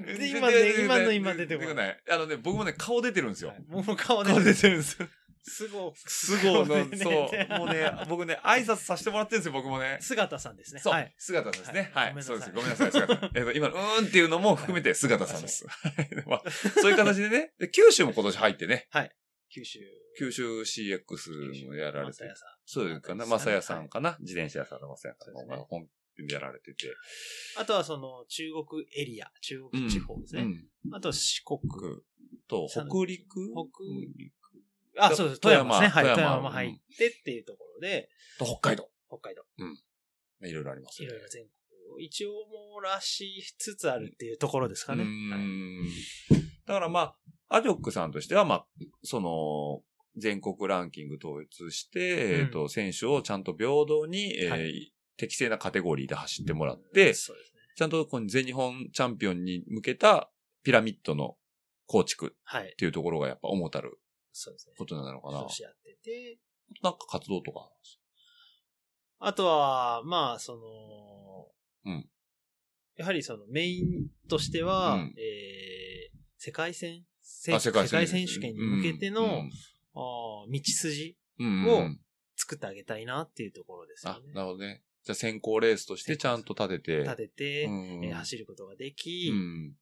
Speaker 3: で今ね
Speaker 2: 出て
Speaker 3: 今の今出てこない
Speaker 2: い。あのね、僕もね、顔出てるんですよ。
Speaker 3: もう顔で
Speaker 2: 顔出てるんですよ。
Speaker 3: すご
Speaker 2: すごいの、
Speaker 3: ね
Speaker 2: そう。もうね、僕ね、挨拶させてもらってるんですよ、僕もね。
Speaker 3: 姿さんですね。
Speaker 2: そう、
Speaker 3: はい。
Speaker 2: 姿さんですね。
Speaker 3: は
Speaker 2: はいい、
Speaker 3: ごめんな
Speaker 2: そ
Speaker 3: さいう
Speaker 2: です。ごめんなさい、姿 さん。えっと、今の、うーんっていうのも含めて姿さんです。はいでまあそういう形でね、で九州も今年入ってね、
Speaker 3: 九州。
Speaker 2: 九州 CX もやられ
Speaker 3: 松
Speaker 2: て
Speaker 3: 屋さん
Speaker 2: そういうかな、
Speaker 3: ま
Speaker 2: ま
Speaker 3: さ
Speaker 2: さ
Speaker 3: や
Speaker 2: や
Speaker 3: さん
Speaker 2: さんかな、自転車屋さんのまさやさんの
Speaker 3: そう
Speaker 2: 方
Speaker 3: です
Speaker 2: が
Speaker 3: ね
Speaker 2: 本編でやられてて。
Speaker 3: あとはその中国エリア、中国地方ですね。
Speaker 2: うん
Speaker 3: あとは四国。
Speaker 2: 僕と、北陸
Speaker 3: 北陸
Speaker 2: 陸
Speaker 3: あ、そうです。富
Speaker 2: 富
Speaker 3: 山
Speaker 2: 山
Speaker 3: ですね。はい。
Speaker 2: 富
Speaker 3: 富
Speaker 2: 山
Speaker 3: 山も入ってっていうところで、
Speaker 2: と北海道。
Speaker 3: 北海道、
Speaker 2: いろいろあります
Speaker 3: い
Speaker 2: よね
Speaker 3: ろいろ全国、一応網羅しつつあるっていうところですかね。
Speaker 2: う
Speaker 3: はい
Speaker 2: んだからまあ、アジョックさんとしては、まあ、その、全国ランキング統一して、
Speaker 3: うん
Speaker 2: えっ、と、選手をちゃんと平等に、えー
Speaker 3: は
Speaker 2: 適正なカテゴリーで走ってもらって、
Speaker 3: そうですね。
Speaker 2: ちゃんとこの全日本チャンピオンに向けたピラミッドの構築っ
Speaker 3: はい。
Speaker 2: ていうところがやっぱ重たる
Speaker 3: そうですね。
Speaker 2: ことなのかな
Speaker 3: 今。年やってて、
Speaker 2: なんか活動とか。
Speaker 3: あとは、まあ、その、
Speaker 2: うん
Speaker 3: やはりそのメインとしては、
Speaker 2: うん
Speaker 3: えー世界戦、せ
Speaker 2: あ
Speaker 3: 世界選手権に向けての、あー道筋
Speaker 2: うんうんうん
Speaker 3: を
Speaker 2: うんうん
Speaker 3: 作ってあげたいなっていうところです
Speaker 2: あ
Speaker 3: よ、ね。
Speaker 2: なるほどね。じゃあ先行レースとしてちゃんと立てて。
Speaker 3: 立てて、
Speaker 2: うん
Speaker 3: えー走ることができ、
Speaker 2: うん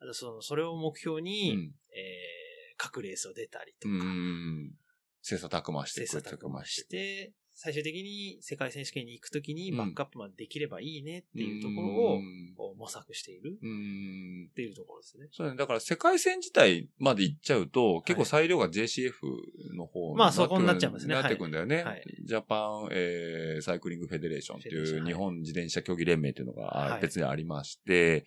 Speaker 3: あとその、それを目標に、
Speaker 2: うん
Speaker 3: えー各レースを出たりと
Speaker 2: う
Speaker 3: か、
Speaker 2: ん。切磋琢磨してい
Speaker 3: 切磋
Speaker 2: く。
Speaker 3: 琢磨して、最終的に世界選手権に行くときに
Speaker 2: うん
Speaker 3: バックアップまでできればいいねっていうところをこう模索している
Speaker 2: うん。うん
Speaker 3: っていうところですね。
Speaker 2: そうだね。だから世界戦自体まで行っちゃうと、結構裁量が JCF の方
Speaker 3: まあそこになっちゃいますね
Speaker 2: なってくんだよね。
Speaker 3: はいはい
Speaker 2: ジャパン、えーサイクリングフェデレーションって
Speaker 3: フェデレーショ
Speaker 2: い
Speaker 3: ン
Speaker 2: う
Speaker 3: はい
Speaker 2: 日本自転車競技連盟っていうのが
Speaker 3: はい
Speaker 2: 別にありまして、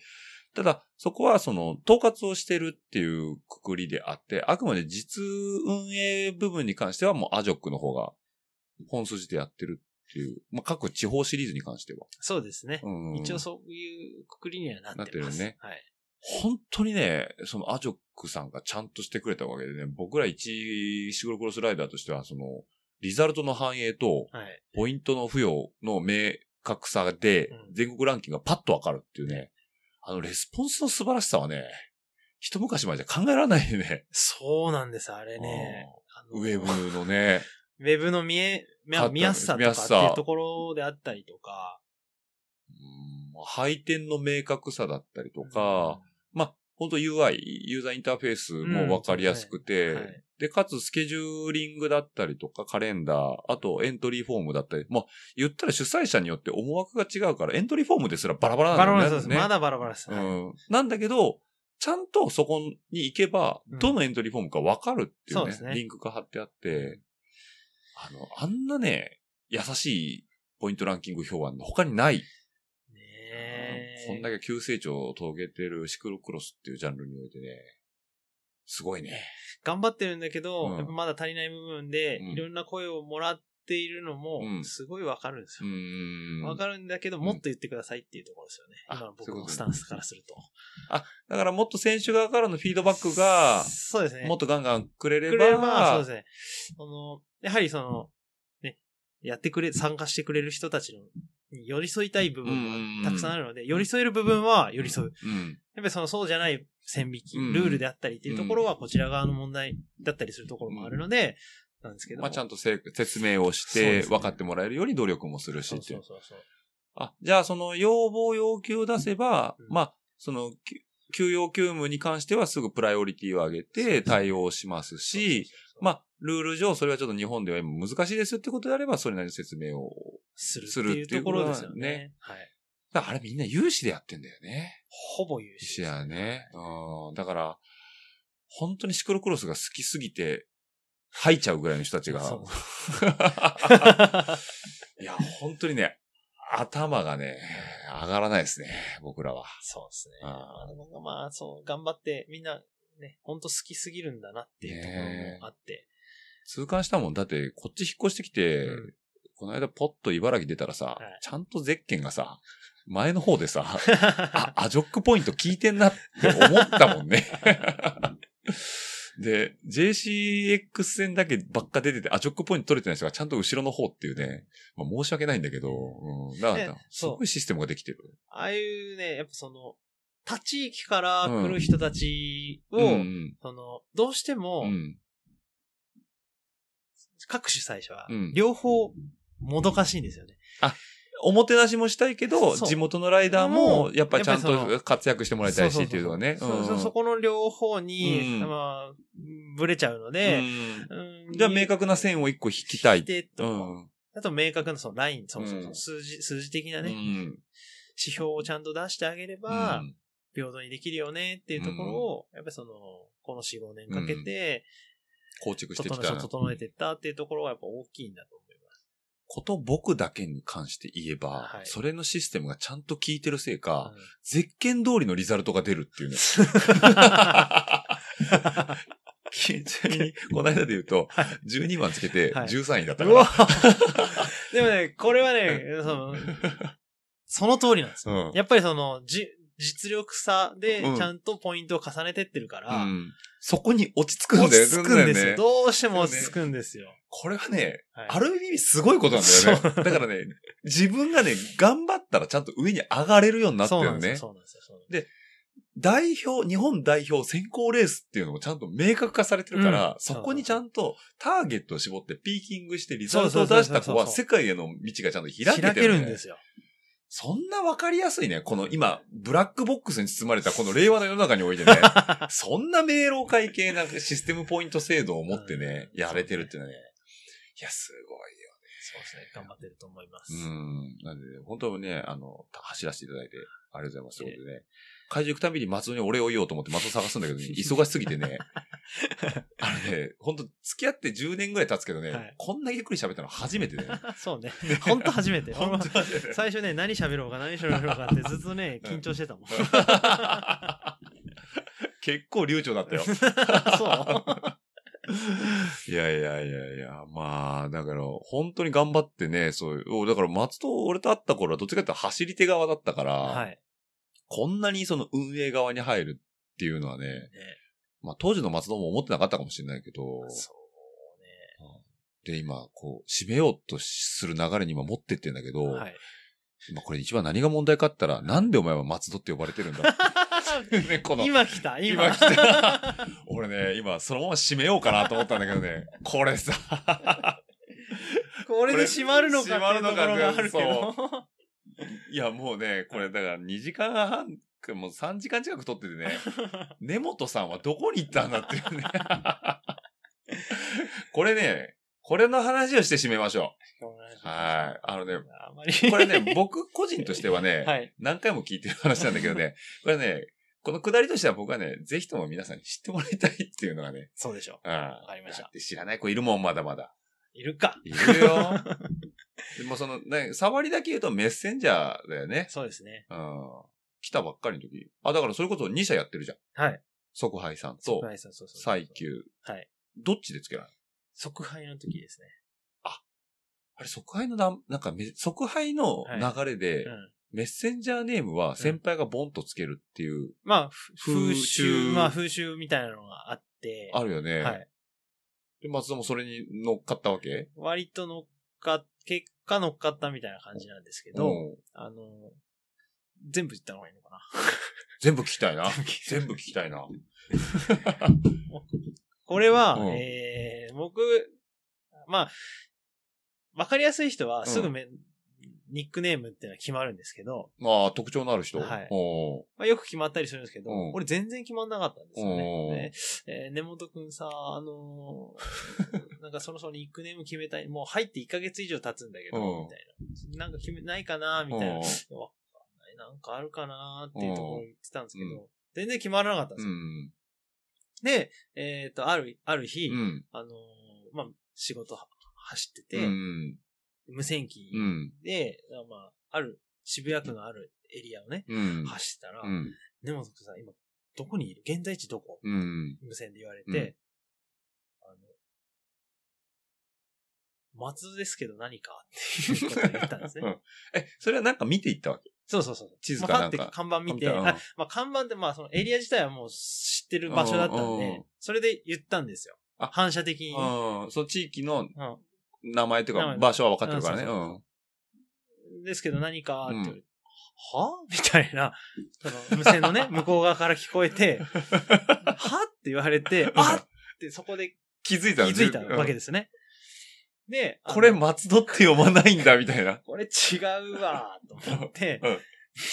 Speaker 2: ただそこはその統括をしてるっていうくくりであって、あくまで実運営部分に関してはもうアジョックの方が本筋でやってるっていう、まあ各地方シリーズに関しては。
Speaker 3: そうですね。
Speaker 2: うん
Speaker 3: 一応そういうくくりにはなっ
Speaker 2: な
Speaker 3: てま
Speaker 2: っ
Speaker 3: す。
Speaker 2: てるね
Speaker 3: はい。
Speaker 2: 本当にね、そのアジョックさんがちゃんとしてくれたわけでね、僕ら一シクロクロスライダーとしては、その、リザルトの反映と、
Speaker 3: はい。
Speaker 2: ポイントの付与の明確さで
Speaker 3: う、ん
Speaker 2: 全国ランキングがパッとわかるっていうね、あの、レスポンスの素晴らしさはね、一昔前じゃ考えられないよね。
Speaker 3: そうなんです、あれね。あの
Speaker 2: ウェ。ブのね、
Speaker 3: ウェブの見え、見
Speaker 2: か
Speaker 3: 見やすさと
Speaker 2: 見
Speaker 3: か
Speaker 2: や
Speaker 3: っ
Speaker 2: す
Speaker 3: て
Speaker 2: さ
Speaker 3: いうところであったりとか。
Speaker 2: うん配点の明確さだったりとか、まあ、本当 UI、ユーザーインターフェースもわかりやすくて、
Speaker 3: うんそうですねはい
Speaker 2: で、かつスケジューリングだったりとか、カレンダー、あとエントリーフォームだったり、まあ、言ったら主催者によって思惑が違うから、エントリーフォームですらバラバラ
Speaker 3: バ
Speaker 2: な
Speaker 3: ラ
Speaker 2: んだ
Speaker 3: バ
Speaker 2: よ
Speaker 3: ラ
Speaker 2: ね。
Speaker 3: そうです。まだバラバラです。
Speaker 2: う
Speaker 3: はい
Speaker 2: ん。なんだけど、ちゃんとそこに行けば、
Speaker 3: うん
Speaker 2: どのエントリーフォームかわかるってい
Speaker 3: そう
Speaker 2: う
Speaker 3: で
Speaker 2: ね、
Speaker 3: すね
Speaker 2: リンクが貼ってあって、あの、あんなね、優しいポイントランキング表は他にない。
Speaker 3: ねえ。
Speaker 2: こんだけ急成長を遂げてるシクロクロスっていうジャンルにおいてね、すごいね。
Speaker 3: 頑張ってるんだけど、
Speaker 2: うん
Speaker 3: やっぱまだ足りない部分で、
Speaker 2: うん
Speaker 3: いろんな声をもらっているのも
Speaker 2: う、ん
Speaker 3: すごいわかるんです
Speaker 2: う
Speaker 3: よ。
Speaker 2: ーん。
Speaker 3: わ、かるんだけど、もっと言ってくださいっていうところですよね。
Speaker 2: あ
Speaker 3: 今の僕
Speaker 2: そういう
Speaker 3: の
Speaker 2: ことね
Speaker 3: スタンスからすると。
Speaker 2: だからもっと選手側からのフィードバックが、
Speaker 3: そうですね。
Speaker 2: もっとガンガンくれれば、
Speaker 3: くれれば、そうですね。その、やはりその、ね、やってくれ、参加してくれる人たちの、に寄り添いたい部分がたくさんあるので、寄り添える部分は寄り添う。
Speaker 2: うん。
Speaker 3: やっぱりその、そうじゃない線引き、
Speaker 2: うん
Speaker 3: ルールであったりっていうところは、こちら側の問題だったりするところもあるので、なんですけども。
Speaker 2: まあちゃん
Speaker 3: と
Speaker 2: とせ説明をし
Speaker 3: そうで
Speaker 2: て、
Speaker 3: すね
Speaker 2: 分かってもらえるように努力もするし
Speaker 3: そ
Speaker 2: っ
Speaker 3: う
Speaker 2: てい
Speaker 3: そうう。そうそう。
Speaker 2: あ、じゃあその要望要求を出せば、
Speaker 3: うん
Speaker 2: まあ、その、き休養休務に関してはすぐプライオリティを上げて対応しますし、ま
Speaker 3: あ、
Speaker 2: あ、ルール上それはちょっと日本では今難しいですってことであれば、それなりの説明を。
Speaker 3: する
Speaker 2: す
Speaker 3: って
Speaker 2: る
Speaker 3: いうところですよね。はい。
Speaker 2: だからあれみんな有志でやってんだよね。
Speaker 3: ほぼ優
Speaker 2: 有
Speaker 3: 秀
Speaker 2: 志。やね。うん。だから、本当にシクロクロスが好きすぎて、吐いちゃうぐらいの人たちが。
Speaker 3: そう
Speaker 2: いや、本当にね、頭がね、上がらないですね、僕らは。
Speaker 3: そうですね。
Speaker 2: うん
Speaker 3: まあでもまあ、そう、頑張って、みんな、ね、ほんと好きすぎるんだなっていうところもあって。
Speaker 2: 痛感したもん。だって、こっち引っ越してきて、
Speaker 3: うん
Speaker 2: この間ポッと茨城出たらさ、
Speaker 3: い
Speaker 2: ちゃんとゼッケンがさ、前の方でさ、あ、アジョックポイント効いてんなって思ったもんね。で、JCX 線だけばっか出てて、アジョックポイント取れてない人がちゃんと後ろの方っていうね、まあ、申し訳ないんだけど、うん、だか
Speaker 3: ね
Speaker 2: ら、すごいシステムができてる。
Speaker 3: ああいうね、やっぱその、他地域から来る人たちを、
Speaker 2: うん
Speaker 3: その、どうしても
Speaker 2: うん。う、ん。
Speaker 3: 各主催者は
Speaker 2: うん、
Speaker 3: 両方、もどかしいんですよね。
Speaker 2: おもてなしもしたいけど、
Speaker 3: そう
Speaker 2: 地元のライダーも
Speaker 3: も、う
Speaker 2: やっぱりちゃん
Speaker 3: やっぱりそ
Speaker 2: と活躍してもらいたいしっていうのはね。
Speaker 3: そうそうそう
Speaker 2: うん
Speaker 3: そこの両方に、
Speaker 2: うん
Speaker 3: まあ、ぶれちゃうの
Speaker 2: う
Speaker 3: で、
Speaker 2: ん
Speaker 3: うん
Speaker 2: じゃあ明確な線を一個引きたい。う
Speaker 3: でとか
Speaker 2: ん。
Speaker 3: あと明確なそのライン、そうそうそう
Speaker 2: うん
Speaker 3: 数字、数字的な
Speaker 2: う
Speaker 3: ね、指
Speaker 2: ん。
Speaker 3: 標をちゃんと出してあげれば、平等にできるよねっていうところを、やっぱりその、この4、5年かけて、
Speaker 2: 構築してき
Speaker 3: 整
Speaker 2: た
Speaker 3: え、整えていったっていうところがやっぱ大きいんだと思います。
Speaker 2: こと僕だけに関して言えば、
Speaker 3: はい
Speaker 2: それのシステムがちゃんと効いてるせいか、
Speaker 3: うん
Speaker 2: 絶見通りのリザルトが出るってい うね。 きちなみに、この間で言うと、12番つけて
Speaker 3: はい
Speaker 2: 13位だったか
Speaker 3: う
Speaker 2: ら。
Speaker 3: わ でもね、これは ね、その、その通りなんですよ。
Speaker 2: うん
Speaker 3: やっぱりその、じ、実力差で
Speaker 2: うん
Speaker 3: ちゃんとポイントを重ねてってるから、
Speaker 2: うんそこに落ち着くんだよ
Speaker 3: 落
Speaker 2: ね。
Speaker 3: ち着くんですよ。
Speaker 2: ね
Speaker 3: どうしても落ち着くんですよ。
Speaker 2: これはね、
Speaker 3: はい
Speaker 2: ある意味すごいことなんだよね。だからね、自分がね、頑張ったらちゃんと上に上がれるようになった
Speaker 3: そうな
Speaker 2: よ
Speaker 3: んですよ。
Speaker 2: ね。
Speaker 3: そうなんですよ。そうなんですよ
Speaker 2: 代表、日本代表選考レースっていうのもちゃんと明確化されてるから、
Speaker 3: うん
Speaker 2: そこにちゃんとターゲットを絞ってピーキングしてリザルトを出した子は
Speaker 3: そうそうそうそ
Speaker 2: 世
Speaker 3: う
Speaker 2: 界への道がちゃんと開けてる、
Speaker 3: 開けるんで。すよ。
Speaker 2: そんなわかりやすいね。この今、ブラックボックスに包まれたこの令和の世の中において ね、そんな明朗会系なシステムポイント制度を持ってね、
Speaker 3: うん
Speaker 2: やれてるっていうのはね、いや、すごいよ。
Speaker 3: そうですね。頑張ってると思います。
Speaker 2: うん。なんでね、本当にね、あの、走らせていただいて、ありがとうございます。ということでね、会場行くたびに松尾にお礼を言おうと思って松尾探すんだ けどね、忙しすぎてね、あのね、本当付き合って10年ぐらい経つけどね、
Speaker 3: はい
Speaker 2: こんなゆっくり喋ったの初めて ね。
Speaker 3: そうね。ほんと初めて。
Speaker 2: 本当初めて
Speaker 3: 最初ね、何喋ろうか、何喋 ろうかってずっとね、緊張してたもん。
Speaker 2: 結構流暢だったよ。
Speaker 3: そう。
Speaker 2: いやいやいやいや、まあ、だから、本当に頑張ってね、そういうお、だから松戸、俺と会った頃はどっちかっていうと走り手側だったから、
Speaker 3: はい。
Speaker 2: こんなにその運営側に入るっていうのはね、
Speaker 3: ね
Speaker 2: まあ当時の松戸も思ってなかったかもしれないけど、
Speaker 3: そう
Speaker 2: で今、こう、締めようとする流れに今持ってってんだけど、
Speaker 3: ね。はい。
Speaker 2: 今これ一番何が問題かって言ったら、なんでお前は松戸って呼ばれてるんだね、この、
Speaker 3: 今来た、今。
Speaker 2: 今来た。 俺ね、今そのまま締めようかなと思ったんだけどね、これさ、
Speaker 3: これで閉まるのかっていうところがあるけ
Speaker 2: 閉まるの
Speaker 3: ど。
Speaker 2: いやもうね、これだから2時間半、もう3時間近く撮ってて ね、根本さんはどこに行ったんだっていうね。 これね、これの話をして締めましょ う。はい。あのね、
Speaker 3: あまり。
Speaker 2: これ ね、僕個人としてはね、
Speaker 3: はい。
Speaker 2: 何回も聞いてる話なんだけど ね、これね、このくだりとしては僕はね、ぜひとも皆さんに知ってもらいたいっていうのがね、
Speaker 3: そうでしょ
Speaker 2: うん。
Speaker 3: う。わかりまし
Speaker 2: だ
Speaker 3: た
Speaker 2: っ。て知らない子いるもん、まだまだ。
Speaker 3: いるか。
Speaker 2: いる よ。でもその、ね、触りだけ言うとメッセンジャーだよね。
Speaker 3: そうですね。
Speaker 2: うん。来たばっかりの時。あ、だからそれこそ2社やってるじゃん。
Speaker 3: はい。
Speaker 2: 即配さんと、
Speaker 3: はい、そうそうそう。
Speaker 2: 最。休。
Speaker 3: はい。
Speaker 2: どっちでつけない
Speaker 3: 即配の時ですね。
Speaker 2: あれ、即配のな、なんかめ、即配の流れで、
Speaker 3: うん。
Speaker 2: メッセンジャーネームは先輩がボンとつけるっていう、
Speaker 3: まあ、ふ風
Speaker 2: 風
Speaker 3: 習、
Speaker 2: 習
Speaker 3: まあ、風習みたいなのがあって。
Speaker 2: あるよね。
Speaker 3: はい。
Speaker 2: で、松田もそれに乗っかったわけ
Speaker 3: 割と乗っか、結果乗っかったみたいな感じなんですけど、
Speaker 2: うん
Speaker 3: あの、全部言った方がいいのかな。
Speaker 2: 全部聞きたい な。全部聞きたいな。
Speaker 3: これは、
Speaker 2: うん
Speaker 3: えー、僕、まあ、わかりやすい人はすぐめ、ニックネームっていうのは決まるんですけど、
Speaker 2: まあ、特徴のある人。
Speaker 3: はい
Speaker 2: おう
Speaker 3: まあ、よく決まったりするんですけど、
Speaker 2: うん
Speaker 3: 俺全然決まんなかったんですよ
Speaker 2: うん
Speaker 3: ね。ねえー根本くんさ、あの ーなんかそろそろニックネーム決めたい、もう入って1ヶ月以上経つんだけど、
Speaker 2: うん
Speaker 3: みたいな。なんか決めないかな、みたいな。
Speaker 2: うん
Speaker 3: わかんない、なんかあるかな、っていうところ言ってたんですけど、
Speaker 2: うん
Speaker 3: 全然決まらなかったんです
Speaker 2: う
Speaker 3: よ。
Speaker 2: ん。
Speaker 3: で、えっ、と、ある、ある日、
Speaker 2: うん。
Speaker 3: あのーまあ、仕事は走って
Speaker 2: う
Speaker 3: て、
Speaker 2: ん。
Speaker 3: 無線機
Speaker 2: うん。
Speaker 3: で、まあ、ある、渋谷区のあるエリアをね、
Speaker 2: うん。
Speaker 3: 走ったら、
Speaker 2: うん。
Speaker 3: 根本さん、今、どこにいる現在地どこ
Speaker 2: うん。
Speaker 3: 無線で言われて、あの、松戸ですけど何かっていうことを言ったんです
Speaker 2: う
Speaker 3: ね。
Speaker 2: ん え、それはなんか見ていったわけ
Speaker 3: そうそうそう。
Speaker 2: 地図かなんか
Speaker 3: まあパッて看板見て、
Speaker 2: パッてうん
Speaker 3: あまあ看板ってまあそのエリア自体はもう知ってる場所だったん
Speaker 2: うんう
Speaker 3: で
Speaker 2: ん、
Speaker 3: それで言ったんですよ。
Speaker 2: あ
Speaker 3: 反射的に。
Speaker 2: うん。その地域の
Speaker 3: うん
Speaker 2: 名前という
Speaker 3: 名
Speaker 2: か
Speaker 3: 前
Speaker 2: 場所は分かってるからね。
Speaker 3: うん
Speaker 2: う。
Speaker 3: そうんですけど何かって言われ
Speaker 2: う
Speaker 3: て、はみたいな、その無線の ね、向こう側から聞こえて、はって言われて、あってそこで
Speaker 2: 気づい
Speaker 3: 気
Speaker 2: たの
Speaker 3: づいたわけ
Speaker 2: うん
Speaker 3: ですね。で、あの
Speaker 2: これ、松戸って読まないんだ、みたい な。
Speaker 3: これ違うわ、と思って
Speaker 2: うん、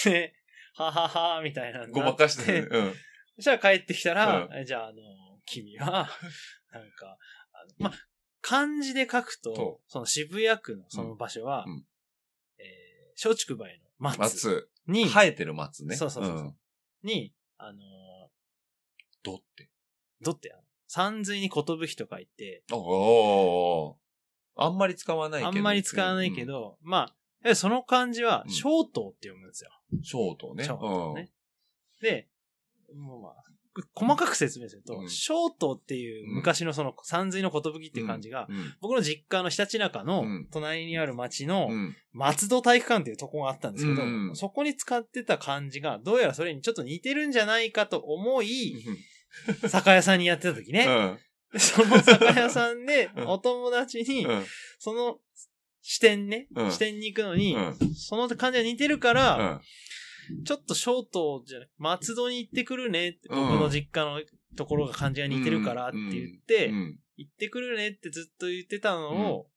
Speaker 3: で、ははは、みたいな。
Speaker 2: ごまかしてね。。うん。
Speaker 3: そしたら帰ってきたら、
Speaker 2: う
Speaker 3: えじゃあ、あの、君 は、なんか、あのまあ、漢字で書くと
Speaker 2: そ、
Speaker 3: その渋谷区のその場所は、
Speaker 2: うんうん
Speaker 3: えー松竹梅の松
Speaker 2: 松。
Speaker 3: に、
Speaker 2: 生えてる松ね。。
Speaker 3: そうそうそうそうんに、あのー、
Speaker 2: どって。
Speaker 3: どってやる三髄に寿と書いて、
Speaker 2: おーおーおーあんまり使わないけ
Speaker 3: あ
Speaker 2: ど。
Speaker 3: んまり使わないけど、まあ、その漢字は
Speaker 2: う、ん
Speaker 3: 小刀って読むんですよ。
Speaker 2: うん。ショートね。
Speaker 3: 小刀ね。で、もうまあ、細かく説明すると、
Speaker 2: うん
Speaker 3: 小刀っていう昔のその三髄の寿っていう漢字が、
Speaker 2: うん。うん
Speaker 3: 僕の実家のひたちなかの
Speaker 2: うん
Speaker 3: 隣にある町の
Speaker 2: うん。
Speaker 3: 松戸体育館っていうとこがあったんですけど、
Speaker 2: うんうん
Speaker 3: そこに使ってた漢字が、どうやらそれにちょっと似てるんじゃないかと思い、酒屋さんにやって た時ね。
Speaker 2: うん、
Speaker 3: でその酒屋さんで
Speaker 2: うん
Speaker 3: お友達に
Speaker 2: う、ん
Speaker 3: その視点ね、
Speaker 2: うん
Speaker 3: 視点に行くのに、
Speaker 2: うん
Speaker 3: その感じが似てるから、ちょっとショートじゃなく松戸に行ってくるねって、
Speaker 2: うん
Speaker 3: 僕の実家のところが感じが似てるからって言って、
Speaker 2: うん。
Speaker 3: 行ってくるねってずっと言ってたのを、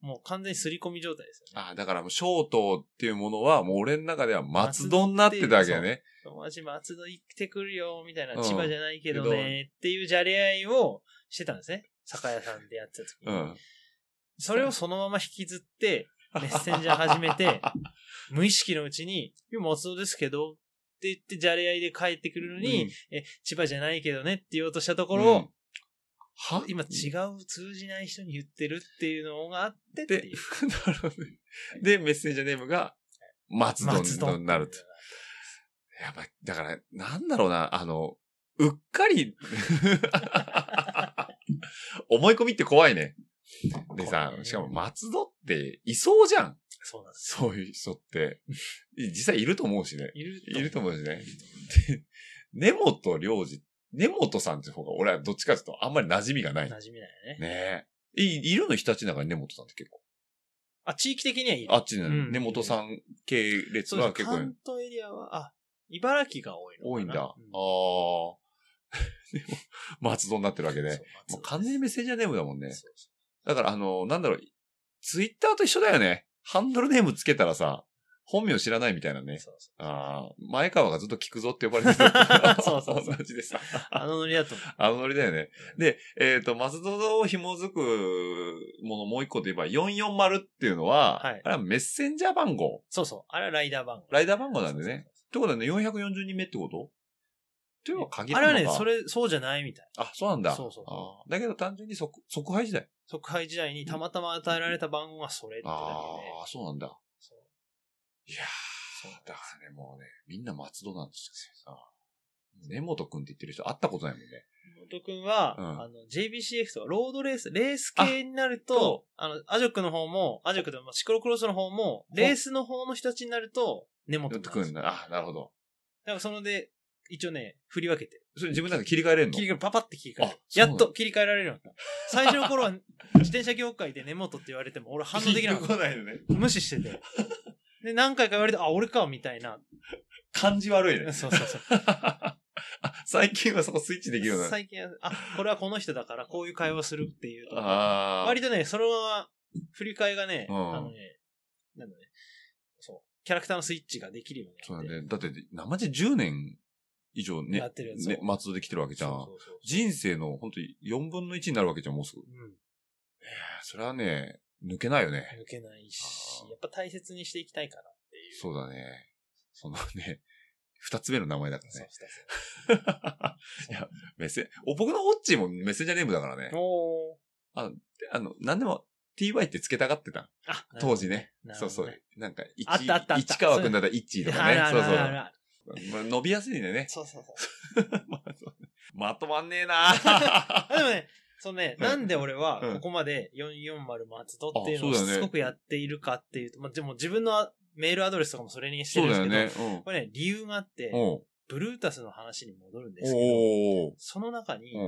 Speaker 3: もう完全に刷り込み状態ですよね。
Speaker 2: あ、だからもう、ショートっていうものは、もう俺の中では松戸になってたわけだね。
Speaker 3: 友達松戸行ってくるよ、みたいな、
Speaker 2: うん
Speaker 3: 千葉じゃないけど
Speaker 2: けど
Speaker 3: ね、っていうじゃれ合いをしてたんですね。酒屋さんでやってた時
Speaker 2: う
Speaker 3: に。
Speaker 2: ん。
Speaker 3: それをそのまま引きず って、メッセンジャー始めて、無意識のうちに、いや松尾ですけど、って言って、じゃれ合いで帰ってくるのに、
Speaker 2: うん
Speaker 3: え、千葉じゃないけどねって言おうとしたところを、
Speaker 2: は
Speaker 3: 今違う通じない人に言ってるっていうのがあっ てって
Speaker 2: で
Speaker 3: いう。、
Speaker 2: なるほどね。で、メッセンジャーネームが、松戸になると。やばい。だから、なんだろうな、あの、うっかり、 思い込みって怖いね。でさ
Speaker 3: 怖い、ね
Speaker 2: しかも松戸っていそうじゃん。
Speaker 3: そうなんです。
Speaker 2: そういう人って。実際いると思うしね。
Speaker 3: いる
Speaker 2: いると思うしね。で根本良二、根本さんって方が俺はどっちかっていうとあんまり馴染みがない。
Speaker 3: 馴染みないよね。
Speaker 2: ねえ。い、いるのひたちなかに根本さんって結構。
Speaker 3: あ、地域的にはいい。
Speaker 2: あっちね、
Speaker 3: うん
Speaker 2: 根本さん系列
Speaker 3: そうです
Speaker 2: は
Speaker 3: ね。
Speaker 2: 結構
Speaker 3: 関東エリアは、あ、茨城が多いのかな
Speaker 2: 多いんだ。ああ
Speaker 3: う。
Speaker 2: でも、松戸になってるわけで。もう完全にメッセンジャーネームだもんね。
Speaker 3: そうそ
Speaker 2: だから、あの、なんだろう、ツイッターと一緒だよね。ハンドルネームつけたらさ、本名知らないみたいな
Speaker 3: う
Speaker 2: ね。
Speaker 3: そうそう。
Speaker 2: ああ、前川がずっと聞くぞって呼ばれてる
Speaker 3: そうそうそ う
Speaker 2: 同じでさ。
Speaker 3: あのノリだと思う。
Speaker 2: あのノリだよね。で、えっ、と、松戸を紐づくものもう一個といえば、440っていうのは、
Speaker 3: はい
Speaker 2: あれはメッセンジャー番号。
Speaker 3: そうそう。あれはライダー番号。
Speaker 2: ライダー番号なんでね。ってことはね、440人目ってことというのは限ら
Speaker 3: あ
Speaker 2: ない。
Speaker 3: れはね、そ。れ、そうじゃないみたい。
Speaker 2: あ、そうなんだ。
Speaker 3: そうそう
Speaker 2: あーだけど単純に即、即配時代。
Speaker 3: 即配時代にたまたま与えられた番号がそれってだ
Speaker 2: あ
Speaker 3: けで。
Speaker 2: あ、そうなんだ。
Speaker 3: そう
Speaker 2: いやー、だからね、もうね、みんな松戸なんですよ。あー根本くんって言ってる人会ったことないもんね。
Speaker 3: 本君は、
Speaker 2: うん
Speaker 3: あの、JBCF とかロードレース、レース系になると、あの、アジョックの方も、アジョックでもシクロクロスの方も、レースの方の人たちになると、根本
Speaker 2: 根
Speaker 3: 君
Speaker 2: 本くん
Speaker 3: だ
Speaker 2: な、
Speaker 3: か
Speaker 2: あ、なるほど。
Speaker 3: らそので、一応ね、振り分けてる。
Speaker 2: それ自分なんか切り替えれんの
Speaker 3: 切り替え、パパって切り替え
Speaker 2: あ
Speaker 3: る。
Speaker 2: そう
Speaker 3: や
Speaker 2: なの
Speaker 3: っと切り替えられるようになった。最初 の頃は、自転車業界で根元って言われても、俺反応できなかっ
Speaker 2: 来ないのね。
Speaker 3: た。無視してて。で、何回か言われて、あ、俺か、み たいな。
Speaker 2: 感じ悪いね。
Speaker 3: そうそうそう。
Speaker 2: あ最近はそこスイッチできるようになる。
Speaker 3: 最近は、あ、これはこの人だから、こういう会話するっていうとこ
Speaker 2: ああ。
Speaker 3: 割とね、そのまま、振り替えがね、
Speaker 2: うん
Speaker 3: あのね、なんだね、そう、キャラクターのスイッチができるように
Speaker 2: そう
Speaker 3: な
Speaker 2: だ
Speaker 3: って。
Speaker 2: ね。だって、生地10年以上ね、
Speaker 3: やってるやつを
Speaker 2: ね松戸で来てるわけじゃん。
Speaker 3: そうそうそ
Speaker 2: 人生の本当に4分の1になるわけじゃん、もうすぐ。
Speaker 3: ううん。
Speaker 2: それはね、抜けないよね。
Speaker 3: 抜けないし
Speaker 2: あ、ー
Speaker 3: やっぱ大切にしていきたいかな。
Speaker 2: そうだね。そのね、二つ目の名前だから
Speaker 3: そう
Speaker 2: ね。
Speaker 3: そうそ
Speaker 2: いや、メッセ、お僕のオッチーもメッセンジャーネームだからね
Speaker 3: う。おー
Speaker 2: あの、なんでも ty ってつけたがってた。
Speaker 3: あ、
Speaker 2: 当時ね。
Speaker 3: なるほ
Speaker 2: そ
Speaker 3: ど
Speaker 2: うそ
Speaker 3: ね
Speaker 2: う。なんか、一
Speaker 3: あったあったあった
Speaker 2: 市川くんだったらイッチーとかね。
Speaker 3: あ
Speaker 2: そう
Speaker 3: ら
Speaker 2: そ
Speaker 3: あらあ
Speaker 2: う。
Speaker 3: ら
Speaker 2: まあ、伸びやすいんだよ ね。
Speaker 3: そうそうそう。
Speaker 2: まあそうまとまんねえ なあ
Speaker 3: あでもね、そのね、
Speaker 2: うん
Speaker 3: なんで俺は
Speaker 2: うん
Speaker 3: ここまで440松戸っていうの
Speaker 2: あ
Speaker 3: を
Speaker 2: そうだ
Speaker 3: し
Speaker 2: よね
Speaker 3: つこくやっているかっていうと、まあ、でも自分のメールアドレスとかもそれにして
Speaker 2: そ
Speaker 3: るん
Speaker 2: う
Speaker 3: で
Speaker 2: だ
Speaker 3: す
Speaker 2: よ
Speaker 3: けど、
Speaker 2: ね。
Speaker 3: これね、理由があって
Speaker 2: うん。、お
Speaker 3: ブルータスの話に戻るんですけど、
Speaker 2: お
Speaker 3: その中に、
Speaker 2: うん。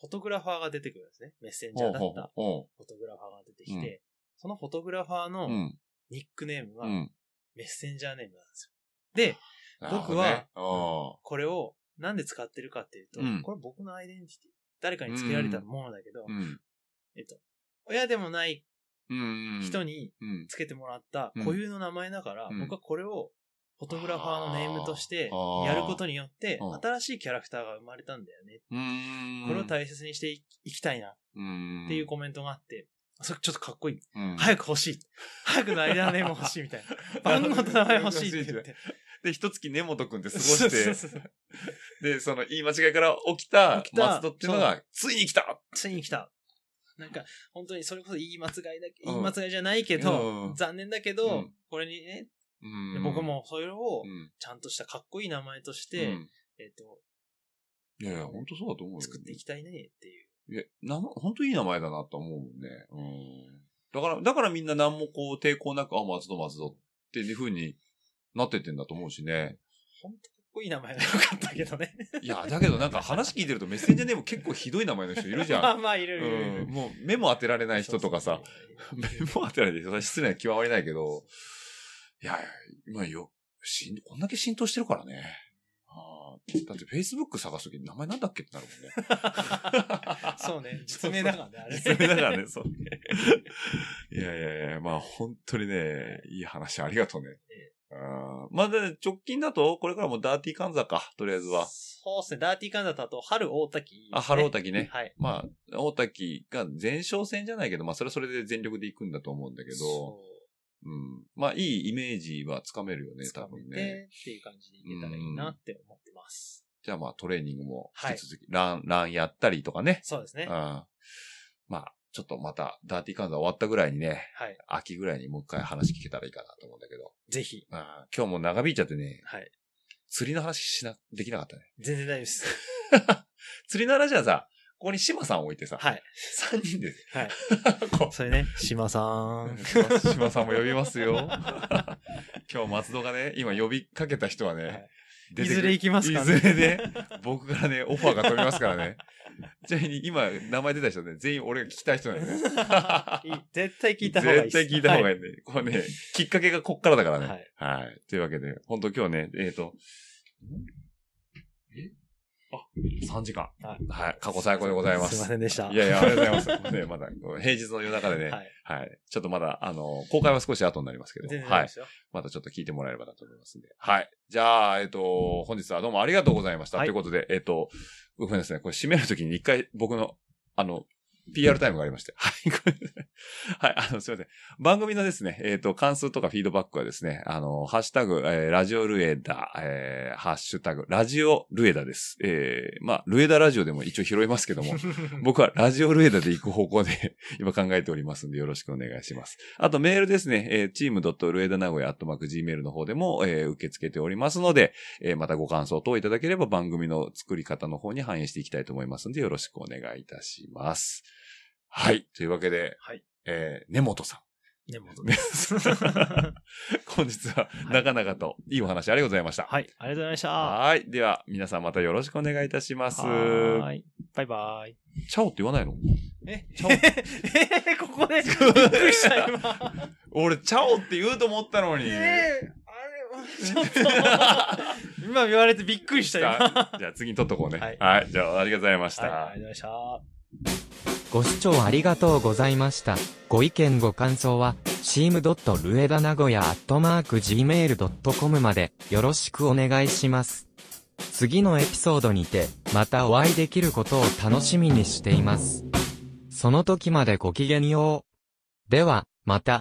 Speaker 3: フォトグラファーが出てくるんですね。メッセンジ
Speaker 2: ほ
Speaker 3: ャ
Speaker 2: う
Speaker 3: ーだ
Speaker 2: ほ
Speaker 3: っ
Speaker 2: う
Speaker 3: た
Speaker 2: ほ
Speaker 3: フォトグラファーが出てきて、そのフォトグラファー
Speaker 2: う。
Speaker 3: の
Speaker 2: うん。
Speaker 3: ニックネームが
Speaker 2: うん。
Speaker 3: メッセンジャーネームなんですよ。で、
Speaker 2: な
Speaker 3: 僕
Speaker 2: る
Speaker 3: は
Speaker 2: ほ
Speaker 3: これをなんで使ってるかっていうと、
Speaker 2: うん
Speaker 3: これ僕のアイデンティティ。誰かに付けられたものだけど、
Speaker 2: どね。
Speaker 3: えっと、親でもない
Speaker 2: うん。うん。
Speaker 3: 人に
Speaker 2: うん。
Speaker 3: 付けてもらった
Speaker 2: うん
Speaker 3: 固有の名前だから、
Speaker 2: うん
Speaker 3: 僕はこれをフォトグラファーのネームとして
Speaker 2: あー
Speaker 3: やることによって
Speaker 2: うん、
Speaker 3: 新しいキャラクターが生まれたんだよね。
Speaker 2: うん。
Speaker 3: これを大切にしていいきたいな
Speaker 2: うん。
Speaker 3: っていうコメントがあって、それちょっとかっこいい。
Speaker 2: うん
Speaker 3: 早く欲しい。早くライダーネーム欲しいみたい な。番号と名前欲しいって言って。
Speaker 2: で、一月根本くんって過ごし
Speaker 3: そう
Speaker 2: て、
Speaker 3: そうそう
Speaker 2: で、その言い間違いから起きた
Speaker 3: 起きた
Speaker 2: 松戸っていうのが、ついに来た
Speaker 3: ついに来た。なんか、本当にそれこそ言い間違いだけ、
Speaker 2: うん
Speaker 3: 言い間違いじゃないけど、
Speaker 2: うん
Speaker 3: 残念だけど、
Speaker 2: うん
Speaker 3: これにね、
Speaker 2: うん
Speaker 3: 僕、もそれを
Speaker 2: うん。
Speaker 3: ちゃんとしたかっこいい名前として、
Speaker 2: うん
Speaker 3: えっ、と、
Speaker 2: いやいや、本当そうだと思うよ。
Speaker 3: 作っていきたいねっていう。
Speaker 2: いや、な、本当いい名前だなと思うもんね。うん。だから、だからみんな何もこう抵抗なく、あ、松戸松戸っていう風になってってんだと思うしね。
Speaker 3: 本当かっこいい名前が良かったけどね。
Speaker 2: い や、だけどなんか話聞いてるとメッセンジャーネーム結構ひどい名前の人いるじ
Speaker 3: ま
Speaker 2: ゃ
Speaker 3: あ
Speaker 2: ん。
Speaker 3: まあ、いるいるいる
Speaker 2: うん、もう目も当てられない人とかさ、目 も当てられない人、失礼な極まりないけど、いや、今よ、しん、こんだけ浸透してるからね。あーだって Facebook 探すとき名前なんだっけってなるもんね。
Speaker 3: そうね。実名だからね、あれ。
Speaker 2: それだからね、 そうね。いやいやいや、まあ本当にね、いい話ありがとうね。あーまあ、で直近だと、これからもダーティーカンザか、とりあえずは。
Speaker 3: そうですね。ダーティーカンダタと春大滝ですね、
Speaker 2: あ、春大滝ね。
Speaker 3: はい。
Speaker 2: まあ、大滝が前哨戦じゃないけど、まあそれはそれで全力で行くんだと思うんだけど、
Speaker 3: そう
Speaker 2: うん。まあいいイメージはつかめるよね、多分ね。
Speaker 3: でっていう感じでいけたらいいなって思ってます。
Speaker 2: じゃあまあトレーニングも
Speaker 3: はい
Speaker 2: 引き続き、ラン、ランやったりとかね。
Speaker 3: そうです
Speaker 2: う
Speaker 3: ね
Speaker 2: ん。。まあ、ちょっとまた、ダーティーカンザ終わったぐらいにね、
Speaker 3: はい。
Speaker 2: 秋ぐらいにもう一回話聞けたらいいかなと思うんだけど。
Speaker 3: ぜひ。
Speaker 2: ああ今日も長引いちゃってね、
Speaker 3: はい。
Speaker 2: 釣りの話しな、できなかったね。
Speaker 3: 全然大丈夫 です。
Speaker 2: 釣りの話はさ、ここに島さんを置いてさ、
Speaker 3: はい。
Speaker 2: 三3人で、
Speaker 3: はい。
Speaker 2: こ
Speaker 3: それね、島さん。
Speaker 2: う、島さんも呼びますよ。 今日松戸がね、今呼びかけた人はね、
Speaker 3: はい
Speaker 2: 出
Speaker 3: い
Speaker 2: てく
Speaker 3: ずれ行きますからね
Speaker 2: いずれね、僕からね、オファーが飛びますからね。ちなみに今、名前出た人ね、全員俺が聞きたい人なんだよね。
Speaker 3: いい絶対聞 いた方がいいっ
Speaker 2: 絶
Speaker 3: す。
Speaker 2: 対聞いた方が
Speaker 3: い
Speaker 2: いいね。これね、きっかけがこっからだからね。
Speaker 3: は
Speaker 2: はいい。というわけで、本当今日ね、えっ、と、えあ、3時間。
Speaker 3: は。
Speaker 2: はいい。過去最高でございますす。
Speaker 3: すいませんでした。
Speaker 2: いやいや、ありがとうございます。ね、まだ、こう平日の夜中でね、
Speaker 3: はい。
Speaker 2: はい。ちょっとまだ、あの、公開は少し後になりますけ
Speaker 3: 全然
Speaker 2: ど、
Speaker 3: 大丈夫
Speaker 2: は
Speaker 3: で
Speaker 2: い。
Speaker 3: すよ。
Speaker 2: またちょっと聞いてもらえればなと思いますんで。はい。じゃあ、えっ、と、本日はどうもありがとうございました。
Speaker 3: はい
Speaker 2: ということで、えっ、と、ごめんなさいね。これ締めるときに一回僕の、あの、PR タイムがありまして。はい、ご めんなさい。はい、あの、すいません。番組のですね、えっ、と、関数とかフィードバックはですね、あの、ハッシュタグ、えーラジオルエダ、えーハッシュタグ、ラジオルエダです。えーまあ、ルエダラジオでも一応拾いますけども、 僕はラジオルエダで行く方向で 今考えておりますんでよろしくお願いします。あとメールですね、えー、team.ruedanagoya.gmail の方でも、えー受け付けておりますので、えーまたご感想等いただければ番組の作り方の方に反映していきたいと思いますんでよろしくお願いいたします。はい。というわけで、
Speaker 3: はい
Speaker 2: えー根本さん。
Speaker 3: 根本
Speaker 2: 根本
Speaker 3: です。
Speaker 2: さん本日は長々といいお話ありがとうございました。
Speaker 3: はい。ありがとうございました。
Speaker 2: はい。では、皆さんまたよろしくお願いいたします。
Speaker 3: はーい。バイバイ。
Speaker 2: チャオって言わないの
Speaker 3: え、
Speaker 2: チャオ
Speaker 3: えここで、びっくりした、今。
Speaker 2: 俺、チャオって言うと思ったのに。
Speaker 3: えーあれ、ちょっと、今言われてびっくりした、今。は
Speaker 2: じゃあ次に撮っとこうね。
Speaker 3: はい
Speaker 2: はい。じゃあ、ありがとうございまし
Speaker 3: い、ありが
Speaker 2: た
Speaker 3: とう。ございました。
Speaker 4: ご視聴ありがとうございました。ご意見ご感想は、s e a m r u e d a n a g o y a g m a i l c o m までよろしくお願いします。次のエピソードにて、またお会いできることを楽しみにしています。その時までごきげんよう。では、また。